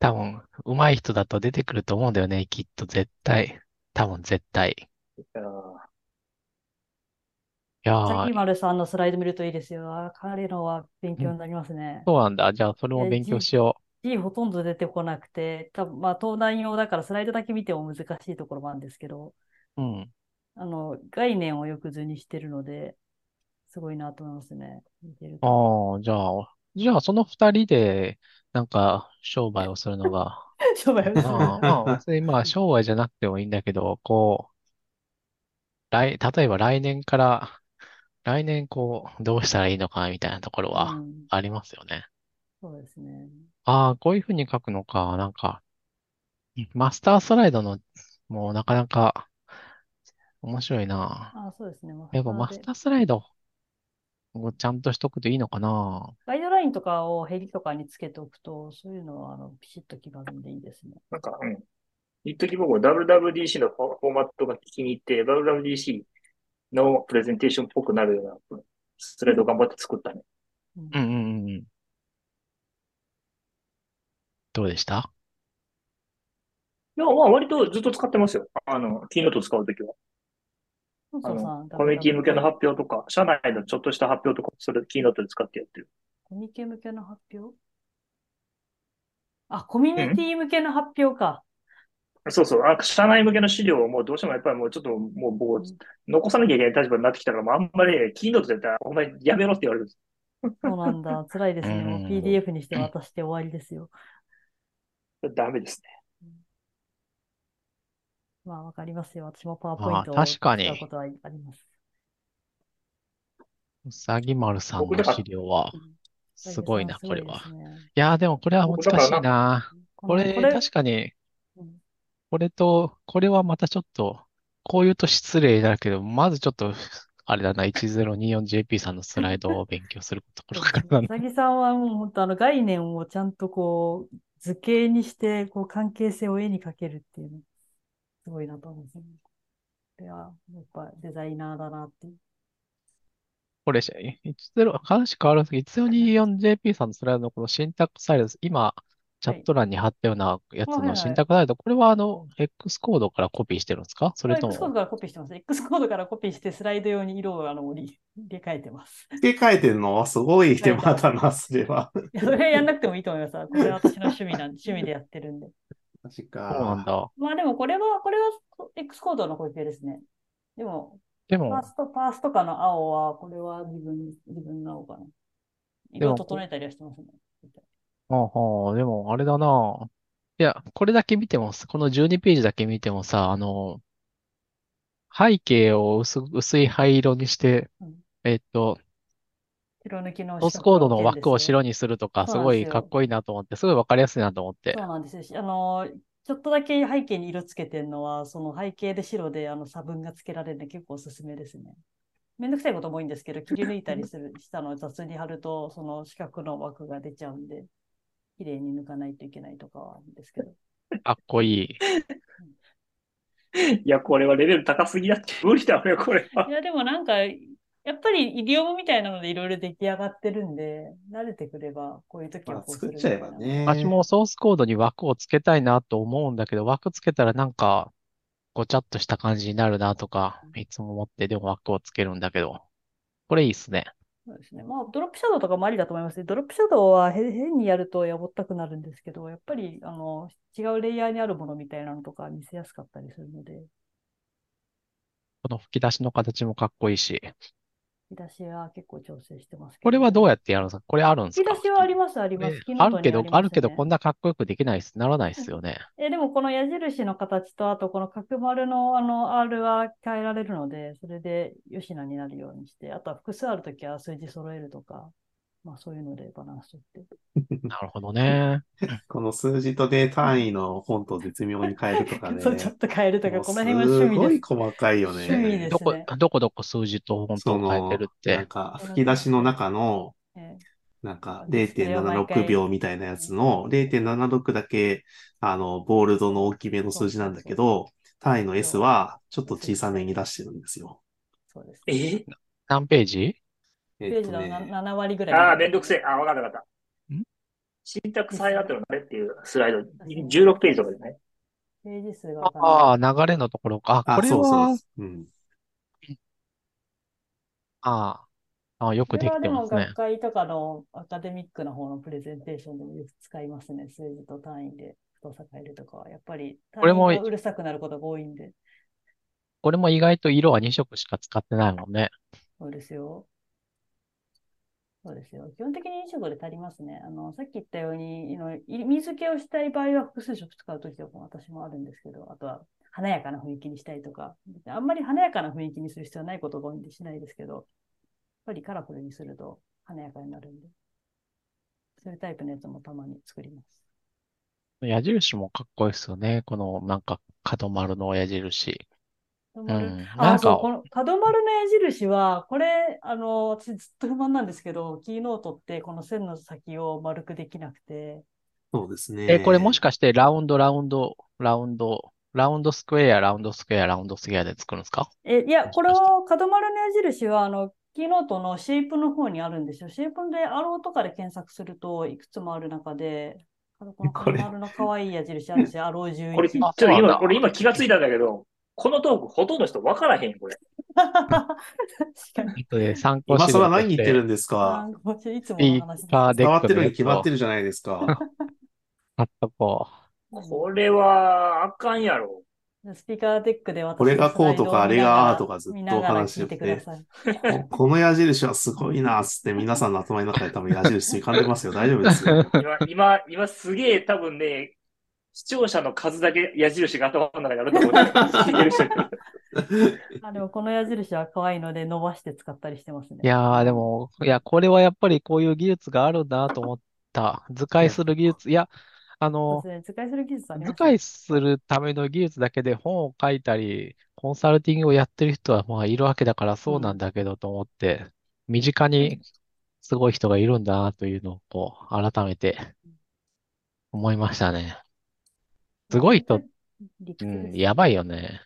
多分、上手い人だと出てくると思うんだよね、きっと絶対。多分絶対。い
あー
や
さき
ー、
まるさんのスライド見るといいですよ。あー彼のは勉強になりますね。
そうなんだ。じゃあ、それも勉強しよ
G ほとんど出てこなくて、多分まあ、東大用だからスライドだけ見ても難しいところもあるんですけど、
う。うん。
あの、概念をよく図にしてるので、すごいなと思いますね。見て ると。
ああ、じゃあ、じゃあ、その二人で、なんか、商売をするのが、
商売をする
まあ、まあ、別にまあ、商売じゃなくてもいいんだけど、こう、来、例えば来年から、来年こう、どうしたらいいのか、みたいなところ
う
は
ん、
ありますよね。
そうですね。
ああ、こういうふうに書くのか、なんか、マスタースライドの、もうなかなか面白いな。
あ、そうですね。マス
やっ
タ
ぱマ
ー
ス
で。
タースライドをちゃんとしとくといいのかな。
ガイドラインとかをヘリとかにつけておくと、そういうのはあのピシッと決まるんでいいですね。
なんか、うん。一時僕、WWDC のフォフォーマットが気に入って、WWDC のプレゼンテーションっぽくなるようなスライドを頑張って作ったね。
うん
うんうんうんうん。どうでした
いや、まあ、割とずっと使ってますよ。あの、キーノート使うときは。
本
あ
庄さ
の、
ん、
コミュニティ向けの
WWDC
発表とか、社内のちょっとした発表とか、それキーノートで使ってやってる。
コミケ向けの発表あ、コミュニティ向けの発表か。
そうそう。あ、社内向けの資料をもうどうしてもやっぱりもうちょっともう僕、残さなきゃいけない立場になってきたから、もうあんまりね、キーノートでやったら、お前やめろって言われる。
そうなんだ。 辛いですね。もううん PDF にして渡して終わりですよ。
ダメですね。
まあ、わかりますよ。私もパワーポイ
まあ
ントを
確かに
使うことはあります。
うさぎ丸さんの
僕だから
資料は、すごいな、これは。
すごいですね
いやー、でもこれは難
僕だから
しいな。これ、
これ、
確かに
うん、
これと、これはまたちょっと、こう言うと失礼だけど、まずちょっと、あれだな、1024JP さんのスライドを勉強するところから
う
な。
さぎさんはもう本当あの概念をちゃんとこう図形にしてこう関係性を絵にかけるっていうのすごいなと思うんですよね。これはやっぱデザイナーだなって。
これ、10、話変わるんですけど、1024JP さんのスライドのこのシンタックスサイドです。今、チャット欄に貼ったようなやつ
はいはいは
の
い
シンタックスサイド、これはあの、X コードからコピーしてるんですかそ
こ
れ
れ
と
X コード
も、
からコピーしてます。X コードからコピーしてスライド用に色をあの入れ替えてます。
付け替えてんのすごい手間だな、それは。
いやそれやんなくてもいいと思います。これは私の趣味なんで、趣味でやってるんで。
マジ
そうなん
か。
だ。
まあでもこれは、これは X コードのコピペですね。でも、
で
パ
も
ー、スとパースとかの青は、これは自分、自分の青か
で
な。色
も
を整えたりはしてますね。
はあはあ、でもあれだな。いや、これだけ見てもさ、この12ページだけ見てもさ、あの、背景を薄、薄い灰色にして
うん、
えっと、
白抜きの
ソースコードの枠を
白
白にするとか、
そう
す
なん
ご
で
い
す
かっ
よ
こいいなと思って、すごいわかりやすいなと思って。
そうなんですよ。あのー、ちょっとだけ背景に色つけてるのは、その背景で白であの差分がつけられるんで結構おすすめですね。めんどくさいことも多いんですけど、切り抜いたりするしたのを雑に貼ると、その四角の枠が出ちゃうんで、綺麗に抜かないといけないとかはあるんですけど。。
かっこいい。
いや、これはレベル高すぎだって。 無理だよ、これはい
や、でもなんか、やっぱりイディオムみたいなのでいろいろ出来上がってるんで、慣れてくれば、こういう時
ま
は
あ、
こうす
作
る
っちゃえば
みたいな。
ね。
私もソースコードに枠をつけたいなと思うんだけど、枠つけたらなんか、ごちゃっとした感じになるなとか、いつも思って、でも枠をつけるんだけど。これいいっすね。
そうですね。まあ、ドロップシャドウとかもありだと思いますね。ドロップシャドウはへ変にやるとやぼったくなるんですけど、やっぱり、あの、違うレイヤーにあるものみたいなのとか見せやすかったりするので、
この吹き出しの形もかっこいいし。
引き出しは結構調整してますけど。
これはどうや
っ
ってやるんですかこれあるんです
引き
か
出しはあります、あります
ね。
キーノ
あ
ート
る
に
けど、
ります
あるけど、
ね
こんなかっこよくできないっす。ならないっすよね。
え、でもこの矢印の形と、あとこの角丸のあの R は変えられるので、それで吉名になるようにして、あとは複数あるときは数字揃えるとか、まあそういうのでバランス取って。
なるほどね。
この数字とね、単位のフォントを絶妙に変えるとかね。
そう、ちょっと変えるとか、
もう
この辺は趣味です。
すごい細かいよね。
趣味です
どこ
ね、
どこどこ数字とフォントを変えてるっ
そのなん
て。
か、吹き出しの中の、
ええ
なんか
ディスプレイを毎回
0.76秒みたいなやつの0.76だけ、あの、ボールドの大きめの数字なんだけど、単位の S はちょっと小さめに出してるんですよ。
そうですね。
え
何ページ
え
ペー
っ
ジ
と
の
ね、
7割ぐらい。
ああ、めんどくせえ。ああ、わかったわかった
ん。
シンタックスハイラテのあれっていうスライド、16ページとかですね。
ページ数がわかんない
ああ、流れのところか。あ、
あ、
これ
そうそう
は、
そう。うん。
ああ、あよ
こ
くで
れは
きて
で
ま
も
すね
学。会とかのアカデミックな方のプレゼンテーションでもよく使いますね。数字と単位で太さ変えるとかは。やっぱり単
これも
位がうるさくなることが多いんで。
これも意外と色は2色しか使ってないもんね。
そうですよ。そうですよ。基本的に飲食で足りますね。あの、さっき言ったように、あのい水気をしたい場合は複数色使うときとかも私もあるんですけど、あとは華やかな雰囲気にしたいとか、あんまり華やかな雰囲気にする必要はないことが多いんでしないですけど、やっぱりカラフルにすると華やかになるんで、そういうタイプのやつもたまに作ります。
矢印もかっこいいっすよね。この、なんか、角丸の矢印。
角
う
丸
ん。
あ
な
あ、
ん
そ
か
う、、この角丸の矢印は、これ、あの、私ずっと不満なんですけど、キーノートってこの線の先を丸くできなくて、
そうですね。
え、これもしかして、ラウンド、ラウンド、ラウンド、ラウンドスクエア、ラウンドスクエア、ラウンドスクエアで作るんですか
え、いや、
もし
これ
かして
は、角丸の矢印は、あの、キーノートのシェイプの方にあるんですよ。シェイプでアローとかで検索するといくつもある中で、あのこの
こ
角
れ
丸の可愛い矢印あ るし、アロー11。
これ、ちょっ
あ
と
そうなんだ
今、俺今気がついたんだけど、このトークほとんどの人分からへん、これ。
確かに。
えっとね、参考
今
資料
更
と
何言っ
して
るんです
あ
か
ーごめんなさいいつも
い
の
い
話です。
かで
伝わってるに決まってるじゃないですか。
買っとこう。
これは、あかんやろ。
スピーカーテックで私
これがこうとかあれがああとかずっ
ず
と
見ながら
話して
聞いてください。
こ この矢印はすごいなっつって皆さんの頭 の中で多分矢印吸い込んでますよ。大丈夫ですよ。
今、今、今すげえ多分ね、視聴者の数だけ矢印が頭の中にあると思う。聞いてる人に。
あ、でもこの矢印は可愛いので伸ばして使ったりしてますね。
いやー、でも、いや、これはやっぱりこういう技術があるんだと思った。図解する技術、いや、あの、
そうですね図解する技術あり
図
ますね
解するための技術だけで本を書いたり、コンサルティングをやってる人はまあいるわけだからそうなんだけどと思って、身近にすごい人がいるんだなというのをこう改めて思いましたね。すごい人、
理
う
屈です
ん、やばいよね。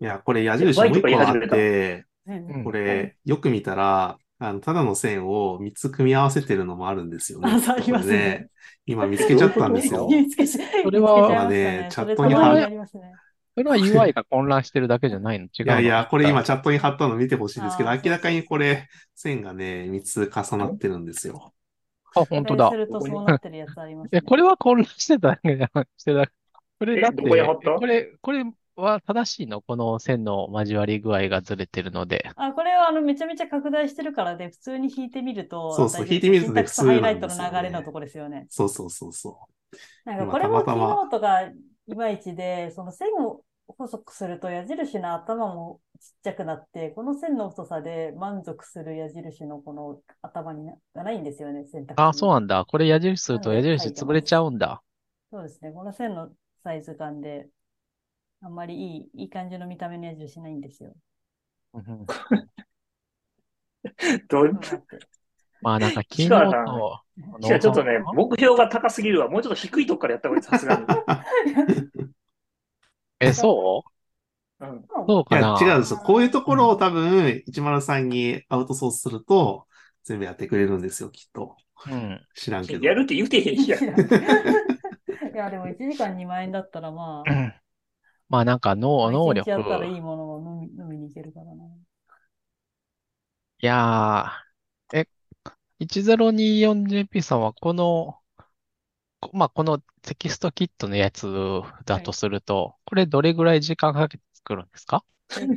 いや、これ矢印もう一個あって、
ね
うん
これ、よく見たら、あの、ただの線を3つ組み合わせてるのもあるんですよね。
あそうありますね
今見つけちゃったんです よ。
見つけちゃ
それは
見つけちゃいました
ねチャ
ねそれ
ットに
たま
貼る
にありますね。
それは UI が混乱してるだけじゃないの違う
いやいや、
の
これ今チャットに貼ったの見てほしいんですけど、
あー
明らかにこれ、線がね、3つ重なってるんですよ。
あ、本当だ
そ。れとそうなってるやつありま
い
す
や、
ね。
これは混乱してただけじゃなくてだ、これ
え
だって、
どこに貼った
これ、これは正しいのこの線の交わり具合がずれてるので。
あ、これはあのめちゃめちゃ拡大してるからで、普通に引いてみると、
そうそう
大体
引いてみるとね
シンタクスハイライト
普
の
通なんですよね
流れのとこですよね。
そうそうそうそ
なんかこれ
今
もキ
た
ー
またま
ノートがいまいちで、その線を細くすると矢印の頭もちっちゃくなって、この線の太さで満足する矢印のこの頭にながないんですよね、選択肢に
あ、そうなんだ。これ矢印すると矢印潰れちゃうんだ。
そうですね、この線のサイズ感で、あんまりいい、いい感じの見た目の矢印ないんですよ。
うんうん
ど
そううなって
まあなんか、キー
岸川
ノ
さん
ート、あの
しかもちょっとね
あ、
目標が高すぎるわ。もうちょっと低いとこからやった方がいい、さすが に。
え、そう
うん。
そう
う。い
か
や、
な。
違うんですよ。こういうところを多分、103にアウトソースすると、全部やってくれるんですよ、きっと。
うん。
知らんけど。
や るって言うてへん
い
や
や
ん。
でも1時間2万円だったらま
う
あ、
んまあなんか
ま
能、
あ
能
一日やったらい
力。
いものを飲み飲みに行けるからな。
いやー、え、1024JP さんはこの、こまあこのテキストキットのやつだとすると、これどれぐらい時間かけて作るんですか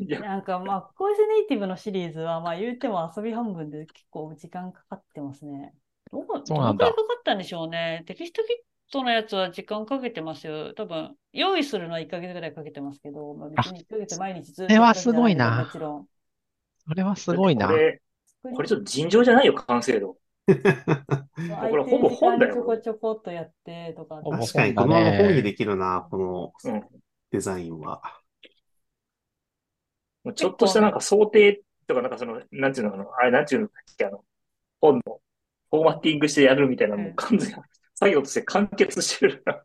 いや
なんかまあ、コイズネイティブのシリーズはまあ言うても遊び半分で結構時間かかってますね。どこ、
そ
ど
うな
の
ん
く
だ
らいかかったんでしょうね。テキストキットのやつは時間かけてますよ。多分、用意するのは1ヶ月ぐらいかけてますけど、まあ、別に1ヶ月毎日ずっとやってわけじゃけ
そ
ど
れはすごいな
もちろん。
それはすごいな。
これ、これちょっと尋常じゃないよ、完成度。
まあ
これほぼ本だよ
空いてる時間にちょこちょこっとやってとか。
ほぼ
確かに、こ
本
の
だ
ま
ね
ま本にできるな、こ
う
の
ん
デザインは。
もうちょっとしたなんか想定とか、なんかその、なんていうのかな、あれ、なんていうのかな、あの、本のフォーマッティングしてやるみたいな、もう完全に作業として完結してるな。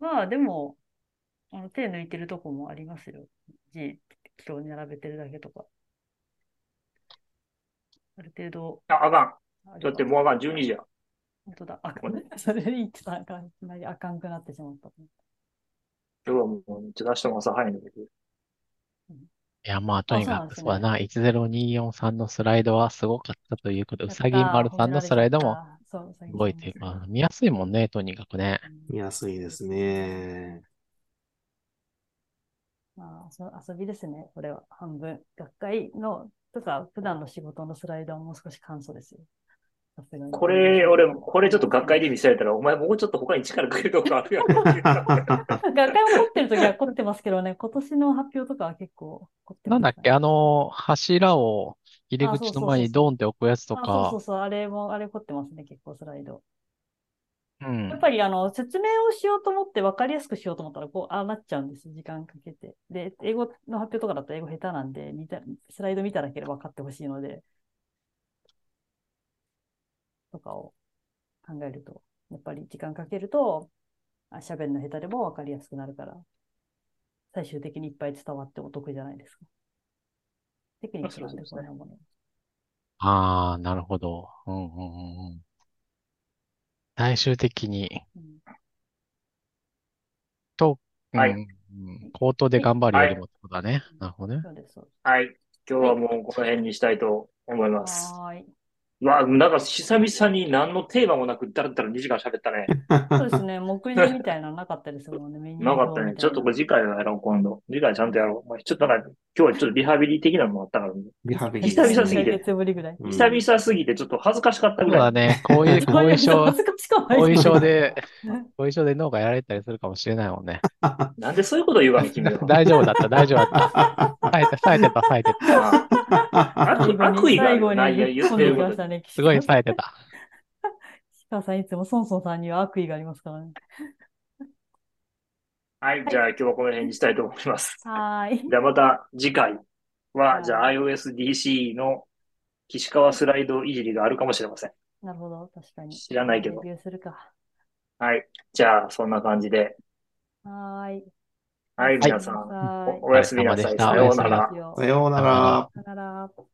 まあでも、あの手抜いてるとこもありますよ。字、今日並べてるだけとか。ある程度
あ、あかん。
あれば
だってもうあかん、12時や。
本当だ。あかん。 それ言ってたらあかん。なりあかんくなってしまった。
今日はもう、ちょっと明日も朝早いので。
いや、まあ、とに
そう
か
なん
く、
です
そうだな、1024さんのスライドはすごかったということで、うさぎ
やったー
丸さんのスライドも、
そう、うさぎ
すごい
さん
という
の
か、見やすいもんね、とにかくね。
うん
見やすいですね。
まあ、そう遊びですね、これは。半分。学会の、とか、普段の仕事のスライドはもう少し簡素ですよ。さすがに
これ、俺、これちょっと学会で見せられたら、お前もうちょっと他に力くれるとこあるやろって言った。
学会を凝ってるときは凝ってますけど ね、今年の発表とかは結構凝って
な
ま
ん
す
だっけ、あの、柱を入り
あ
口
そうそう
の
そう
前にドンって置くやつと
あ、そうそう
か、
そう、あれも、あれ凝ってますね、結構スライド。
うん
やっぱり、あの、説明をしようと思って、分かりやすくしようと思ったら、こう、ああなっちゃうんです、時間かけて。で、英語の発表とかだと英語下手なんで、見たスライド見ただけで分かってほしいので、とかを考えると、やっぱり時間かけると、あ喋るの下手でも分かりやすくなるから、最終的にいっぱい伝わってお得じゃないですか。テクニックなんで、
そうんそう
こ
そう
なもの。
ああ、なるほど。うんうんうんうん。最終的に、
うん
と、う
はい
ん、うん口頭で頑張るよりもってことだね。なるほどね。
そうです、そうです。
はい。今日はもうこの辺にしたいと思います。
はーい。
うわ、なんか久々に何のテーマもなく、だらだら2時間喋ったね。
そ うですね。目次みたいなのなかったですもんね。メニュー
なかったね。ちょっとこれ次回はやろう、今度。次回ちゃんとやろう。まあ、ちょっとなんか、今日はちょっとリハビリ的なのもあったから、ね、
リハビリ
久々すぎ
1
て
ヶ月ぶりぐらい。
うん
久々すぎてちょっと恥ずかしかった
そう
ぐら
だ
い。
ね。こういう、
こ
後
れ
遺症
恥、ずかしかない
後遺症で、
ね
後遺症で脳がやられたりするかもしれないもんね。
なんでそういうこと言うわけ、君は。
大 丈夫だった、大丈夫だった。耐えた、耐えてた、耐えてた。
ああ悪悪意が
最後に
ないや言ってる
ぶっ込ん
こ
できまし
と。
たね。
すごい耐えてた。
岸川さんいつもソンソンさんには悪意がありますからね。
はい、じゃあ今日はこの辺にしたいと思います。
は ーい。
じゃあまた次回
は
は、
い
じゃあ iOSDC の岸川スライドいじりがあるかもしれません。
なるほど。確かに。
知らないけど
レビューするか。
はい。じゃあそんな感じで。
はーい。
はい、皆さん、
はーい
おおやすみなさい。
お疲れ様でし
さよ
た
うなら。
さ
さようなら。
ようなら。